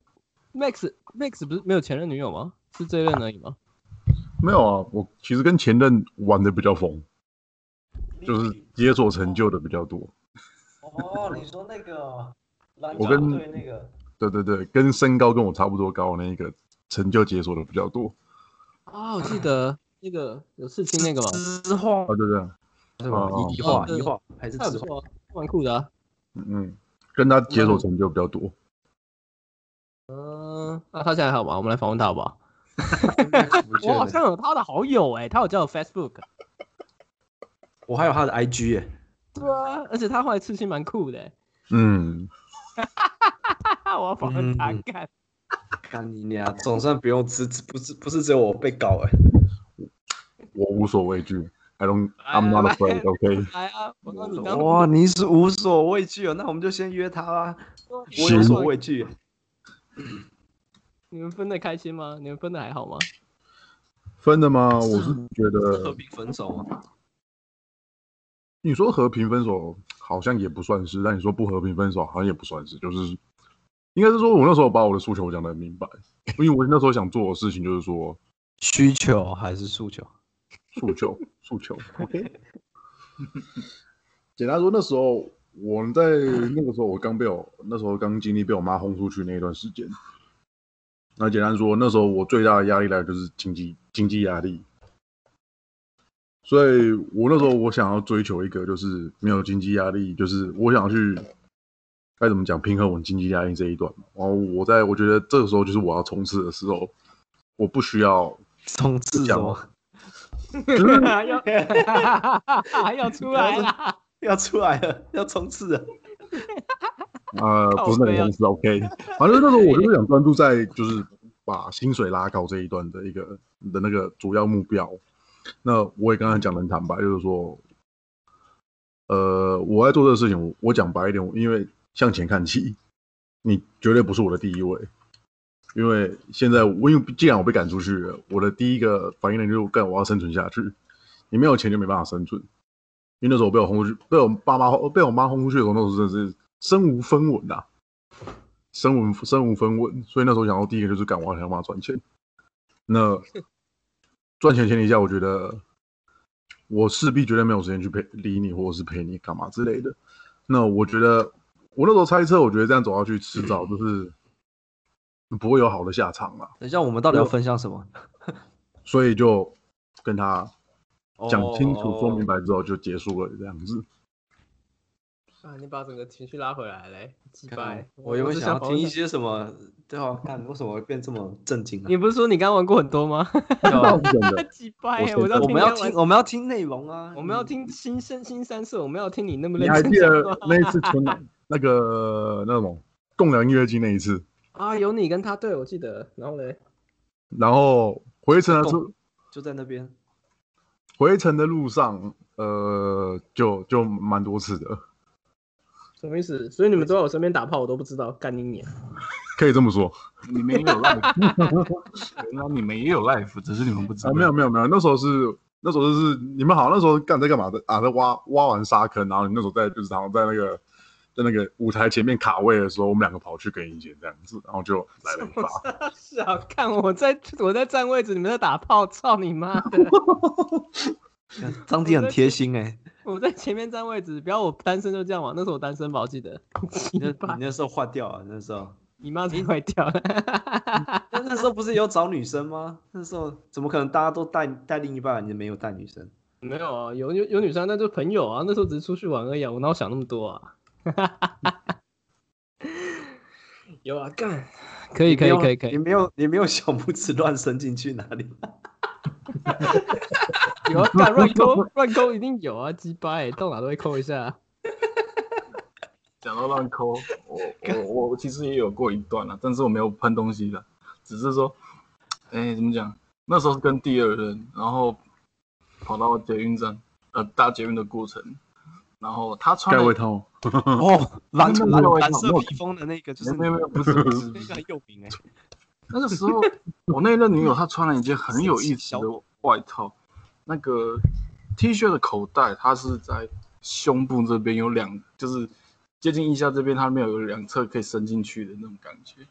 [SPEAKER 1] ，Max Max 不是没有前任女友吗？是这一任而已吗？
[SPEAKER 3] 没有啊，我其实跟前任玩的比较疯，就是解锁成就的比较多。
[SPEAKER 2] 哦，你说那个篮
[SPEAKER 3] 我跟队
[SPEAKER 2] 那个。
[SPEAKER 3] 对对对，跟身高跟我差不多高的那一个成就解锁的比较多。
[SPEAKER 1] 啊，我记得那个有刺青那 个吗？
[SPEAKER 2] 知画
[SPEAKER 3] 啊，对对，
[SPEAKER 2] 是吧？
[SPEAKER 3] 哦
[SPEAKER 2] 一画
[SPEAKER 1] 对
[SPEAKER 2] 一画还是
[SPEAKER 1] 那
[SPEAKER 2] 知
[SPEAKER 1] 不错
[SPEAKER 2] 画？
[SPEAKER 1] 啊，蛮酷的啊。
[SPEAKER 3] 嗯嗯，跟他解锁成就比较多。
[SPEAKER 1] 嗯，那他现在还好吗？我们来访问他好不 好？
[SPEAKER 2] 不确
[SPEAKER 1] 我好
[SPEAKER 2] 定
[SPEAKER 1] 像有他的好友哎，他有加我 Facebook。
[SPEAKER 2] 我还有他的欸 IG 耶，
[SPEAKER 1] 对啊，而且他后来刺青蛮酷的欸。
[SPEAKER 3] 嗯，
[SPEAKER 1] 我要访问他
[SPEAKER 2] 嗯
[SPEAKER 1] 干。
[SPEAKER 2] 看你俩，总算不用吃，不是不是只有我被搞哎、
[SPEAKER 3] 我无所畏惧，I don't I'm not afraid。OK，
[SPEAKER 1] 来啊，我让你当
[SPEAKER 2] 哇，你是无所畏惧哦，那我们就先约他啦。我有所畏惧，
[SPEAKER 1] 你们分的开心吗？你们分的还好 吗？
[SPEAKER 3] 分的吗？我是觉
[SPEAKER 2] 和
[SPEAKER 3] 得
[SPEAKER 2] 平分手吗？
[SPEAKER 3] 你说和平分手好像也不算是，但你说不和平分手好像也不算是，就是应该是说我那时候把我的诉求讲得很明白，因为我那时候想做的事情就是说
[SPEAKER 2] 需求还是诉求？
[SPEAKER 3] 诉求诉求，OK。简单说，那时候我们在那个时候我刚被我那时候刚经历被我妈轰出去那一段时间。那简单说，那时候我最大的压力来源就是经济经济压力，所以我那时候我想要追求一个就是没有经济压力，就是我想去该怎么讲平衡我经济压力这一段。然后我在我觉得这个时候就是我要冲刺的时候，我不需要
[SPEAKER 2] 冲刺哦什
[SPEAKER 3] 讲
[SPEAKER 2] 么？
[SPEAKER 1] 要要出来啊啦！
[SPEAKER 2] 要出来了，要冲刺了。
[SPEAKER 3] 呃，
[SPEAKER 1] 靠
[SPEAKER 3] 不是那
[SPEAKER 1] 背
[SPEAKER 3] 个
[SPEAKER 1] 啊
[SPEAKER 3] 公司，OK。反正那时候我就是想专注在就是把薪水拉高这一段的一个的那个主要目标。那我也刚才讲的很坦白，就是说，呃，我在做这个事情，我我讲白一点，我因为向前看齐，你绝对不是我的第一位。因为现在我因为既然我被赶出去了，我的第一个反应呢就是干我要生存下去，你没有钱就没办法生存。因为那时候我被我轰出去，被我爸妈轰被我妈轰出去的时候，那时候真的是身无分文呐、啊，身无身无分文。所以那时候想到第一个就是赶快想办法赚钱。 那赚钱前提下，我觉得我势必绝对没有时间去陪理你，或者是陪你干嘛之类的。那我觉得我那时候猜测，我觉得这样走下去，迟早就是不会有好的下场了。
[SPEAKER 2] 等一下，我们到底要分享什么？
[SPEAKER 3] 所以就跟他讲清楚、
[SPEAKER 2] 哦
[SPEAKER 3] 说明白之后就结束了，这样子。
[SPEAKER 1] 啊，你把整个情绪拉回来嘞，击败
[SPEAKER 2] 看。我原本
[SPEAKER 1] 只
[SPEAKER 2] 想要
[SPEAKER 1] 跑
[SPEAKER 2] 听一
[SPEAKER 1] 到
[SPEAKER 2] 些什么，对啊，看为什么会变这么震惊 啊？
[SPEAKER 1] 你不是说你刚玩过很多吗？
[SPEAKER 2] 对啊
[SPEAKER 3] 到底是真的
[SPEAKER 1] 击败，
[SPEAKER 3] 我
[SPEAKER 1] 我
[SPEAKER 3] 先
[SPEAKER 1] 要
[SPEAKER 2] 我们要
[SPEAKER 1] 你玩
[SPEAKER 2] 听，我们要听内容啊，
[SPEAKER 1] 我们要听新生新三色，我们要听你那么
[SPEAKER 3] 你
[SPEAKER 1] 认
[SPEAKER 3] 还
[SPEAKER 1] 真
[SPEAKER 3] 记
[SPEAKER 1] 讲
[SPEAKER 3] 得
[SPEAKER 1] 话
[SPEAKER 3] 那一次春晚那个那种共良音乐季那一次，
[SPEAKER 1] 啊？有你跟他对，我记得。然后嘞，
[SPEAKER 3] 然后回程的
[SPEAKER 2] 共
[SPEAKER 3] 路
[SPEAKER 2] 就在那边。
[SPEAKER 3] 回程的路上，呃，就就蛮多次的，
[SPEAKER 1] 什么意思？所以你们都在我身边打炮，我都不知道，干你 娘！
[SPEAKER 3] 可以这么说
[SPEAKER 4] 你们也有 life，原来你们也有 life，只是你们不知道。
[SPEAKER 3] 啊。没有没有没有，那时候是那时候就是你们好像那时候干在干嘛的啊？在挖挖完沙坑，然后你那时候在就是好像在那个。在那个舞台前面卡位的时候，我们两个跑去跟一姐这样子，然后就来了一发。
[SPEAKER 1] 是啊，看我在我在占位置，你们在打炮，操你妈的！
[SPEAKER 2] 看 张迪很贴心哎、
[SPEAKER 1] 我在前面占位置，不要我单身就这样玩。那时候我单身吧，我记得。
[SPEAKER 2] 你那你那时候换掉啊，那时候，
[SPEAKER 1] 你妈才坏掉了。
[SPEAKER 2] 那那时候不是有找女生吗？那时候怎么可能大家都带带另一半，你没有带女生？
[SPEAKER 1] 没有啊，有有有女生，那就朋友啊。那时候只是出去玩而已、啊，我哪有想那么多啊？ 有啊，干，可以可以可以可
[SPEAKER 2] 你
[SPEAKER 1] 以，
[SPEAKER 2] 没有你没有小拇指乱伸进去哪里？
[SPEAKER 1] 有啊，干乱 抠乱抠一定有啊，鸡巴欸，到哪都会抠一下。
[SPEAKER 4] 讲到乱抠，我我我其实也有过一段了、但是我没有喷东西的，只是说，哎、怎么讲？那时候是跟第二任，然后跑到捷运站，呃，搭捷运的过程，然后他穿
[SPEAKER 3] 盖
[SPEAKER 4] 了
[SPEAKER 3] 维套，
[SPEAKER 2] 哦，蓝
[SPEAKER 4] 那
[SPEAKER 2] 蓝
[SPEAKER 4] 那我也
[SPEAKER 2] 蓝
[SPEAKER 4] 想
[SPEAKER 2] 色
[SPEAKER 4] 那我
[SPEAKER 2] 披风的那个就是
[SPEAKER 4] 没有没有，不是不是不
[SPEAKER 2] 那个
[SPEAKER 4] 是，
[SPEAKER 2] 很有名哎、
[SPEAKER 4] 那个时候我那任女友她穿了一件很有意思
[SPEAKER 2] 小
[SPEAKER 4] 的外套，那个 T 恤的口袋它是在胸部这边有两，就是接近腋下这边它没有有两侧可以伸进去的那种感觉。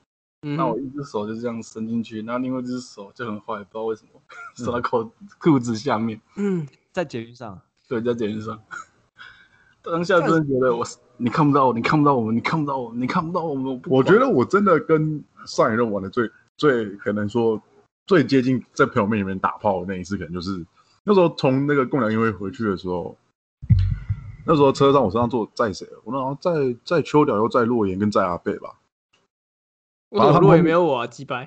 [SPEAKER 1] 嗯
[SPEAKER 4] 那我一只手就这样伸进去，那另外一只手就很坏，不知道为什么
[SPEAKER 3] 嗯
[SPEAKER 4] 伸到口裤子下面，
[SPEAKER 1] 嗯，
[SPEAKER 2] 在捷运上，
[SPEAKER 4] 对，在检视上。 当下真的觉得我是，你看不到我，你看不到我们，你看不到我们，你看不到我们。我不
[SPEAKER 3] 我
[SPEAKER 4] 管
[SPEAKER 3] 觉得我真的跟上一任玩的最最可能说最接近在朋友面里面打炮的那一次，可能就是那时候从那个共良因为回去的时候，那时候车上我身上坐载谁？啊我那好像载载秋屌，又载洛言跟载阿贝吧，
[SPEAKER 1] 为什么路也没有我啊，鸡掰。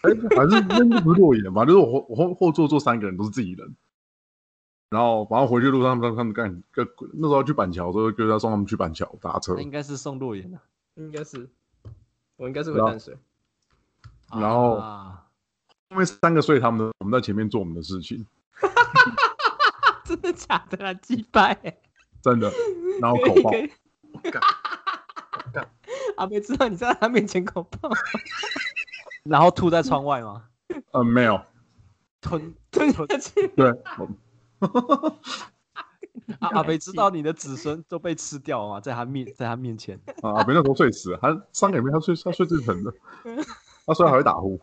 [SPEAKER 3] 哎，反正那那不是洛言吧？就是我后我后后座坐三个人都是自己人。然后，然后回去路上，他们他们干，跟那时候去板桥的时候，就是要送他们去板桥搭车
[SPEAKER 1] 哎
[SPEAKER 2] 那。应该是宋洛言的。
[SPEAKER 1] 应该是，我应该是
[SPEAKER 3] 回
[SPEAKER 1] 会
[SPEAKER 3] 然后
[SPEAKER 1] 淡水。
[SPEAKER 3] 然后
[SPEAKER 2] 啊
[SPEAKER 3] 因为三个睡他们的，我们在前面做我们的事情，
[SPEAKER 1] 真的假的啦？击败、欸，
[SPEAKER 3] 真的。然后
[SPEAKER 1] 可
[SPEAKER 3] 口
[SPEAKER 1] 以
[SPEAKER 3] 爆
[SPEAKER 1] 可，以。阿贝知道你在他面前口爆，
[SPEAKER 2] 然后吐在窗外吗？
[SPEAKER 3] 呃，没有，
[SPEAKER 2] 吞
[SPEAKER 1] 吞下去。
[SPEAKER 3] 对，哦
[SPEAKER 2] 阿阿北知道你的子孙都被吃掉了吗？在他面，在他面前，
[SPEAKER 3] 啊，阿北那时候睡死了，他三个里面他睡他睡最沉的，
[SPEAKER 2] 嗯
[SPEAKER 3] 他虽然还会打呼，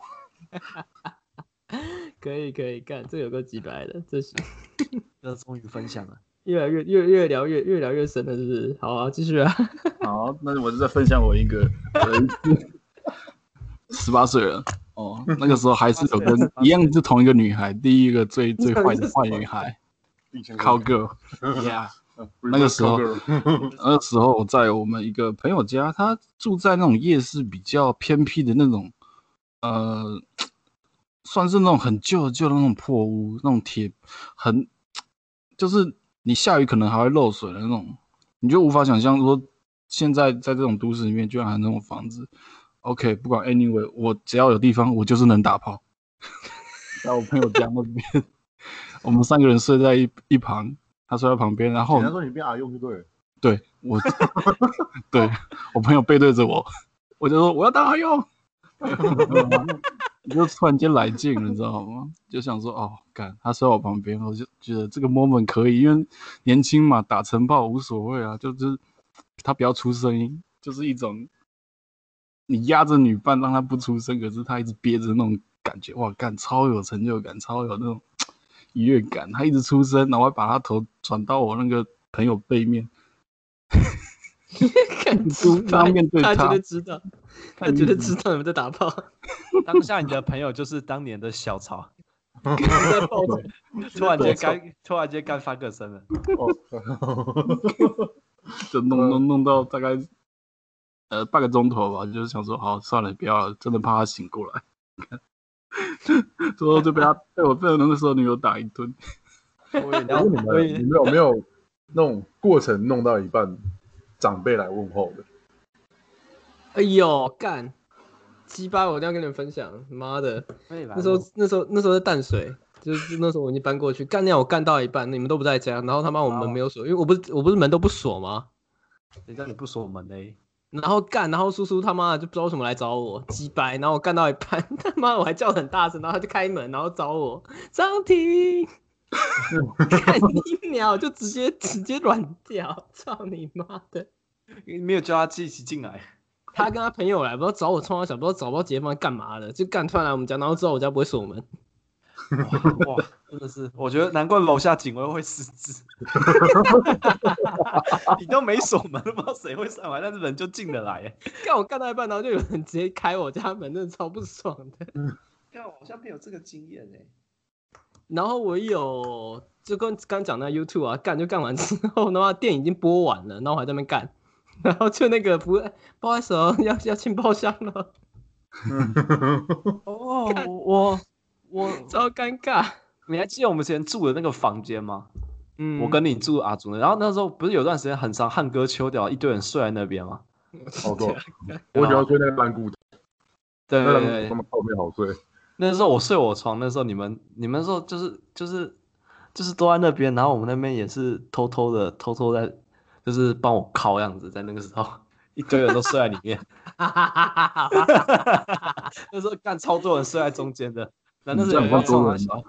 [SPEAKER 1] 可以可以干，这有个几百的，这是
[SPEAKER 2] 这终于分享了。
[SPEAKER 1] 越来越越越聊越越聊越深了，是不是？好啊，继续啊。
[SPEAKER 4] 好，那我就再分享我一个呃十八岁了哦，那个时候还是有跟一样是同一个女孩，第一个最最坏的坏女孩，靠 girl，yeah 那个时候那时候我在我们一个朋友家，他住在那种夜市比较偏僻的那种，呃，算是那种很旧旧的那种破屋，那种铁很，就是你下雨可能还会漏水的那种，你就无法想象说现在在这种都市里面居然还有那种房子。OK，不管 anyway，我只要有地方，我就是能打炮。在我朋友家那边， 我们三个人睡在一一旁，他睡在旁边，然后
[SPEAKER 3] 人家说你变阿用就对了，
[SPEAKER 4] 对我， 对我朋友背对着我，我就说我要当阿用，你就突然间来劲了，你知道吗？就想说哦，干他睡在我旁边，我就觉得这个 moment 可以，因为年轻嘛，打晨炮无所谓啊，就是他不要出声音，就是一种你压着女伴让她不出声，可是她一直憋着那种感觉，哇，干超有成就感，超有那种愉悦感。她一直出声，然后我还把她头转到我那个朋友背面。
[SPEAKER 1] 干
[SPEAKER 4] 就
[SPEAKER 1] 击败
[SPEAKER 4] 当面对
[SPEAKER 1] 他
[SPEAKER 4] 他
[SPEAKER 1] 绝对知道，他绝对知道你们在打炮，
[SPEAKER 2] 当下你的朋友就是当年的小曹，
[SPEAKER 1] 在爆头
[SPEAKER 2] 突然间干，突然间干翻个身了。
[SPEAKER 3] 哦
[SPEAKER 4] 就弄
[SPEAKER 1] 嗯
[SPEAKER 4] 弄弄到大概呃半个钟头吧，就是想说好算了，不要了，真的怕他醒过来。 最后就被他被我被我那个时候女友打一顿，
[SPEAKER 2] 我也
[SPEAKER 3] 我
[SPEAKER 2] 聊，
[SPEAKER 3] 问你
[SPEAKER 2] 我
[SPEAKER 3] 们，
[SPEAKER 2] 也
[SPEAKER 3] 你们有没有那种过程弄到一半，长辈来问候的？
[SPEAKER 1] 哎呦干，鸡巴我一定要跟你们分享，妈的，那时候那时候那时候在淡水。就是那时候我已经搬过去，干掉我干到一半，你们都不在家，然后他妈我门没有锁，因为我不是我不是门都不锁吗？
[SPEAKER 2] 谁叫你不锁门嘞？
[SPEAKER 1] 然后干，然后叔叔他妈的就不知道为什么来找我，鸡掰，然后我干到一半，他妈的我还叫得很大声，然后他就开门，然后找我张婷，看你鸟就直接直接软掉，操你妈的！
[SPEAKER 2] 没有叫他自己进来，
[SPEAKER 1] 他跟他朋友来，不知道找我冲他小，不知道找不到解放干嘛的，就干突然来我们家，然后知道我家不会锁门，
[SPEAKER 2] 哇， 哇真的是，我觉得难怪楼下警卫会失 职。你都没锁门，不知道谁会上来，但是人就进得来。
[SPEAKER 1] 干我干到一半，然后就有人直接开我家门，真的超不爽的。
[SPEAKER 2] 看，我好像没有这个经验哎。
[SPEAKER 1] 然后我有就跟刚讲那 YouTube 啊，干就干完之后的话，电影已经播完了，然后我还在那边干，然后就那个不不好意思哦，要要进包厢了，
[SPEAKER 3] 嗯
[SPEAKER 2] 哦，我我，
[SPEAKER 1] 超尴尬。
[SPEAKER 2] 你还记得我们之前住的那个房间吗？
[SPEAKER 1] 嗯
[SPEAKER 2] 我跟你住阿祖那，然后那时候不是有段时间很常汉哥秋屌，一堆人睡在那边吗？
[SPEAKER 3] 好多，我喜欢睡那个烂骨头，
[SPEAKER 2] 对
[SPEAKER 3] 那
[SPEAKER 2] 对对对，
[SPEAKER 3] 烂骨头他们后面好睡。
[SPEAKER 2] 那时候我睡我床，那时候你们你们那时候就是就是就是都在那边，然后我们那边也是偷偷的偷偷在就是帮我烤样子，在那个时候一堆人都睡在里面， 那时候干超多人睡在中间的，那那
[SPEAKER 4] 你
[SPEAKER 2] 是
[SPEAKER 4] 这样
[SPEAKER 2] 有人
[SPEAKER 4] 帮
[SPEAKER 2] 冲
[SPEAKER 4] 多
[SPEAKER 2] 他
[SPEAKER 4] 人
[SPEAKER 2] 小，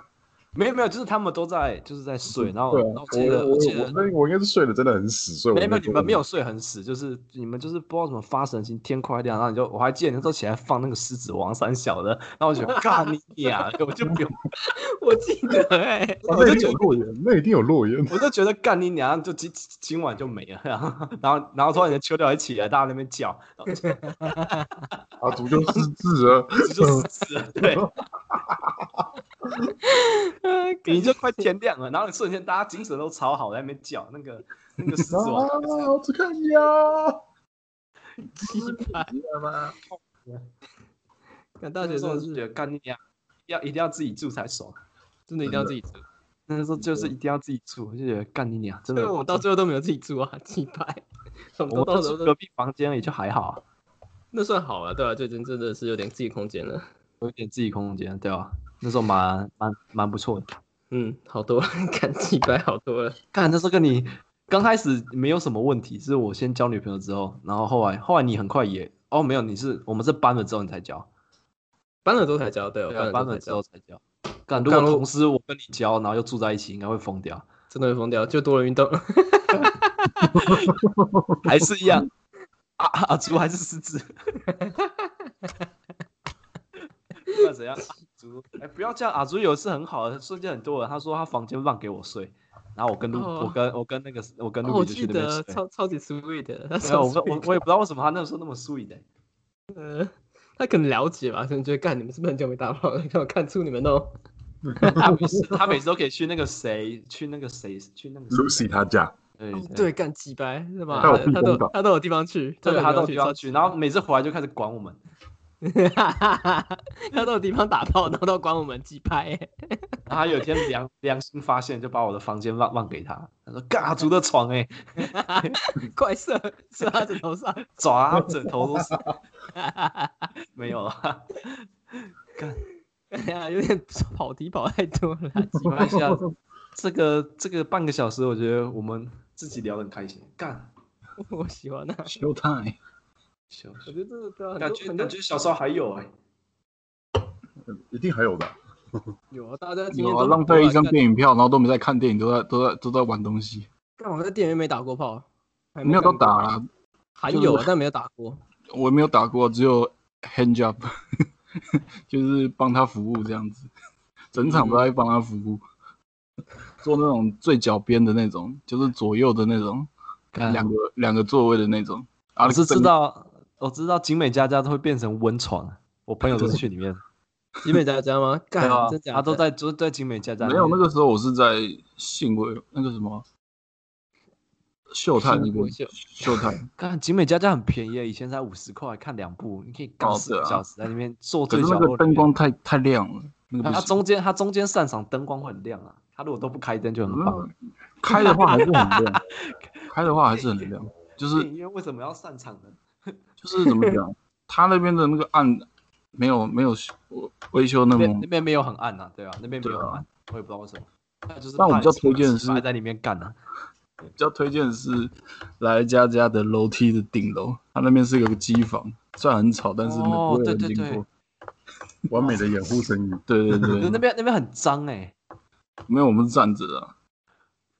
[SPEAKER 2] 没有没有，就是他们都在就是在睡，然后
[SPEAKER 3] 对
[SPEAKER 2] 然
[SPEAKER 3] 啊，
[SPEAKER 2] 后我
[SPEAKER 3] 我
[SPEAKER 2] 记得
[SPEAKER 3] 我
[SPEAKER 2] 我记
[SPEAKER 3] 我
[SPEAKER 2] 得
[SPEAKER 3] 那我应该是睡得真的很死，所以我
[SPEAKER 2] 没有没有，
[SPEAKER 3] 那时
[SPEAKER 2] 你
[SPEAKER 3] 候
[SPEAKER 2] 们没有睡很死，就是你们就是不知道怎么发神经，天快亮，然后你就我还记得你那时候起来放那个狮子王三小的，然后我就干你呀， 我就不用，
[SPEAKER 1] 我记得哎、
[SPEAKER 3] 啊那一定有落眼，那一定有落眼。
[SPEAKER 2] 我就觉得干你娘，就今今晚就没了，然后然后然后突然间秋掉一起来，大家在那边叫，然后就
[SPEAKER 3] 阿竹就失智了，
[SPEAKER 2] 就死了，对，
[SPEAKER 1] 你啊
[SPEAKER 2] 你就快天亮了，然后你瞬间大家精神都超好，在那边叫那个那个狮子王，
[SPEAKER 3] 啊，我只看你啊，
[SPEAKER 1] 鸡巴，
[SPEAKER 3] 你知道吗？
[SPEAKER 1] 干
[SPEAKER 2] 那
[SPEAKER 1] 大学
[SPEAKER 2] 时
[SPEAKER 1] 真
[SPEAKER 2] 候
[SPEAKER 1] 的
[SPEAKER 2] 就是觉得干你娘，要一定要自己住才爽，
[SPEAKER 1] 真的一定要自己住，
[SPEAKER 2] 那时候就是一定要自己住，我就觉得干你娘，真
[SPEAKER 1] 因为
[SPEAKER 2] 的，
[SPEAKER 1] 我到最后都没有自己住啊，鸡巴，什么都
[SPEAKER 2] 我
[SPEAKER 1] 到
[SPEAKER 2] 们
[SPEAKER 1] 时候
[SPEAKER 2] 住
[SPEAKER 1] 都
[SPEAKER 2] 隔壁房间也就还好啊。
[SPEAKER 1] 那算好了，对吧、啊？最近真的是有点自己空间了。
[SPEAKER 2] 有一点自己空间，对吧、啊那时候蛮蛮蛮不错的。
[SPEAKER 1] 嗯，好多了， 看几百好多了。
[SPEAKER 2] 看那时候跟你刚开始没有什么问题，是我先交女朋友之后，然后后来后来你很快也哦没有，你是我们是搬了之后你才交，
[SPEAKER 1] 搬了都才交，对哦，
[SPEAKER 2] 对啊，
[SPEAKER 1] 搬
[SPEAKER 2] 搬
[SPEAKER 1] 了都才
[SPEAKER 2] 了之
[SPEAKER 1] 交
[SPEAKER 2] 后，才交。干，如果
[SPEAKER 1] 干我
[SPEAKER 2] 同时我跟你交，然后又住在一起，应该会疯 掉，
[SPEAKER 1] 真的会疯掉，就多了运动。
[SPEAKER 2] 还是一样啊啊，猪还是狮子。那怎样？阿竹，哎，不要这样。阿竹有一次很好的瞬间，很多人他说他房间让给我睡，然后我跟露，
[SPEAKER 1] 哦
[SPEAKER 2] 我跟我跟那个我跟
[SPEAKER 1] 哦
[SPEAKER 2] 露
[SPEAKER 1] 我
[SPEAKER 2] 比就去
[SPEAKER 1] 记
[SPEAKER 2] 那边
[SPEAKER 1] 得
[SPEAKER 2] 睡。
[SPEAKER 1] 超超级 sweet 的，他
[SPEAKER 2] 没有，
[SPEAKER 1] 超
[SPEAKER 2] 我不
[SPEAKER 1] sweet
[SPEAKER 2] 我我也不知道为什么他那个时候那么 sweet 欸
[SPEAKER 1] 呃，他可能了解吧，可能觉得干你们是不是很久没打炮了，让我看出你们哦。
[SPEAKER 2] 他每次他每次都可以去那个谁，去那个谁，去那个谁
[SPEAKER 3] Lucy 他家，
[SPEAKER 2] 对
[SPEAKER 1] 哦对，，干几百是吧？
[SPEAKER 2] 他有
[SPEAKER 3] 避
[SPEAKER 1] 他都
[SPEAKER 3] 风港
[SPEAKER 1] 他都有地方去，
[SPEAKER 2] 对，他
[SPEAKER 1] 他
[SPEAKER 2] 到
[SPEAKER 1] 有
[SPEAKER 2] 地方
[SPEAKER 1] 超
[SPEAKER 2] 去，然后每次回来就开始管我们。
[SPEAKER 1] 他都有地方打炮，然后都管我们几拍、欸。
[SPEAKER 2] 然后他有一天良良心发现，就把我的房间让让给他。他说：“嘎足的床哎、欸，
[SPEAKER 1] 快射射他枕头上，
[SPEAKER 2] 抓他枕头都是 没有啊。
[SPEAKER 1] 哎呀，有点跑题跑太多了啦， 鸡
[SPEAKER 2] 没
[SPEAKER 1] 巴
[SPEAKER 2] 关系啊，这个这个半个小时，我觉得我们自己聊得很开心。干，
[SPEAKER 1] 我喜欢啊，
[SPEAKER 4] show time。
[SPEAKER 2] 小
[SPEAKER 1] 我觉得这个对啊，很
[SPEAKER 2] 感
[SPEAKER 1] 多
[SPEAKER 2] 觉
[SPEAKER 1] 很
[SPEAKER 2] 感
[SPEAKER 1] 多
[SPEAKER 2] 觉小时候还有哎、
[SPEAKER 3] 一定还有的。
[SPEAKER 1] 有啊，大家今天
[SPEAKER 4] 有
[SPEAKER 1] 都
[SPEAKER 4] 啊，浪费一张电影票，然后都没在看电影，都在都在都在玩东西，
[SPEAKER 1] 干我在电影院没打过炮，还
[SPEAKER 4] 没有到
[SPEAKER 1] 干过
[SPEAKER 4] 打，啦，
[SPEAKER 1] 还
[SPEAKER 4] 就
[SPEAKER 1] 有啊
[SPEAKER 4] 是
[SPEAKER 1] 但没有打过。
[SPEAKER 4] 我没有打过，只有 hand job，就是帮他服务这样子，整场都在帮他服务，
[SPEAKER 1] 嗯
[SPEAKER 4] 坐那种最脚边的那种，就是左右的那种，
[SPEAKER 2] 干
[SPEAKER 4] 两个两个座位的那种。啊，
[SPEAKER 2] 嗯我是
[SPEAKER 4] 整
[SPEAKER 2] 知道，我知道景美家家都会变成温床，我朋友都是去里面，
[SPEAKER 1] 集美家家吗？
[SPEAKER 2] 对
[SPEAKER 1] 干
[SPEAKER 2] 啊，，
[SPEAKER 1] 真假的？
[SPEAKER 2] 他都在都在景美家家里
[SPEAKER 4] 没
[SPEAKER 2] 面。
[SPEAKER 4] 有那个时候我是在信委那个什么秀泰那
[SPEAKER 1] 信
[SPEAKER 4] 边
[SPEAKER 1] 贵秀
[SPEAKER 4] 秀 泰，
[SPEAKER 2] 看景美家家很便宜耶，以前才五十块看两部，你可以干
[SPEAKER 4] 哦
[SPEAKER 2] 四
[SPEAKER 4] 对啊
[SPEAKER 2] 个小时在那边坐
[SPEAKER 4] 可
[SPEAKER 2] 最
[SPEAKER 4] 是
[SPEAKER 2] 角
[SPEAKER 4] 那
[SPEAKER 2] 落
[SPEAKER 4] 个
[SPEAKER 2] 里
[SPEAKER 4] 灯
[SPEAKER 2] 面。
[SPEAKER 4] 光太太亮了，那个
[SPEAKER 2] 它
[SPEAKER 4] 不行。
[SPEAKER 2] 啊中间它中间散场灯光会很亮啊，它如果都不开灯就很棒。
[SPEAKER 4] 嗯，开的话还 是很亮，开的话还是很亮，就是嗯
[SPEAKER 2] 电影院为什么要散场呢？
[SPEAKER 4] 就是怎么 讲，他那边的那个暗没有没有维维修那
[SPEAKER 2] 那边
[SPEAKER 4] 么
[SPEAKER 2] 那，边没有很暗啊，对啊，那边没有很
[SPEAKER 4] 对
[SPEAKER 2] 暗，我也不知道为什么。那就是
[SPEAKER 4] 但我
[SPEAKER 2] 怕
[SPEAKER 4] 比较
[SPEAKER 2] 你
[SPEAKER 4] 推荐的
[SPEAKER 2] 起码
[SPEAKER 4] 是
[SPEAKER 2] 在里面干啊，
[SPEAKER 4] 比较推荐的是来家家的楼梯的顶楼，他那边是有个机房，虽然很吵，但是没
[SPEAKER 2] 哦
[SPEAKER 4] 不会有人
[SPEAKER 2] 对对
[SPEAKER 4] 经
[SPEAKER 2] 对
[SPEAKER 4] 过。
[SPEAKER 3] 完美的掩护神语，
[SPEAKER 4] 对对
[SPEAKER 2] 可是
[SPEAKER 4] 对
[SPEAKER 2] 那边那边很脏哎，
[SPEAKER 4] 没有我们是站着的啊，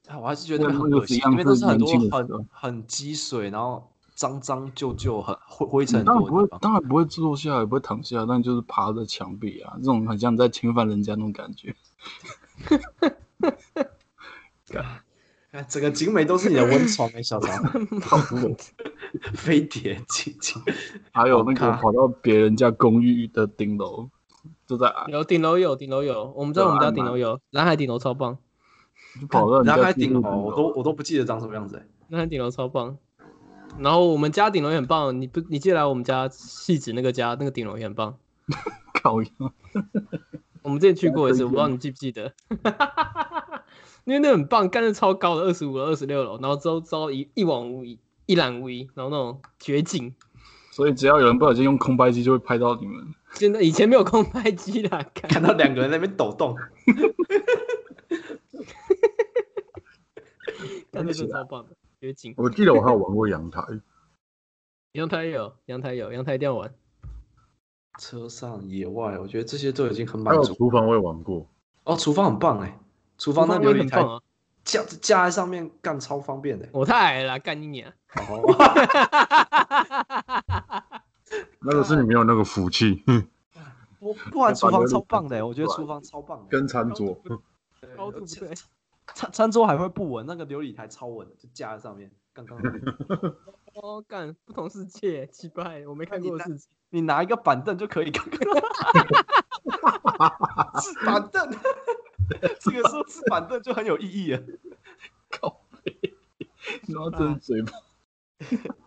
[SPEAKER 2] 啊我还是觉得那
[SPEAKER 4] 那
[SPEAKER 2] 边很
[SPEAKER 4] 那个
[SPEAKER 2] 恶心
[SPEAKER 4] 一，样
[SPEAKER 2] 那边都
[SPEAKER 4] 是
[SPEAKER 2] 很多
[SPEAKER 4] 年轻的时候
[SPEAKER 2] 很很积水，然后脏脏旧旧，很灰灰尘很
[SPEAKER 4] 嗯当然
[SPEAKER 2] 多
[SPEAKER 4] 不
[SPEAKER 2] 的
[SPEAKER 4] 会
[SPEAKER 2] 地方，。
[SPEAKER 4] 当然不会坐下，也不会躺下，但就是爬着墙壁啊，这种很像你在侵犯人家那种感觉。
[SPEAKER 2] 哎 整个景美都是你的温床哎，小 张，飞碟景景。
[SPEAKER 4] 还有
[SPEAKER 2] 好
[SPEAKER 4] 那个
[SPEAKER 2] 看
[SPEAKER 4] 跑到别人家公寓的顶楼，就在
[SPEAKER 1] 有顶楼有顶楼有，我们
[SPEAKER 2] 啊
[SPEAKER 1] 在我们家顶楼有，南海顶楼超棒，
[SPEAKER 4] 就跑到人
[SPEAKER 2] 然后
[SPEAKER 4] 家
[SPEAKER 2] 还
[SPEAKER 4] 公寓
[SPEAKER 2] 顶楼，我都我都不记得长什么样子哎。
[SPEAKER 1] 南海顶楼超棒。然后我们家顶楼也很棒，你不你借来我们家戏子那个家那个顶楼也很棒，
[SPEAKER 4] 靠腰，
[SPEAKER 1] 我们之前去过一
[SPEAKER 2] 啊
[SPEAKER 1] 次，我不知道你记不记得， 因为那很棒，干的超高的，二十五楼、二十六楼，然后之后之后一一望无遗，一览无遗，然后那种绝景。
[SPEAKER 4] 所以只要有人不小心用空拍机，就会拍到你们。
[SPEAKER 1] 现在以前没有空拍机啦， 干
[SPEAKER 2] 看到两个人在那边抖动，
[SPEAKER 1] 干那个超棒的绝景。
[SPEAKER 3] 我记得我还有玩过阳台，
[SPEAKER 1] 阳台有，阳台有，阳台一定要玩。
[SPEAKER 2] 车上、野外，我觉得这些都已经很
[SPEAKER 3] 还
[SPEAKER 2] 满
[SPEAKER 3] 有
[SPEAKER 2] 足。
[SPEAKER 3] 厨房我也玩过，
[SPEAKER 2] 哦，厨房很棒哎，厨房那
[SPEAKER 1] 我
[SPEAKER 2] 琉
[SPEAKER 1] 也很
[SPEAKER 2] 璃
[SPEAKER 1] 棒
[SPEAKER 2] 台
[SPEAKER 1] 啊！
[SPEAKER 2] 架架在上面干超方便的。
[SPEAKER 1] 我太矮了啦，干你娘！
[SPEAKER 2] 哦，
[SPEAKER 3] 那个是你没有那个福气，哼
[SPEAKER 2] 不不然厨房超棒 的，我觉得厨房超 棒的。
[SPEAKER 3] 跟餐桌，哼
[SPEAKER 2] 对
[SPEAKER 1] 高度不对，
[SPEAKER 2] 餐餐桌还会不稳，那个琉璃台超稳的，就架在上面，刚刚好。
[SPEAKER 1] 哦，干不同世界，奇怪，我没看过的事情。
[SPEAKER 2] 你拿一个板凳就可以，刚刚是板凳，这个时候吃板凳就很有意义了。
[SPEAKER 4] 然后
[SPEAKER 2] 嗯
[SPEAKER 4] 这是嘴 巴，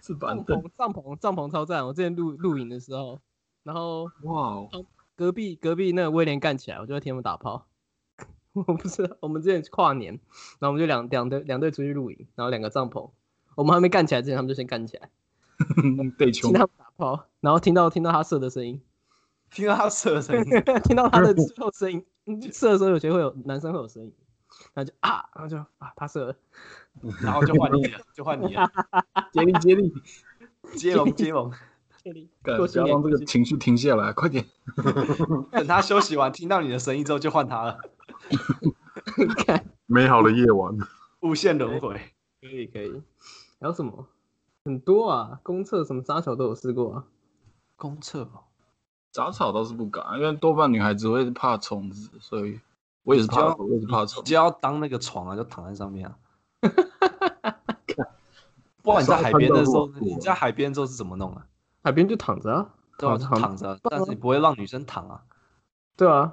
[SPEAKER 4] 是板
[SPEAKER 1] 帐
[SPEAKER 4] 凳。
[SPEAKER 1] 篷，帐篷，帐篷超赞！我之前露露营的时候，然后
[SPEAKER 4] 哇哦，
[SPEAKER 1] 隔壁隔壁那个威廉干起来，我就在天幕打炮。 我不知道，我们之前跨年，然后我们就两两队两队出去露营，然后两个帐篷，我们还没干起来之前，他们就先干起来，
[SPEAKER 4] 对
[SPEAKER 1] 听
[SPEAKER 4] 穷
[SPEAKER 1] 他们打炮，然后听到听到他射的声音，
[SPEAKER 2] 听到他射的声音，
[SPEAKER 1] 听到他的之后声音，嗯射的时候有些会有男生会有声音，然后就啊，然后就啊，他射了，
[SPEAKER 2] 然后就换你了，就换你了，
[SPEAKER 4] 接力接力，
[SPEAKER 2] 接龙接龙，
[SPEAKER 1] 确定
[SPEAKER 4] 干
[SPEAKER 1] 过
[SPEAKER 4] 不
[SPEAKER 1] 新
[SPEAKER 4] 要
[SPEAKER 1] 年
[SPEAKER 4] 让这
[SPEAKER 1] 过
[SPEAKER 4] 个
[SPEAKER 1] 新
[SPEAKER 4] 情绪停下来，快点！
[SPEAKER 2] 等他休息完，听到你的声音之后就换他了，
[SPEAKER 3] 美好的夜晚，
[SPEAKER 2] 无限轮回。
[SPEAKER 1] 可以可以，还有什么？很多啊，公厕什么沙球都有试过啊。
[SPEAKER 2] 公厕哦
[SPEAKER 4] 杂草倒是不敢，因为多半女孩子会怕虫子，所以我也是怕，我也是怕虫。
[SPEAKER 2] 就要当那个床啊，就躺在上面啊。不然你在海边的时候，你在海边之后是怎么弄啊？
[SPEAKER 1] 海边就躺着啊，
[SPEAKER 2] 对
[SPEAKER 1] 躺
[SPEAKER 2] 吧、就
[SPEAKER 1] 躺
[SPEAKER 2] 躺着啊，但是你不会让女生躺啊。
[SPEAKER 1] 对啊，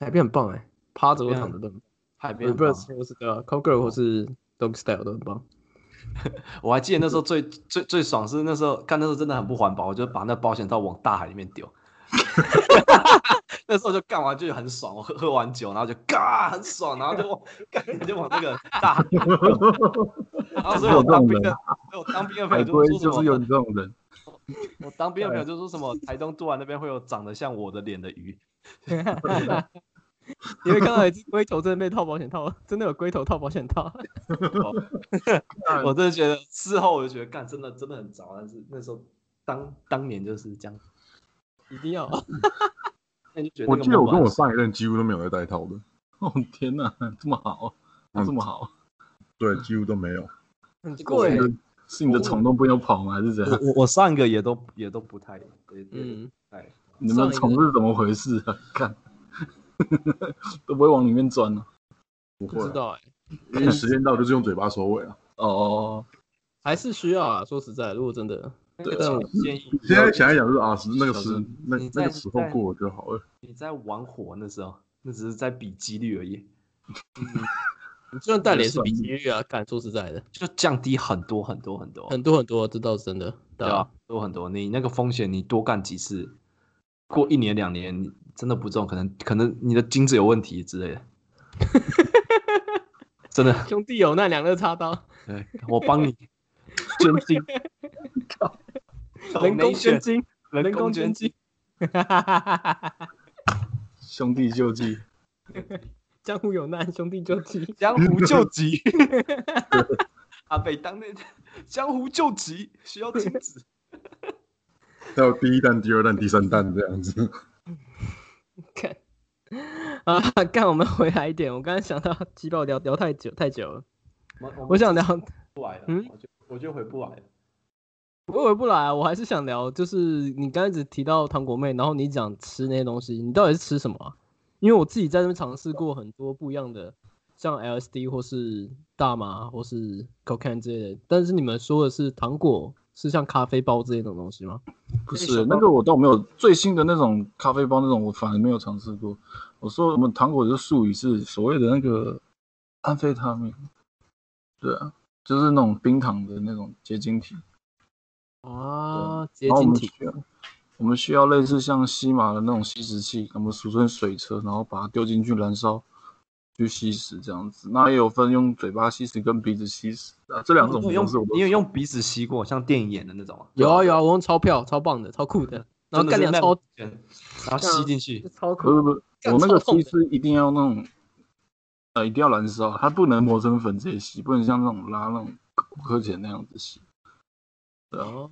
[SPEAKER 1] 海边很棒哎、趴着或躺着都很
[SPEAKER 2] 海边
[SPEAKER 1] 棒，不
[SPEAKER 2] 很棒
[SPEAKER 1] 是
[SPEAKER 2] 啊，
[SPEAKER 1] 或是对啊，call girl 或是 dog style 都很 棒。
[SPEAKER 2] 我还记得那时候最最最爽是那时候，看那时候真的很不环保，我就把那保险套往大海里面丢。 那时候就干完就很爽，我喝喝完酒，然后就嘎很爽，然后就往干就往那个大海里面丢。 然后所以我当兵的，所以我当兵的朋
[SPEAKER 4] 海
[SPEAKER 2] 友就
[SPEAKER 4] 龟
[SPEAKER 2] 说什
[SPEAKER 4] 就是
[SPEAKER 2] 么
[SPEAKER 4] 有你这种人，
[SPEAKER 2] 我当兵的朋友就说什么台东渡完那边会有长得像我的脸的鱼，
[SPEAKER 1] 你会看到一只龟头真的被套保险套，真的有龟头套保险套。
[SPEAKER 2] 我真的觉得事后我就觉得干真的真的很糟，但是那时候当当年就是这样，
[SPEAKER 1] 一定要，
[SPEAKER 2] 那就觉得
[SPEAKER 3] 我
[SPEAKER 2] 那个
[SPEAKER 3] 记得我跟
[SPEAKER 2] 梦
[SPEAKER 3] 我
[SPEAKER 2] 幻
[SPEAKER 3] 上一任几乎都没有在戴套的，
[SPEAKER 4] 哦天哪，这么好，啊
[SPEAKER 3] 嗯
[SPEAKER 4] 这么好，
[SPEAKER 3] 对，几乎都没有。
[SPEAKER 1] 很
[SPEAKER 4] 是
[SPEAKER 1] 贵
[SPEAKER 4] 你。的是你的虫都不用跑吗？还是 怎样？
[SPEAKER 2] 我我我上一个也都也都不太，也嗯，
[SPEAKER 1] 嗯，
[SPEAKER 2] 哎，
[SPEAKER 4] 你们虫是怎么回事啊？ 看，都不会往里面钻啊呢、
[SPEAKER 3] 不
[SPEAKER 1] 不
[SPEAKER 3] 会
[SPEAKER 1] 知
[SPEAKER 3] 啊，
[SPEAKER 1] 道哎、
[SPEAKER 3] 因为时间到就是用嘴巴收尾啊。
[SPEAKER 4] 哦，
[SPEAKER 1] 还是需要啊。说实在，如果真的，
[SPEAKER 2] 对，
[SPEAKER 1] 但我
[SPEAKER 2] 建议
[SPEAKER 3] 现在想一想就是啊，是那个时
[SPEAKER 4] 小时
[SPEAKER 3] 那
[SPEAKER 2] 你在
[SPEAKER 3] 那个时候过了就好了。
[SPEAKER 2] 你在玩火那时候，那只是在比几率而已，
[SPEAKER 1] 你就算带脸
[SPEAKER 4] 也
[SPEAKER 1] 是
[SPEAKER 4] 算
[SPEAKER 1] 比基率啊，敢说实在的，
[SPEAKER 2] 就降低很多很多很多，
[SPEAKER 1] 很多很多，这倒是真的，
[SPEAKER 2] 对
[SPEAKER 1] 啊
[SPEAKER 2] 吧？？多很多，你那个风险你多干几次，过一年两年你真的不中，可能可能你的精子有问题之类的，真 的。
[SPEAKER 1] 兄弟有难，两肋插刀，
[SPEAKER 2] 对，我帮你 捐精，
[SPEAKER 1] 人工捐
[SPEAKER 2] 选
[SPEAKER 1] 精，人工捐精，，
[SPEAKER 4] 兄弟救济，
[SPEAKER 1] 江湖有难，兄弟救 急。
[SPEAKER 2] 江湖救 急。阿北啊当年江湖救急需要精子，
[SPEAKER 3] 还有第一弹、第二弹、第三弹这样子。
[SPEAKER 1] 看啊，干，我们回来一点。我刚才想到鸡爆聊聊太久太久了，我想聊，
[SPEAKER 2] 不来了，
[SPEAKER 1] 嗯
[SPEAKER 2] 我就我就回不来了。
[SPEAKER 1] 我回不来、啊，我还是想聊，就是你刚才只提到糖果妹，然后你讲吃那些东西，你到底是吃什么、啊？因为我自己在那边尝试过很多不一样的，像 LSD 或是大麻或是 cocaine 之类的，但是你们说的是糖果是像咖啡包之类的东西吗？
[SPEAKER 4] 不
[SPEAKER 1] 那
[SPEAKER 4] 是
[SPEAKER 1] 小包
[SPEAKER 4] 那个我倒没有最新的那种咖啡包那种，我反而没有尝试过。我说我们糖果的术语是所谓的那个安非他命，对啊，就是那种冰糖的那种结晶体。
[SPEAKER 1] 啊，结
[SPEAKER 4] 然后我
[SPEAKER 1] 晶
[SPEAKER 4] 们
[SPEAKER 1] 体
[SPEAKER 4] 需要我们需要类似像吸马的那种吸食器，我们俗称水车，然后把它丢进去燃烧去吸食这样子。那也有分用嘴巴吸食跟鼻子吸食啊，这两种
[SPEAKER 2] 你有
[SPEAKER 4] 方式我
[SPEAKER 2] 用
[SPEAKER 4] 都
[SPEAKER 2] 你有用鼻子吸过，像电影演的那种吗？
[SPEAKER 1] 有啊有啊，我用钞票，超棒的，超酷的，然后干
[SPEAKER 2] 真
[SPEAKER 1] 两
[SPEAKER 2] 的是那
[SPEAKER 1] 超
[SPEAKER 2] 种卷然后吸进去，
[SPEAKER 1] 超
[SPEAKER 4] 不是
[SPEAKER 1] 酷，
[SPEAKER 4] 不是，
[SPEAKER 1] 干
[SPEAKER 4] 我那
[SPEAKER 1] 超
[SPEAKER 4] 个
[SPEAKER 1] 痛
[SPEAKER 4] 吸
[SPEAKER 1] 的
[SPEAKER 4] 是一定要那种，呃，一定要燃烧，它不能磨成粉直接吸，不能像那种拉那种骨科碱那样子吸。对啊，
[SPEAKER 1] 哦，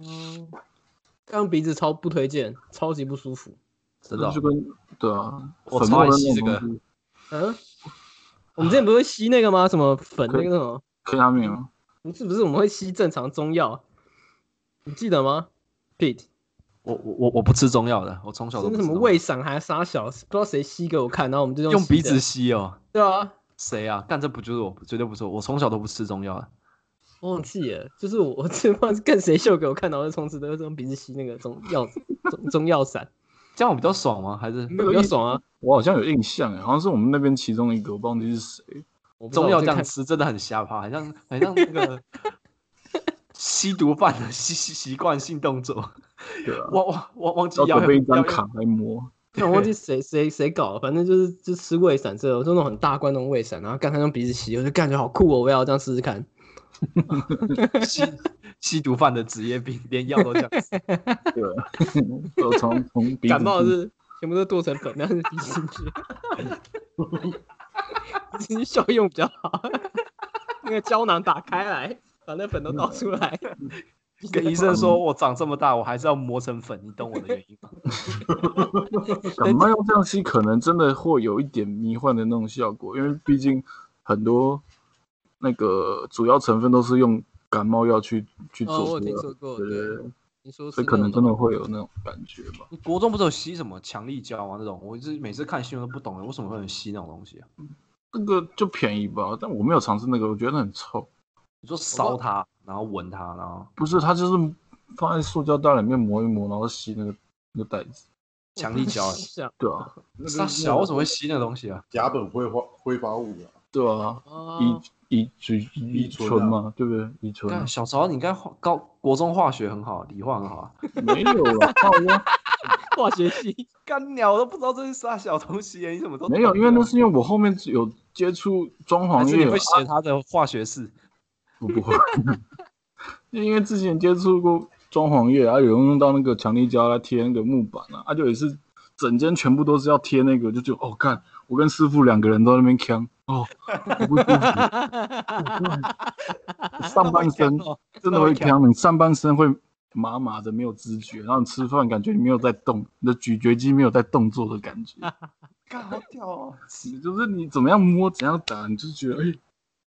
[SPEAKER 1] 干鼻子超不推荐，超级不舒服。
[SPEAKER 2] 真的哦
[SPEAKER 4] 就。跟对啊，
[SPEAKER 2] 我
[SPEAKER 4] 粉
[SPEAKER 2] 超
[SPEAKER 4] 末
[SPEAKER 2] 爱
[SPEAKER 4] 的
[SPEAKER 2] 吸
[SPEAKER 4] 那
[SPEAKER 2] 这
[SPEAKER 4] 种
[SPEAKER 2] 个
[SPEAKER 4] 东西，
[SPEAKER 1] 嗯，
[SPEAKER 2] 啊
[SPEAKER 1] 我们之前不是吸那个吗？什么粉
[SPEAKER 4] 可
[SPEAKER 1] 那
[SPEAKER 4] 以
[SPEAKER 1] 个什么？
[SPEAKER 4] 可以他啊没有。
[SPEAKER 1] 不是不是，我们会吸正常中药，你记得吗？Pete，
[SPEAKER 2] 我我我我不吃中药的，我从小
[SPEAKER 1] 是
[SPEAKER 2] 都
[SPEAKER 1] 那
[SPEAKER 2] 不
[SPEAKER 1] 什
[SPEAKER 2] 吃
[SPEAKER 1] 么
[SPEAKER 2] 中药
[SPEAKER 1] 胃散还是啥小，不知道谁吸给我看，然后我们就
[SPEAKER 2] 用
[SPEAKER 1] 吸
[SPEAKER 2] 鼻
[SPEAKER 1] 的
[SPEAKER 2] 子。吸哦。
[SPEAKER 1] 对啊，
[SPEAKER 2] 谁啊？干这不就是我？绝对不是我，我从小都不吃中药啊的。
[SPEAKER 1] 我忘记了，就是我 我这不知道是看谁秀给我看，然后就从此都是用鼻子吸那个中药中中药 散，
[SPEAKER 2] 这样我比较爽吗？还是
[SPEAKER 1] 没有比较爽啊。
[SPEAKER 4] 我好像有印象欸耶，好像是我们那边其中一个，我忘记是谁。
[SPEAKER 1] 我不知道
[SPEAKER 2] 中药
[SPEAKER 1] 我就
[SPEAKER 2] 这样
[SPEAKER 1] 看
[SPEAKER 2] 吃真的很瞎趴，很像很像那 个吸毒犯的习习习惯性动 作。
[SPEAKER 4] 对啊，
[SPEAKER 2] 我我我忘记
[SPEAKER 4] 要
[SPEAKER 2] 要
[SPEAKER 4] 准备一张
[SPEAKER 2] 要
[SPEAKER 4] 卡来磨。
[SPEAKER 1] 我 忘记谁谁谁搞了，反正就是就吃胃散之后，就那种很大罐那种胃散，然后干他用鼻子吸，我就感觉好酷哦，我也要这样试试看。
[SPEAKER 2] 吸 吸毒犯的职业病，连药都 讲
[SPEAKER 4] 对吧？我从从鼻子
[SPEAKER 1] 感冒是全部都剁成粉，但是滴进去，其实效用比较好。那个胶囊打开来，把那粉都倒出 来。
[SPEAKER 2] 跟医生说，我长这么大，我还是要磨成粉，你懂我的原因吗？
[SPEAKER 4] 感冒用这样吸，可能真的会有一点迷幻的那种效果，因为毕竟很多那个主要成分都是用感冒药去去
[SPEAKER 1] 哦，我
[SPEAKER 4] 做
[SPEAKER 1] 有听
[SPEAKER 4] 出
[SPEAKER 1] 说过，
[SPEAKER 4] 来的，对对
[SPEAKER 1] 对，
[SPEAKER 4] 对，
[SPEAKER 1] 你说是
[SPEAKER 4] 所以可能真
[SPEAKER 1] 的
[SPEAKER 4] 的会有那种感觉吧。
[SPEAKER 2] 你 国中不是有吸什么强力胶啊那种？我就是每次看新闻都不懂了，为什么会有人吸那种东西啊？
[SPEAKER 4] 那个就便宜吧，但我没有尝试那个，我觉得很臭。
[SPEAKER 2] 你说烧它，然后闻它，然后
[SPEAKER 4] 不是，它就是放在塑胶袋里面磨一磨，然后吸那个那个袋子。
[SPEAKER 2] 强力胶，
[SPEAKER 4] 对 啊，
[SPEAKER 3] 那
[SPEAKER 2] 傻
[SPEAKER 3] 个
[SPEAKER 2] 小为什么会吸那个东西啊？
[SPEAKER 3] 甲苯挥发挥发物啊，
[SPEAKER 4] 对啊，
[SPEAKER 1] 哦，
[SPEAKER 4] 乙乙醇乙
[SPEAKER 3] 醇啊
[SPEAKER 4] 醇嘛，对不对？乙醇啊
[SPEAKER 2] 看小曹，你应该化高国中化学很好，理化很好啊。
[SPEAKER 4] 没有啊，化学
[SPEAKER 1] 化学系
[SPEAKER 2] 干鸟，我都不知道这是啥小东西耶，你怎么都
[SPEAKER 4] 没有，
[SPEAKER 2] 懂
[SPEAKER 4] 因为
[SPEAKER 2] 啊
[SPEAKER 4] 那是因为我后面有接触装
[SPEAKER 2] 还
[SPEAKER 4] 潢
[SPEAKER 2] 是你
[SPEAKER 4] 业啊，
[SPEAKER 2] 会写它的化学式？
[SPEAKER 4] 不不会，就因为之前接触过装潢业啊，有人用到那个强力胶来贴那个木板啊，啊就也是整间全部都是要贴那个，就就哦干，我跟师傅两个人都在那边扛哦，我不舒服上半 身真的会扛，你上半身会麻麻的，没有知觉，然后你吃饭感觉你没有在动，你的咀嚼肌没有在动作的感觉，
[SPEAKER 2] 干好屌哦！
[SPEAKER 4] 就是你怎么样摸怎样打，你就觉得哎、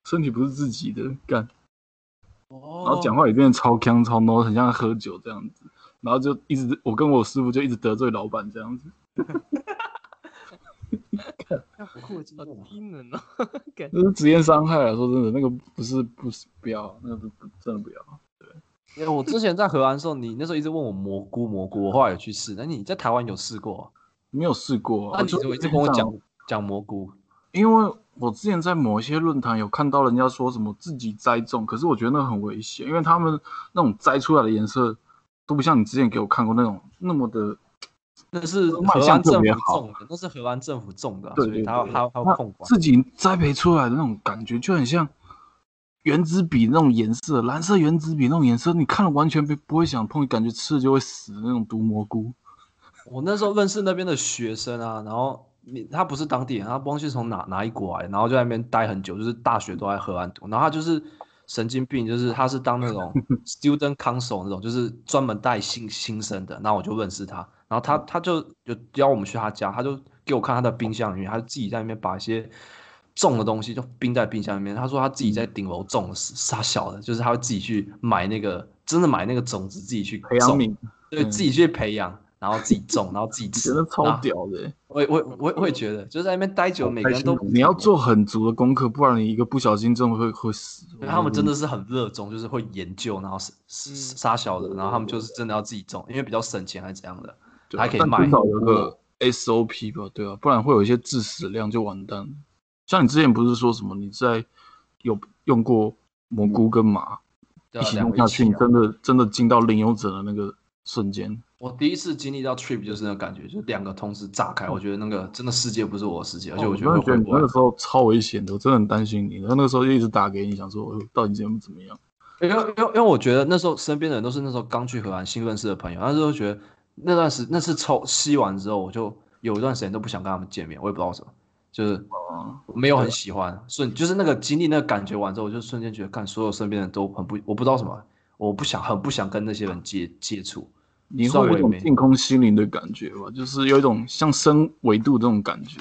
[SPEAKER 4] 身体不是自己的干。
[SPEAKER 2] 哦，
[SPEAKER 4] 然后讲话也变得超腔超 no，很像喝酒这样子。然后就一直我跟我师傅就一直得罪老板这样子，
[SPEAKER 2] 好酷 的经
[SPEAKER 1] 好
[SPEAKER 2] 验哦
[SPEAKER 1] 低能哦，
[SPEAKER 4] 这是职业伤害啊！说真的，那个不是不是不要，那个不不真的不要。
[SPEAKER 2] 因为我之前在荷兰的时候，你那时候一直问我蘑菇蘑菇，我后来有去试。那你在台湾有试过
[SPEAKER 4] 没有试过、
[SPEAKER 2] 啊？那
[SPEAKER 4] 啊，我
[SPEAKER 2] 你
[SPEAKER 4] 就
[SPEAKER 2] 怎么一直跟我讲，讲蘑菇？
[SPEAKER 4] 因为我之前在某一些论坛有看到人家说什么自己栽种，可是我觉得那很危险，因为他们那种摘出来的颜色都不像你之前给我看过那种那么的
[SPEAKER 2] 那是
[SPEAKER 4] 卖
[SPEAKER 2] 荷
[SPEAKER 4] 相
[SPEAKER 2] 兰
[SPEAKER 4] 特
[SPEAKER 2] 政
[SPEAKER 4] 别
[SPEAKER 2] 府
[SPEAKER 4] 好
[SPEAKER 2] 种的，那是荷兰政府种的啊，
[SPEAKER 4] 对
[SPEAKER 2] 所以
[SPEAKER 4] 对
[SPEAKER 2] 他
[SPEAKER 4] 对
[SPEAKER 2] 他他
[SPEAKER 4] 那
[SPEAKER 2] 控管。
[SPEAKER 4] 自己栽培出来的那种感觉，就很像原子笔那种颜色，蓝色原子笔那种颜色，你看了完全不不会想碰，感觉吃了就会死的那种毒蘑菇。
[SPEAKER 2] 我那时候认识那边的学生啊，然后你他不是当地人，他忘记从哪哪一国来，然后就在那边待很久，就是大学都在荷兰读，然后他就是神经病，就是他是当那 种 student council 那种，就是专门带新新生的，然后我就认识他，然后他
[SPEAKER 4] 嗯
[SPEAKER 2] 他就有邀我们去他家，他就给我看他的冰箱里面，他就自己在那边把一些。种的东西就冰在冰箱里面。他说他自己
[SPEAKER 4] 嗯
[SPEAKER 2] 在顶楼种的，傻小的，就是他会自己去买那个，真的买那个种子自己去
[SPEAKER 4] 培养
[SPEAKER 2] 种
[SPEAKER 4] 皿
[SPEAKER 2] 对
[SPEAKER 4] 嗯
[SPEAKER 2] 自己去培养，然后自己种，然后自己吃，
[SPEAKER 4] 觉得
[SPEAKER 2] 然
[SPEAKER 4] 超
[SPEAKER 2] 后。
[SPEAKER 4] 屌的欸、哎
[SPEAKER 2] 我也我也我也我也觉得，就是在那边待久，每个人都
[SPEAKER 4] 哦你要，做很足的功课，不然你一个不小心真的会会死。
[SPEAKER 2] 因为他们真
[SPEAKER 4] 嗯
[SPEAKER 2] 的是很热衷，就是会研究，然后
[SPEAKER 1] 嗯
[SPEAKER 2] 是是杀小的，然后他们就是真的要自己种，因为比较省钱还是怎样的。
[SPEAKER 4] 对啊
[SPEAKER 2] 还可以
[SPEAKER 4] 但
[SPEAKER 2] 卖
[SPEAKER 4] 至少有个 SOP 吧，对啊，不然会有一些致死量就完蛋了。像你之前不是说什么你在有用过蘑菇跟麻
[SPEAKER 2] 对
[SPEAKER 4] 一
[SPEAKER 2] 啊，
[SPEAKER 4] 起
[SPEAKER 2] 两
[SPEAKER 4] 弄
[SPEAKER 2] 个
[SPEAKER 4] 下
[SPEAKER 2] 一
[SPEAKER 4] 去，
[SPEAKER 2] 起
[SPEAKER 4] 你
[SPEAKER 2] 啊。
[SPEAKER 4] 真的真的进到领有者的那个瞬间，
[SPEAKER 2] 我第一次经历到 trip 就是那个感觉，就是两个同时炸开，我觉得那个真的世界不是我的世界，而且
[SPEAKER 4] 哦
[SPEAKER 2] 我觉
[SPEAKER 4] 真
[SPEAKER 2] 得
[SPEAKER 4] 的
[SPEAKER 2] 会
[SPEAKER 4] 觉得
[SPEAKER 2] 回
[SPEAKER 4] 你
[SPEAKER 2] 不
[SPEAKER 4] 那
[SPEAKER 2] 来
[SPEAKER 4] 个。时候超危险的，我真的很担心你。然后那个时候就一直打给你，想说、呃到底怎么怎么样？
[SPEAKER 2] 因为因为因为我觉得那时候身边的人都是那时候刚去荷兰新认识的朋友，那时候觉得那段时那次抽吸完之后，我就有一段时间都不想跟他们见面，我也不知道为什么，就是
[SPEAKER 4] 啊，
[SPEAKER 2] 没有很喜欢，瞬就是那个经历那个感觉完之后，我就瞬间觉得，看所有身边人都很不，我不知道什么，我不想很不想跟那些人接接触。
[SPEAKER 4] 你
[SPEAKER 2] 虽
[SPEAKER 4] 会
[SPEAKER 2] 然
[SPEAKER 4] 有
[SPEAKER 2] 我也
[SPEAKER 4] 一种
[SPEAKER 2] 没
[SPEAKER 4] 净空心灵的感觉吧，就是有一种像升维度这种感觉，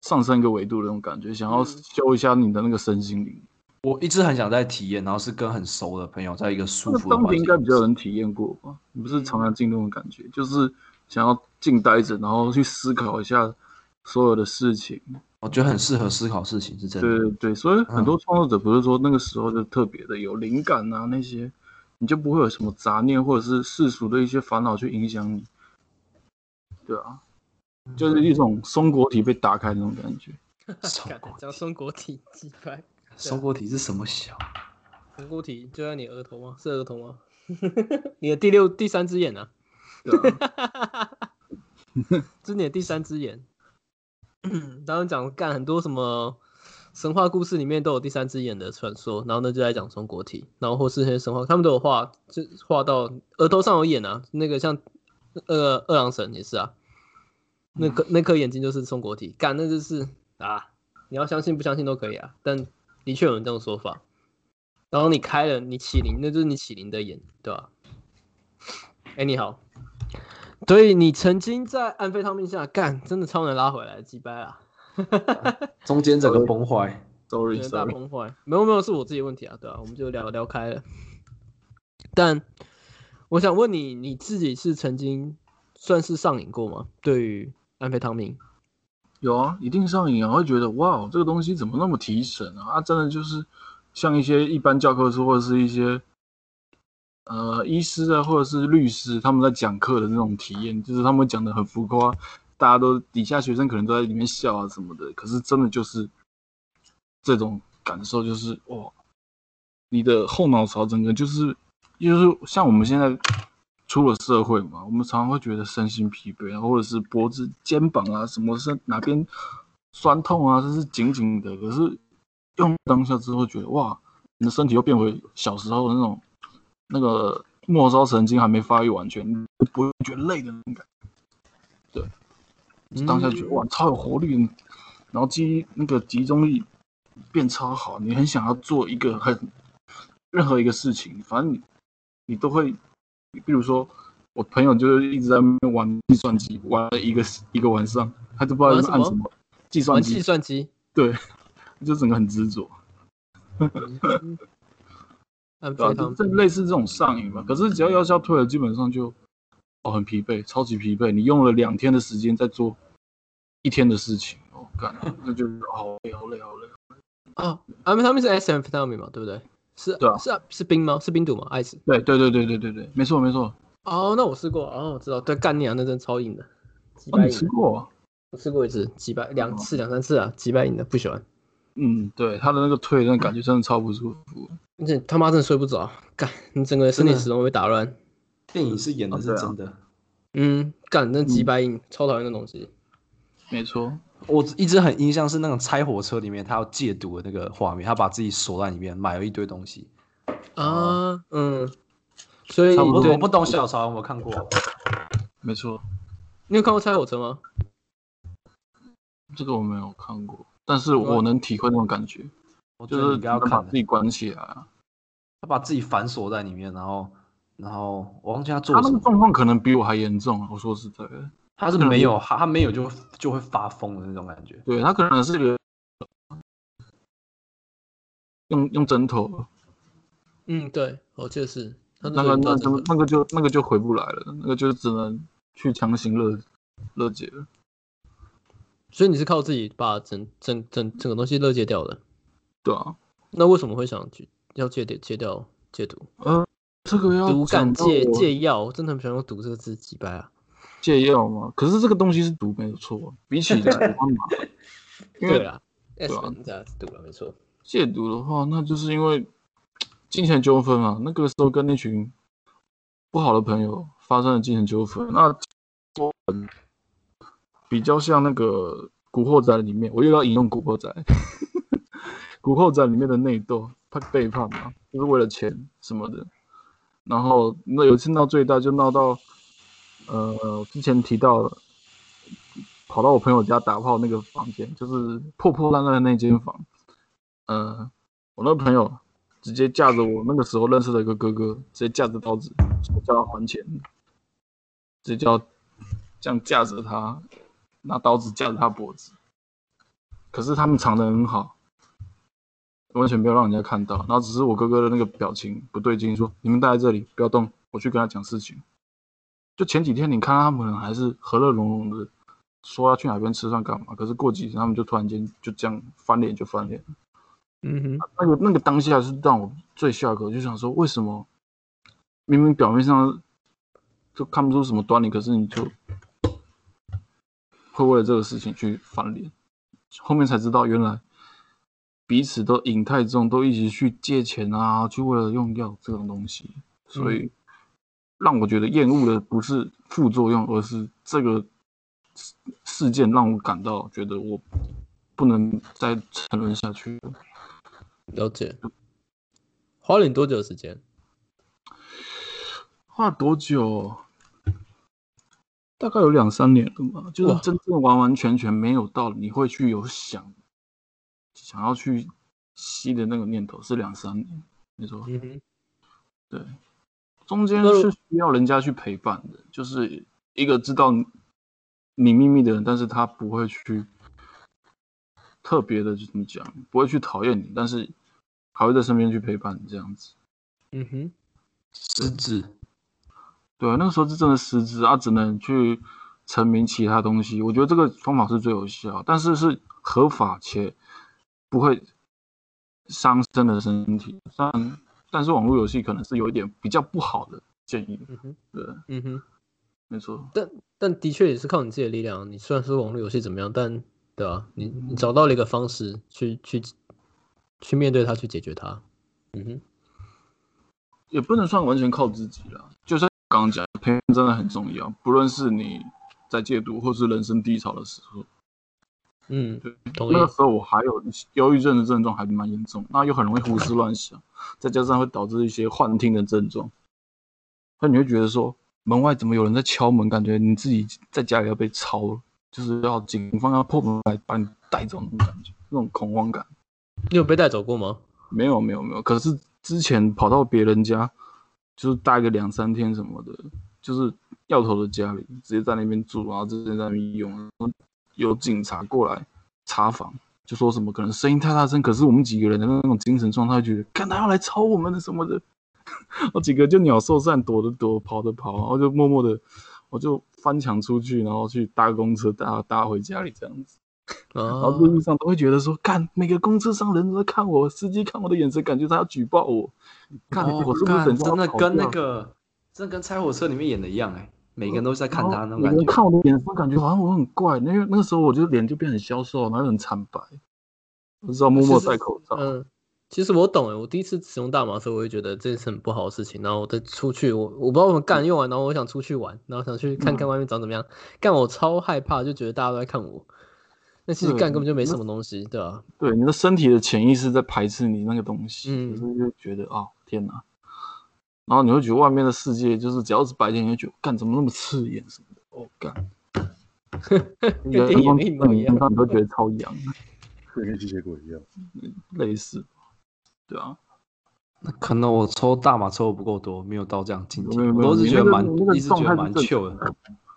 [SPEAKER 4] 上升一个维度的那种感觉，想要
[SPEAKER 1] 嗯
[SPEAKER 4] 修一下你的那个身心灵。
[SPEAKER 2] 我一直很想再体验，然后是跟很熟的朋友，在一个舒
[SPEAKER 4] 那
[SPEAKER 2] 服的
[SPEAKER 4] 当
[SPEAKER 2] 环
[SPEAKER 4] 地
[SPEAKER 2] 境。
[SPEAKER 4] 应该比较有人体验过吧？你不是
[SPEAKER 2] 嗯
[SPEAKER 4] 常常进那种感觉，就是想要静待着，然后去思考一下所有的事情。
[SPEAKER 2] 我觉得很适合思考事情，是真
[SPEAKER 4] 对
[SPEAKER 2] 的。
[SPEAKER 4] 对对，所以很
[SPEAKER 2] 嗯
[SPEAKER 4] 多创作者不是说那个时候就特别的有灵感啊那些，你就不会有什么杂念或者是世俗的一些烦恼去影响你。对啊，就是一种松果体被打开的那种感觉。
[SPEAKER 2] 松
[SPEAKER 1] 干
[SPEAKER 2] 果
[SPEAKER 1] 讲松果体几块，
[SPEAKER 2] 松果体是什么小？
[SPEAKER 1] 松果体就在你额头吗？是额头吗？ 你的第六第三只眼啊，
[SPEAKER 4] 对啊，
[SPEAKER 1] 这是你的第三只眼。当时讲干很多什么神话故事里面都有第三只眼的传说，然后呢就在讲中国体，然后或是那些神话，他们都有画，就画到额头上有眼啊，那个像呃二郎神也是啊，那颗那颗眼睛就是中国体，干那就是啊，你要相信不相信都可以啊，但的确有人这种说法。然后你开了，你启灵，那就是你启灵的眼，对吧、哎，你好，所以你曾经在安非他命下干，真的超能拉回来，啊击败啦。
[SPEAKER 5] 中间整个
[SPEAKER 4] 呃
[SPEAKER 5] 崩坏。
[SPEAKER 4] ，sorry
[SPEAKER 1] 对大
[SPEAKER 4] sorry，
[SPEAKER 1] 崩坏，没有没有，是我自己的问题啊，对啊，我们就聊聊开了。但我想问你，你自己是曾经算是上瘾过吗？对于安非他命，
[SPEAKER 4] 有啊，一定上瘾啊，会觉得哇，这个东西怎么那么提神啊？啊，真的就是像一些一般教科书或者是一些呃医师啊，或者是律师他们在讲课的那种体验，就是他们讲的很浮夸，大家都底下学生可能都在里面笑啊什么的，可是真的就是这种感受，就是哇，你的后脑勺整个就是就是像我们现在出了社会嘛，我们常常会觉得身心疲惫啊，或者是脖子、肩膀啊，什么是哪边酸痛啊，就是紧紧的。可是用当下之后，觉得哇，你的身体又变回小时候的那种那个末梢神经还没发育完全，你不会觉得累的那种感觉。对，
[SPEAKER 1] 嗯
[SPEAKER 4] 当下觉得哇，超有活力，然后记忆那个集中力变超好，你很想要做一个很任何一个事情，反正你你都会，比如说我朋友就是一直在那边玩计算机，玩了一个一个晚上，他都不知道在那边按
[SPEAKER 1] 玩什
[SPEAKER 4] 什
[SPEAKER 1] 么
[SPEAKER 4] 么计
[SPEAKER 1] 玩
[SPEAKER 4] 算
[SPEAKER 1] 计
[SPEAKER 4] 机，
[SPEAKER 1] 算 机，
[SPEAKER 4] 对，就整个很执着。
[SPEAKER 1] 嗯安
[SPEAKER 4] 对啊，
[SPEAKER 1] 非
[SPEAKER 4] 就
[SPEAKER 1] 他
[SPEAKER 4] 是
[SPEAKER 1] 命
[SPEAKER 4] 这类似这种上瘾吧。可是只要药效退了，基本上就哦很疲惫，超级疲惫。你用了两天的时间在做一天的事情，哦，干，那就好累，好累，好累。
[SPEAKER 1] 啊，安非他命是 S 安非他命嘛，对不对？是
[SPEAKER 4] 对啊
[SPEAKER 1] 是啊是冰吗？是冰毒吗？艾斯
[SPEAKER 4] 对对对对对对对，没错没错。
[SPEAKER 1] 哦，那我试过哦，我知道，对干娘那真的超硬的，几
[SPEAKER 4] 哦，
[SPEAKER 1] 百
[SPEAKER 4] 你
[SPEAKER 1] 瘾
[SPEAKER 4] 吃
[SPEAKER 1] 的，
[SPEAKER 4] 过、啊？
[SPEAKER 1] 我试过一次，几百
[SPEAKER 4] 哦
[SPEAKER 1] 两次两三次啊，几百瘾的不喜欢，
[SPEAKER 4] 嗯，对，他的那个退那感觉真的超不舒服。
[SPEAKER 1] 而且他妈真的睡不着，啊干你整个身体
[SPEAKER 5] 真的
[SPEAKER 1] 始终被打乱。
[SPEAKER 5] 电影是
[SPEAKER 4] 哦
[SPEAKER 5] 演的
[SPEAKER 4] 啊
[SPEAKER 5] 是真的，
[SPEAKER 1] 嗯，干那几百影，超讨厌那东西。
[SPEAKER 4] 没错，
[SPEAKER 5] 我一直很印象是那种拆火车里面他要戒毒的那个画面，他把自己锁在里面，买了一堆东西。
[SPEAKER 1] 啊，嗯，所以
[SPEAKER 4] 差不
[SPEAKER 5] 我
[SPEAKER 4] 多
[SPEAKER 5] 我
[SPEAKER 1] 对，
[SPEAKER 5] 不懂小曹有没有看过？啊
[SPEAKER 4] 没错，
[SPEAKER 1] 你有看过《拆火车》吗？
[SPEAKER 4] 这个我没有看过，但是我能体会那种感觉，
[SPEAKER 5] 我觉得
[SPEAKER 4] 就是
[SPEAKER 5] 你
[SPEAKER 4] 你
[SPEAKER 5] 不要
[SPEAKER 4] 要把
[SPEAKER 5] 看了
[SPEAKER 4] 自，己关起来啊。
[SPEAKER 5] 他把自己反锁在里面，然后然后我忘记他做
[SPEAKER 4] 他
[SPEAKER 5] 了
[SPEAKER 4] 那
[SPEAKER 5] 什
[SPEAKER 4] 个
[SPEAKER 5] 么。
[SPEAKER 4] 状况可能比我还严重啊，我说实在的。
[SPEAKER 5] 他是
[SPEAKER 4] 啊
[SPEAKER 5] 没有，他他没有就就会发疯的那种感觉。
[SPEAKER 4] 对他可能是个用用针头，
[SPEAKER 1] 嗯，对，我记得是。他
[SPEAKER 4] 那个
[SPEAKER 1] 那
[SPEAKER 4] 那个那个就那个就回不来了，那个就只能去强行乐乐解了。
[SPEAKER 1] 所以你是靠自己把整整整整个东西乐戒掉的。
[SPEAKER 4] 对啊，
[SPEAKER 1] 那为什么会想去要戒掉戒掉戒毒？
[SPEAKER 4] 呃，这个要
[SPEAKER 1] 毒
[SPEAKER 4] 讲
[SPEAKER 1] 感
[SPEAKER 4] 到
[SPEAKER 1] 戒
[SPEAKER 4] 我
[SPEAKER 1] 戒药，我真的很不想用“毒”这个字击败啊。
[SPEAKER 4] 戒药嘛，可是这个东西是毒没有错，比 起毒它麻烦，因
[SPEAKER 1] 对
[SPEAKER 4] 为
[SPEAKER 1] 啊
[SPEAKER 4] 啊
[SPEAKER 1] ，S 本这样子毒了，啊没错。
[SPEAKER 4] 戒毒的话，那就是因为金钱纠纷啊，那个时候跟那群不好的朋友发生了金钱纠纷，那我比较像那个《古惑仔》里面，我又要引用《古惑仔》， 《古惑仔》里面的内斗，他背叛嘛，就是为了钱什么的。然后那有一次闹最大，就闹到呃之前提到了，跑到我朋友家打炮那个房间，就是破破烂烂的那间房。呃，我那个朋友直接架着我那个时候认识的一个哥哥，直接架着刀子说叫他还钱，直接叫这样架着他，拿刀子架着他脖子。可是他们藏得很好，完全没有让人家看到。然后只是我哥哥的那个表情不对劲，说你们待在这里不要动，我去跟他讲事情。就前几天你看他们还是和乐融融的，说要去哪边吃饭干嘛，可是过几天他们就突然间就这样翻脸就翻脸。
[SPEAKER 1] 嗯哼，
[SPEAKER 4] 那个那个当下是让我最下口，就想说为什么明明表面上就看不出什么端倪，可是你就会为了这个事情去翻脸。后面才知道，原来彼此都瘾太重，都一起去借钱啊，去为了用药这种东西，所以让我觉得厌恶的不是副作用，而是这个事事件让我感到觉得我不能再沉沦下去了。
[SPEAKER 1] 了解。花了你多久的时间？
[SPEAKER 4] 花了多久？大概有两三年了吧，就是
[SPEAKER 1] 哇
[SPEAKER 4] 真正完完全全没有到你会去有想想要去吸的那个念头，是两三年。没错，
[SPEAKER 1] 嗯哼，
[SPEAKER 4] 对，中间
[SPEAKER 1] 那如
[SPEAKER 4] 是需要人家去陪伴的，就是一个知道你你秘密的人，但是他不会去特别的，就怎么讲，不会去讨厌你，但是还会在身边去陪伴你这样子。
[SPEAKER 1] 嗯哼，
[SPEAKER 5] 失智，
[SPEAKER 4] 对啊，那个时候是真的失职啊，只能去沉迷其他东西。我觉得这个方法是最有效，但是是合法且不会伤身的身体。但但是网络游戏可能是有一点比较不好的建议。
[SPEAKER 1] 嗯哼，
[SPEAKER 4] 对，
[SPEAKER 1] 嗯哼。
[SPEAKER 4] 没错，
[SPEAKER 1] 但的确也是靠你自己的力量。你虽然说网络游戏怎么样，但对啊，你你找到了一个方式去去去面对它，去解决它。嗯哼，
[SPEAKER 4] 也不能算完全靠自己了。就像刚刚讲，陪伴真的很重要，不论是你在戒毒或是人生低潮的时候。
[SPEAKER 1] 嗯
[SPEAKER 4] 对，
[SPEAKER 1] 同意
[SPEAKER 4] 那。个时候我还有忧郁症的症状还蛮严重，那又很容易胡思乱想，再加上会导致一些幻听的症状。那你会觉得说，门外怎么有人在敲门？感觉你自己在家里要被抄了，就是要警方要破门来把你带走那种感觉，那种恐慌感。
[SPEAKER 1] 你有被带走过吗？
[SPEAKER 4] 没有没有没有，可是之前跑到别人家，就是待个两三天什么的，就是要头的家里，直接在那边住，然后直接在那边用，然后有警察过来查房，就说什么可能声音太大声，可是我们几个人的那种精神状态，觉得看他要来抄我们的什么的， 我几个就鸟兽散，躲的躲，跑的跑，然后就默默的，我就翻墙出去，然后去搭公车搭搭回家里这样子。然
[SPEAKER 1] 啊
[SPEAKER 4] 后，
[SPEAKER 5] 嗯
[SPEAKER 4] 路上都会觉得说，看每个公车上人都在看我，司机看我的眼神，感觉他要举报我。看、
[SPEAKER 5] 哦
[SPEAKER 4] 我是不是
[SPEAKER 5] 干
[SPEAKER 4] 等下要
[SPEAKER 5] 真的
[SPEAKER 4] 跑
[SPEAKER 5] 跟
[SPEAKER 4] 掉
[SPEAKER 5] 那个真的跟拆火车里面演的一样哎、每个人都在看他
[SPEAKER 4] 然
[SPEAKER 5] 那
[SPEAKER 4] 后
[SPEAKER 5] 种
[SPEAKER 4] 哦每
[SPEAKER 5] 感
[SPEAKER 4] 个人
[SPEAKER 5] 觉。
[SPEAKER 4] 看我的眼神，感觉好像我很怪。那个那个时候，我就脸就变很消瘦，然后又很惨白，我知道默默
[SPEAKER 1] 其实
[SPEAKER 4] 戴口
[SPEAKER 5] 呃
[SPEAKER 4] 罩。
[SPEAKER 1] 嗯，其实我懂诶，我第一次使用大麻的时候，我会觉得这是很不好的事情。然后我再出去，我我不知道我们
[SPEAKER 4] 嗯
[SPEAKER 1] 干用完，啊然后我想出去玩，然后想去看看外面长怎么样。干我超害怕，就觉得大家都在看我。那其实
[SPEAKER 4] 对
[SPEAKER 1] 干根本就没
[SPEAKER 4] 嗯那
[SPEAKER 1] 什么东西，对吧、啊？
[SPEAKER 4] 对，你的身体的潜意识在排斥你那个东西，
[SPEAKER 1] 嗯
[SPEAKER 4] 可是就觉得啊、天哪！然后你会觉得外面的世界就是只要是白天，你就觉得干怎么那么刺眼什么的，哦 干，
[SPEAKER 1] 跟
[SPEAKER 4] 阳
[SPEAKER 1] 电影
[SPEAKER 4] 光
[SPEAKER 1] 里面一样。
[SPEAKER 4] 你都觉得超痒，
[SPEAKER 3] 对跟吸血鬼一样。
[SPEAKER 4] 类似，对啊，
[SPEAKER 5] 那可能我抽大麻抽的不够多，没有到这样境界。
[SPEAKER 4] 没有
[SPEAKER 5] 我
[SPEAKER 4] 没有
[SPEAKER 5] 都是
[SPEAKER 4] 你
[SPEAKER 5] 觉得
[SPEAKER 4] 那个
[SPEAKER 5] 蛮
[SPEAKER 4] 你那，个
[SPEAKER 5] 一直觉得
[SPEAKER 4] 状态
[SPEAKER 5] 蛮
[SPEAKER 4] 是正
[SPEAKER 5] chill 的。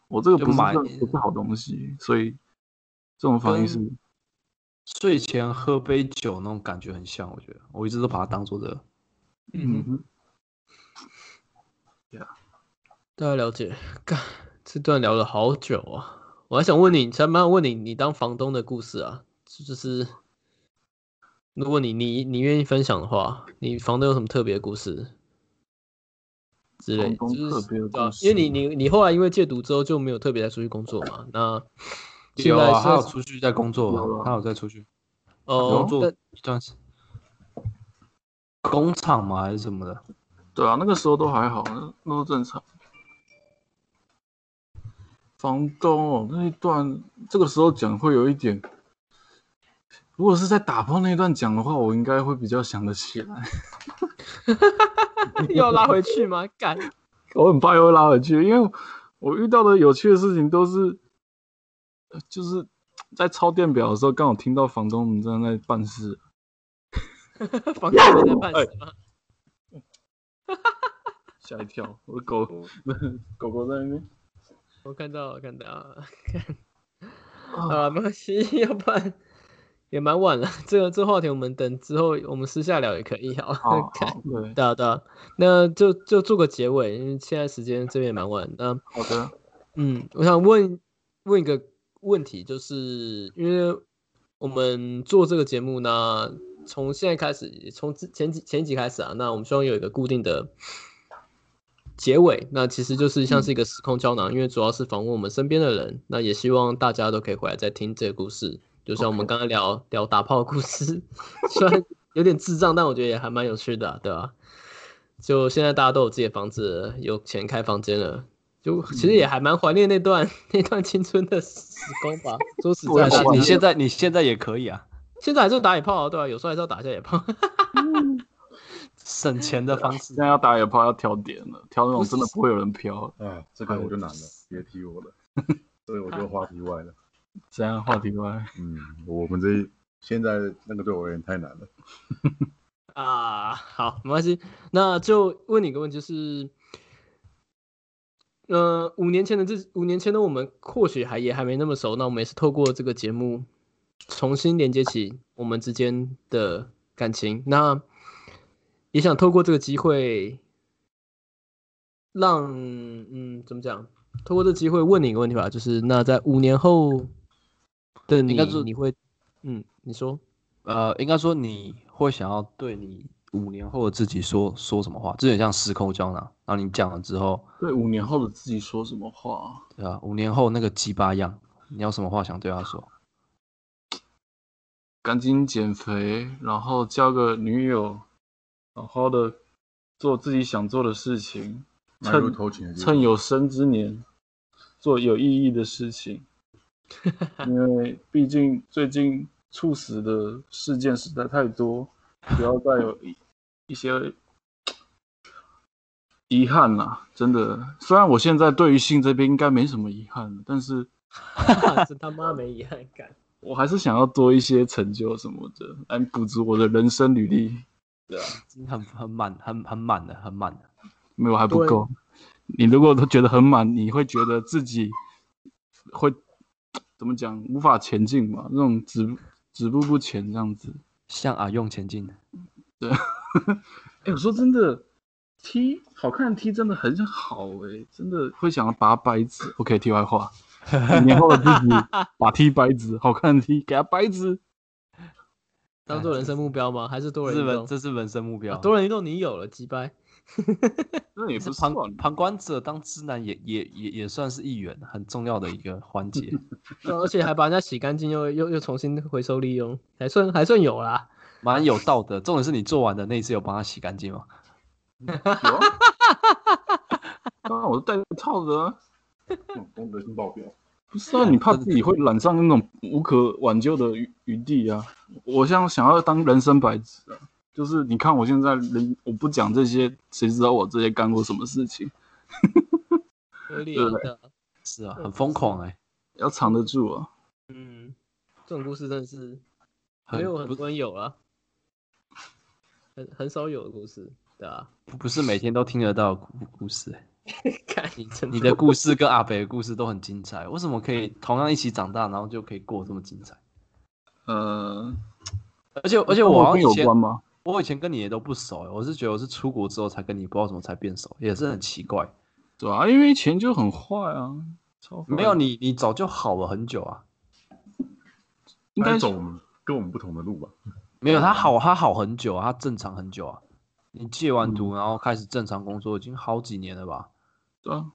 [SPEAKER 4] 我这个
[SPEAKER 5] 就
[SPEAKER 4] 不是
[SPEAKER 5] 买
[SPEAKER 4] 算不是好东西，所以这种反应是
[SPEAKER 5] 跟嗯睡前喝杯酒那种感觉很像，我觉得我一直都把它当做这个。
[SPEAKER 1] 嗯
[SPEAKER 4] 嗯
[SPEAKER 1] 哼，
[SPEAKER 4] 哼，
[SPEAKER 1] 大家了解。干，这段聊了好久啊！我还想问你，想慢慢问你，你当房东的故事啊，就是如果你你你愿意分享的话，你房东有什么特别的故事之类？
[SPEAKER 4] 房东
[SPEAKER 1] 就是
[SPEAKER 4] 特别的
[SPEAKER 1] 对啊
[SPEAKER 4] 故事
[SPEAKER 1] 因为你你你后来因为戒毒之后就没有特别再出去工作嘛，
[SPEAKER 4] 啊
[SPEAKER 1] 那现
[SPEAKER 5] 有
[SPEAKER 1] 在
[SPEAKER 5] 啊，他有
[SPEAKER 1] 算是
[SPEAKER 5] 出去在工作
[SPEAKER 4] 有
[SPEAKER 5] 啊，
[SPEAKER 4] 啊
[SPEAKER 5] 他有在出去
[SPEAKER 1] 哦
[SPEAKER 5] 工，作
[SPEAKER 1] 但
[SPEAKER 5] 一段时，工厂嘛还是什么的。
[SPEAKER 4] 对啊，那个时候都还好，那那都正常。房东哦，那一段这个时候讲会有一点，如果是在打炮那一段讲的话，我应该会比较想得起来。
[SPEAKER 1] 又要拉回去吗？干，
[SPEAKER 4] 我很怕又会拉回去，因为我遇到的有趣的事情都是，呃就是在抄电表的时候，刚好听到房东们正在办事，
[SPEAKER 1] 房东没在办事吗？
[SPEAKER 4] 吓一跳，我的狗 狗狗在那边。
[SPEAKER 1] 我看到我看到了。
[SPEAKER 4] 啊，
[SPEAKER 1] 啊，没关系， 要不然也蛮晚了。这个这话题我们等之后我们私下聊也可以，好。
[SPEAKER 4] 好哦好
[SPEAKER 1] 看，
[SPEAKER 4] 对，
[SPEAKER 1] 对啊对啊，那就就做个结尾，因为现在时间这边也蛮晚。那
[SPEAKER 4] 好的，
[SPEAKER 1] 嗯，我想问问一个问题，就是因为我们做这个节目呢，从现在开始，从之前几前几集开始啊，那我们希望有一个固定的结尾，那其实就是像是一个时空胶囊，因为主要是访问我们身边的人，那也希望大家都可以回来再听这个故事，就像我们
[SPEAKER 4] OK
[SPEAKER 1] 刚刚聊聊打炮的故事， 虽然有点智障，但我觉得也还蛮有趣的啊、对吧、就现在大家都有自己的房子了，有钱开房间了，就其实也还蛮怀念那段那段青春的时 光吧。说实在
[SPEAKER 2] 但
[SPEAKER 1] 的
[SPEAKER 2] 是，你
[SPEAKER 1] 现
[SPEAKER 2] 现在你现在也可以啊，
[SPEAKER 1] 现在还是打野炮啊，对吧、有时候还是要打一下野炮。
[SPEAKER 2] 省钱的方式
[SPEAKER 4] 现。在要打野炮要挑点了，挑那种真的不会有人飘。
[SPEAKER 3] 啊，这个我就难了，别提我了， 这个我就话题外了。
[SPEAKER 4] 这样话题外，
[SPEAKER 3] 嗯，我们这一现在那个对我而言太难了。
[SPEAKER 1] 啊，好，没关系。那就问你一个问题，就是，呃，五年前的自五年前的我们，或许还也还没那么熟。那我们也是透过这个节目，重新连接起我们之间的感情。那也想透过这个机会，让嗯，怎么讲？透过这个机会问你一个问题吧，就是那在五年后的你
[SPEAKER 2] 应该说，
[SPEAKER 1] 你会，嗯，你说。
[SPEAKER 2] 呃，应该说你会想要对你五年后的自己说说什么话，这有点像时空胶囊。然后你讲了之后，
[SPEAKER 4] 对五年后的自己说什么话？
[SPEAKER 2] 对吧、五年后那个鸡巴样，你有什么话想对他说？
[SPEAKER 4] 赶紧减肥，然后交个女友，好好的做自己想做的事情，
[SPEAKER 3] 迈入
[SPEAKER 4] 趁
[SPEAKER 3] 偷情的阶段
[SPEAKER 4] 趁有生之年做有意义的事情，因为毕竟最近猝死的事件实在太多，不要再有一一些遗憾啦、真的，虽然我现在对于性这边应该没什么遗憾了，但是
[SPEAKER 1] 真他妈没遗憾感。
[SPEAKER 4] 我还是想要多一些成就什么的，来补足我的人生履历。
[SPEAKER 2] 很很满，很很满的，很满的。
[SPEAKER 4] 没有还不
[SPEAKER 1] 对
[SPEAKER 4] 够。你如果都觉得很满，你会觉得自己会怎么讲？无法前进嘛，那种止止步不前这样子。
[SPEAKER 2] 向阿啊用前进，
[SPEAKER 4] 哎，我说真的，T 好看的 T 真的很好哎、真的会想要把它掰直。OK，题外话，五年后的自己把 T 掰直， 好看的 T 给它掰直。
[SPEAKER 1] 当做人生目标吗？还啊是多人
[SPEAKER 2] 日
[SPEAKER 1] 运动
[SPEAKER 2] 本？这是人生目标。
[SPEAKER 1] 啊多人运动你有了，击败。
[SPEAKER 4] 那也
[SPEAKER 2] 是
[SPEAKER 4] 不算
[SPEAKER 2] 旁旁观者当知男也也也也算是一员，很重要的一个环节。
[SPEAKER 1] 对呃而且还把人家洗干净，又又又重新回收利用，还算还算有啦。
[SPEAKER 2] 蛮有道德。重点是你做完的那一次有帮他洗干净吗？
[SPEAKER 4] 有啊。当然我是带套的、啊，
[SPEAKER 3] 嗯功德性爆表，
[SPEAKER 4] 不是啊，你怕自己会染上那种无可挽救的余余地啊！我像想要当人生白纸啊，就是你看我现在人，我不讲这些，谁知道我这些干过什么事情？
[SPEAKER 1] 合理的，
[SPEAKER 2] 是啊，
[SPEAKER 1] 对
[SPEAKER 2] 很疯狂哎、
[SPEAKER 4] 要藏得住啊！
[SPEAKER 1] 嗯，这种故事真的是
[SPEAKER 2] 很
[SPEAKER 1] 没有很
[SPEAKER 2] 不
[SPEAKER 1] 多人有了，很很少有的故事，对啊 吧、
[SPEAKER 2] 不不是每天都听得到的故故事、欸。
[SPEAKER 1] 看你真
[SPEAKER 2] 你的故事跟阿北的故事都很精彩，为什么可以同样一起长大，然后就可以过这么精彩？
[SPEAKER 4] 呃，
[SPEAKER 2] 而且而且我好
[SPEAKER 4] 跟
[SPEAKER 2] 像
[SPEAKER 4] 有
[SPEAKER 2] 以前
[SPEAKER 4] 关吗？
[SPEAKER 2] 我以前跟你也都不熟、欸，我是觉得我是出国之后才跟你不知道怎么才变熟，也是很奇怪。
[SPEAKER 4] 对啊，因为以前就很坏啊，超坏
[SPEAKER 1] 嗯
[SPEAKER 2] 没有，你，你早就好了很久啊。
[SPEAKER 4] 应该
[SPEAKER 3] 该走我们跟我们不同的路吧？
[SPEAKER 2] 没
[SPEAKER 4] 嗯
[SPEAKER 2] 有，他好，他好很久啊，他正常很久啊。你戒
[SPEAKER 4] 嗯
[SPEAKER 2] 完毒，然后开始正常工作，已经好几年了吧？
[SPEAKER 4] 对啊，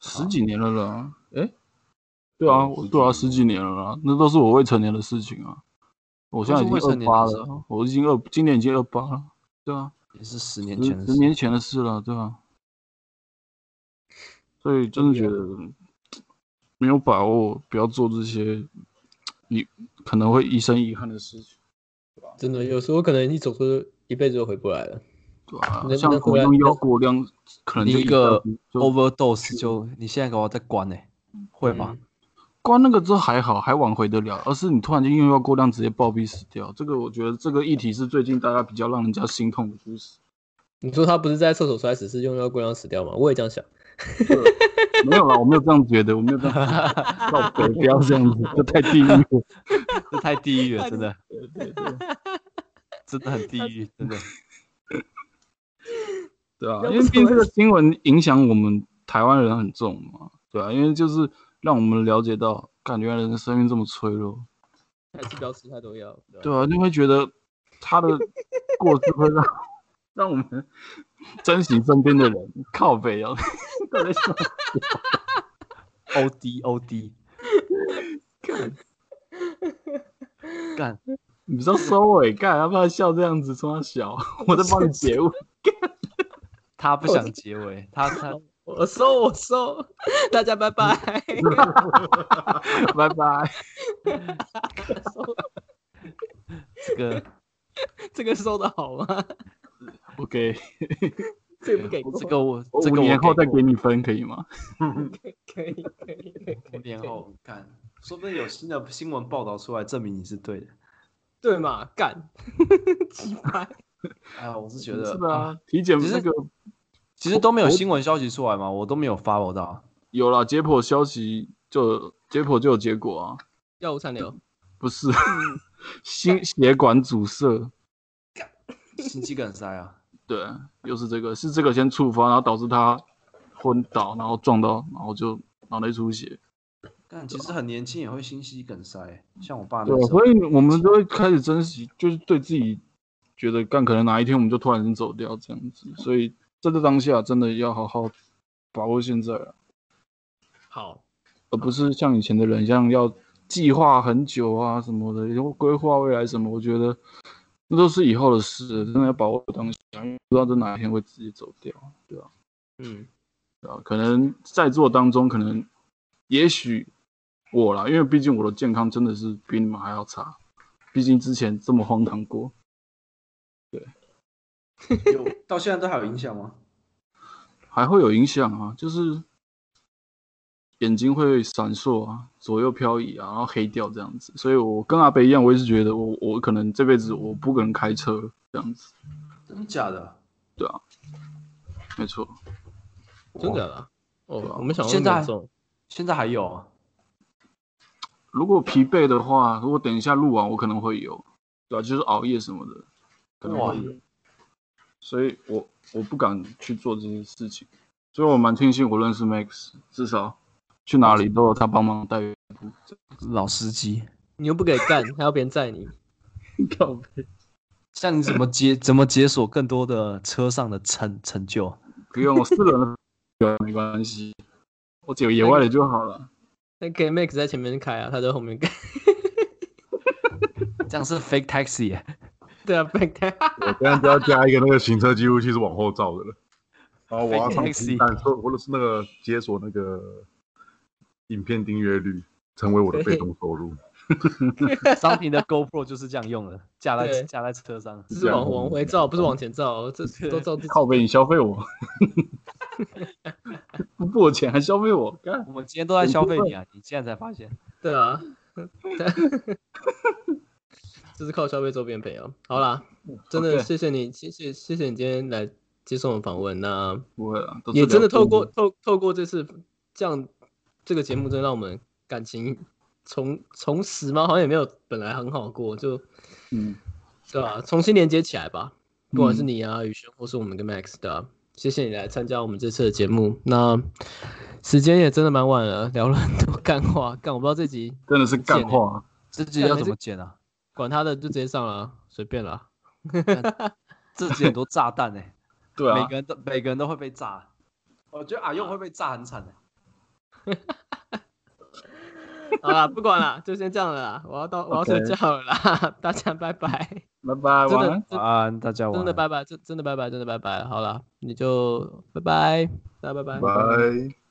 [SPEAKER 4] 十
[SPEAKER 2] 啊
[SPEAKER 4] 几年了啦，哎，对啊，
[SPEAKER 2] 哦
[SPEAKER 4] 我对啊，十几年了啦，那都是我未成年的事情啊，我现在已经
[SPEAKER 2] 都是未成
[SPEAKER 4] 二
[SPEAKER 2] 年
[SPEAKER 4] 八
[SPEAKER 2] 的事
[SPEAKER 4] 了，我已经二，今年已经二八了，对啊。
[SPEAKER 2] 也是十年前的事。
[SPEAKER 4] 十十年前的事了，对吧、所以真的觉得没有把握，不要做这些遗可能会一生遗憾的事情，
[SPEAKER 1] 真的有时候可能你走出一辈子都回不来了。
[SPEAKER 4] 对吧、
[SPEAKER 1] 那
[SPEAKER 4] 像
[SPEAKER 1] 那
[SPEAKER 4] 同
[SPEAKER 1] 回来
[SPEAKER 4] 样腰果量，可能
[SPEAKER 2] 你
[SPEAKER 4] 就
[SPEAKER 2] 一个哦
[SPEAKER 4] 辈子就嗯
[SPEAKER 2] overdose 就你现在给我再关呢、会吗？
[SPEAKER 4] 关那个之后还好，还挽回得了，而是你突然间用药过量直接暴毙死掉，这个我觉得这个议题是最近大家比较让人家心痛的故事。
[SPEAKER 1] 你说他不是在厕所摔死，是用药过量死掉吗？我也这样想。
[SPEAKER 4] 没有啦，我没有这样觉得，我没有这样 觉得，靠北不要这样子，这太地狱了。
[SPEAKER 2] 这太地狱了，真的，
[SPEAKER 4] 对对对。
[SPEAKER 2] 真的很地狱，真 的。
[SPEAKER 4] 对啊，
[SPEAKER 1] 要不
[SPEAKER 4] 因为
[SPEAKER 1] 怎
[SPEAKER 4] 毕竟
[SPEAKER 1] 么
[SPEAKER 4] 这个新闻影响我们台湾人很重嘛，对啊，因为就是让我们了解到，感觉人的生命这么脆弱，
[SPEAKER 1] 还是不要吃太多药。吧
[SPEAKER 4] 对啊，就会觉得他的过去会让 让我们珍惜身边的人，靠北啊，到底想
[SPEAKER 2] O D O D，干干，
[SPEAKER 4] 你知道收尾干，要不要笑这样子，说他小，我在帮你结尾，
[SPEAKER 2] 他不想结尾，他他
[SPEAKER 1] 我我收，我收，大家拜 拜。
[SPEAKER 4] 拜拜。
[SPEAKER 1] 收
[SPEAKER 2] 这 个
[SPEAKER 1] 这个收的好吗？
[SPEAKER 4] OK，
[SPEAKER 1] 这个 不给过，
[SPEAKER 2] 这个我
[SPEAKER 4] 我
[SPEAKER 2] 这
[SPEAKER 4] 五
[SPEAKER 2] 个
[SPEAKER 4] 年后再
[SPEAKER 2] 给过
[SPEAKER 4] 给你分可以吗？
[SPEAKER 1] 可以可以可以可以，
[SPEAKER 2] 五年后看，说不定有新的新闻报道出来证明你是对的。
[SPEAKER 1] 对嘛？干， 鸡掰。
[SPEAKER 2] 哎呀，我是觉
[SPEAKER 4] 是
[SPEAKER 2] 得
[SPEAKER 4] 的啊，体检
[SPEAKER 2] 只是
[SPEAKER 4] 那个
[SPEAKER 2] 其实都没有新闻消息出来嘛，我都没有 follow 到。
[SPEAKER 4] 有了解剖消息就解剖就有结果啊，
[SPEAKER 1] 药物残留，
[SPEAKER 4] 不是 心血管阻塞，
[SPEAKER 2] 心肌梗塞啊，
[SPEAKER 4] 对，又是这个，是这个先触发，然后导致他昏倒，然后撞到，然后就脑内出血。
[SPEAKER 2] 但其实很年轻也会心肌梗塞、像我爸那
[SPEAKER 4] 对，
[SPEAKER 2] 时候
[SPEAKER 4] 所以我们都会开始珍惜，就是对自己觉得干，可能哪一天我们就突然间走掉这样子，所以在这当下真的要好好把握现在啊，
[SPEAKER 1] 好，
[SPEAKER 4] 而不是像以前的人一样要计划很久啊什么的，然后规划未来什么，我觉得那都是以后的事，真的要把握当下，因为不知道这哪一天会自己走掉。
[SPEAKER 1] 嗯，
[SPEAKER 4] 对啊，可能在座当中，可能也许我啦，因为毕竟我的健康真的是比你们还要差，毕竟之前这么荒唐过，
[SPEAKER 2] 有到现在都还有影响吗？
[SPEAKER 4] 还会有影响啊，就是眼睛会闪烁啊，左右漂移啊，然后黑掉这样子。所以我跟阿北一样，我也是觉得我我可能这辈子我不可能开车这样子，
[SPEAKER 2] 真的假的？
[SPEAKER 4] 没错。
[SPEAKER 1] 真的啦。哦，
[SPEAKER 4] 哇
[SPEAKER 1] 我们想
[SPEAKER 2] 现在
[SPEAKER 1] 中，
[SPEAKER 2] 现在还有啊？
[SPEAKER 4] 如果疲惫的话，如果等一下录完，我可能会有，对吧、啊就是熬夜什么的，可能
[SPEAKER 2] 哇
[SPEAKER 4] 会有。所以我我不敢去做这些事情，所以我蛮庆幸我认识 Max，至少去哪里都有他帮忙带。
[SPEAKER 2] 老司机，
[SPEAKER 1] 你又不给干，还要别人载你，
[SPEAKER 2] 像你怎么解 怎么解锁更多的车上的成成就？
[SPEAKER 4] 不用，我私人的没关系，我只有野外的就好了。
[SPEAKER 1] 那可以 Max 在前面开啊，他在后面开。
[SPEAKER 2] 这样是 fake taxi，耶、
[SPEAKER 1] 对啊，不然开。
[SPEAKER 3] 我刚刚不要加一个那个行车记录器是往后照的了。啊，我要上
[SPEAKER 2] Fantasy
[SPEAKER 3] 平板说，或者是那个解锁那个影片订阅率，成为我的被动收入。
[SPEAKER 2] 商品的 GoPro 就是这样用的，架在
[SPEAKER 1] 对
[SPEAKER 2] 架在车上。
[SPEAKER 1] 这是往往回照，不是往前照，这都照自己。
[SPEAKER 4] 靠背，你消费我，不付我钱还消费我，干
[SPEAKER 2] 我们今天都在消费你啊，你现在才发现。
[SPEAKER 1] 对啊， 这是靠消费周边朋友。好啦，真的
[SPEAKER 4] OK
[SPEAKER 1] 谢谢你，谢谢谢谢你今天来接受我们访问。那
[SPEAKER 4] 不会了。都是
[SPEAKER 1] 也真的
[SPEAKER 4] 聊天
[SPEAKER 1] 透过透透过这次这样这个节目，真的让我们感情重重拾吗？好像也没有本来很好过，就
[SPEAKER 4] 嗯，
[SPEAKER 1] 对吧、重新连接起来吧，不管是
[SPEAKER 4] 嗯
[SPEAKER 1] 你啊、宇轩，或是我们跟 Max 的啊、谢谢你来参加我们这次的节目。那时间也真的蛮晚了，聊了很多干话，干我不知道这集
[SPEAKER 4] 真的是干话，
[SPEAKER 2] 这集要怎么剪啊？
[SPEAKER 1] 管他的，就直接上了啊，随便了。
[SPEAKER 2] 这集很多炸弹哎、
[SPEAKER 4] 对
[SPEAKER 2] 每
[SPEAKER 4] 啊
[SPEAKER 2] 个，人都每个人都会被炸。我觉得哦阿用会被炸很惨的、
[SPEAKER 1] 好啦，不管了，就先这样了啦，我要到我要睡
[SPEAKER 4] OK
[SPEAKER 1] 觉了啦， 大家拜拜。
[SPEAKER 4] 拜拜，
[SPEAKER 1] 真
[SPEAKER 4] 晚安
[SPEAKER 1] 的。真
[SPEAKER 2] 啊，大家晚
[SPEAKER 1] 真的
[SPEAKER 2] 安。
[SPEAKER 1] 拜拜，真真的拜拜，真的拜拜。好啦，你就拜拜，大家拜拜。
[SPEAKER 3] 拜。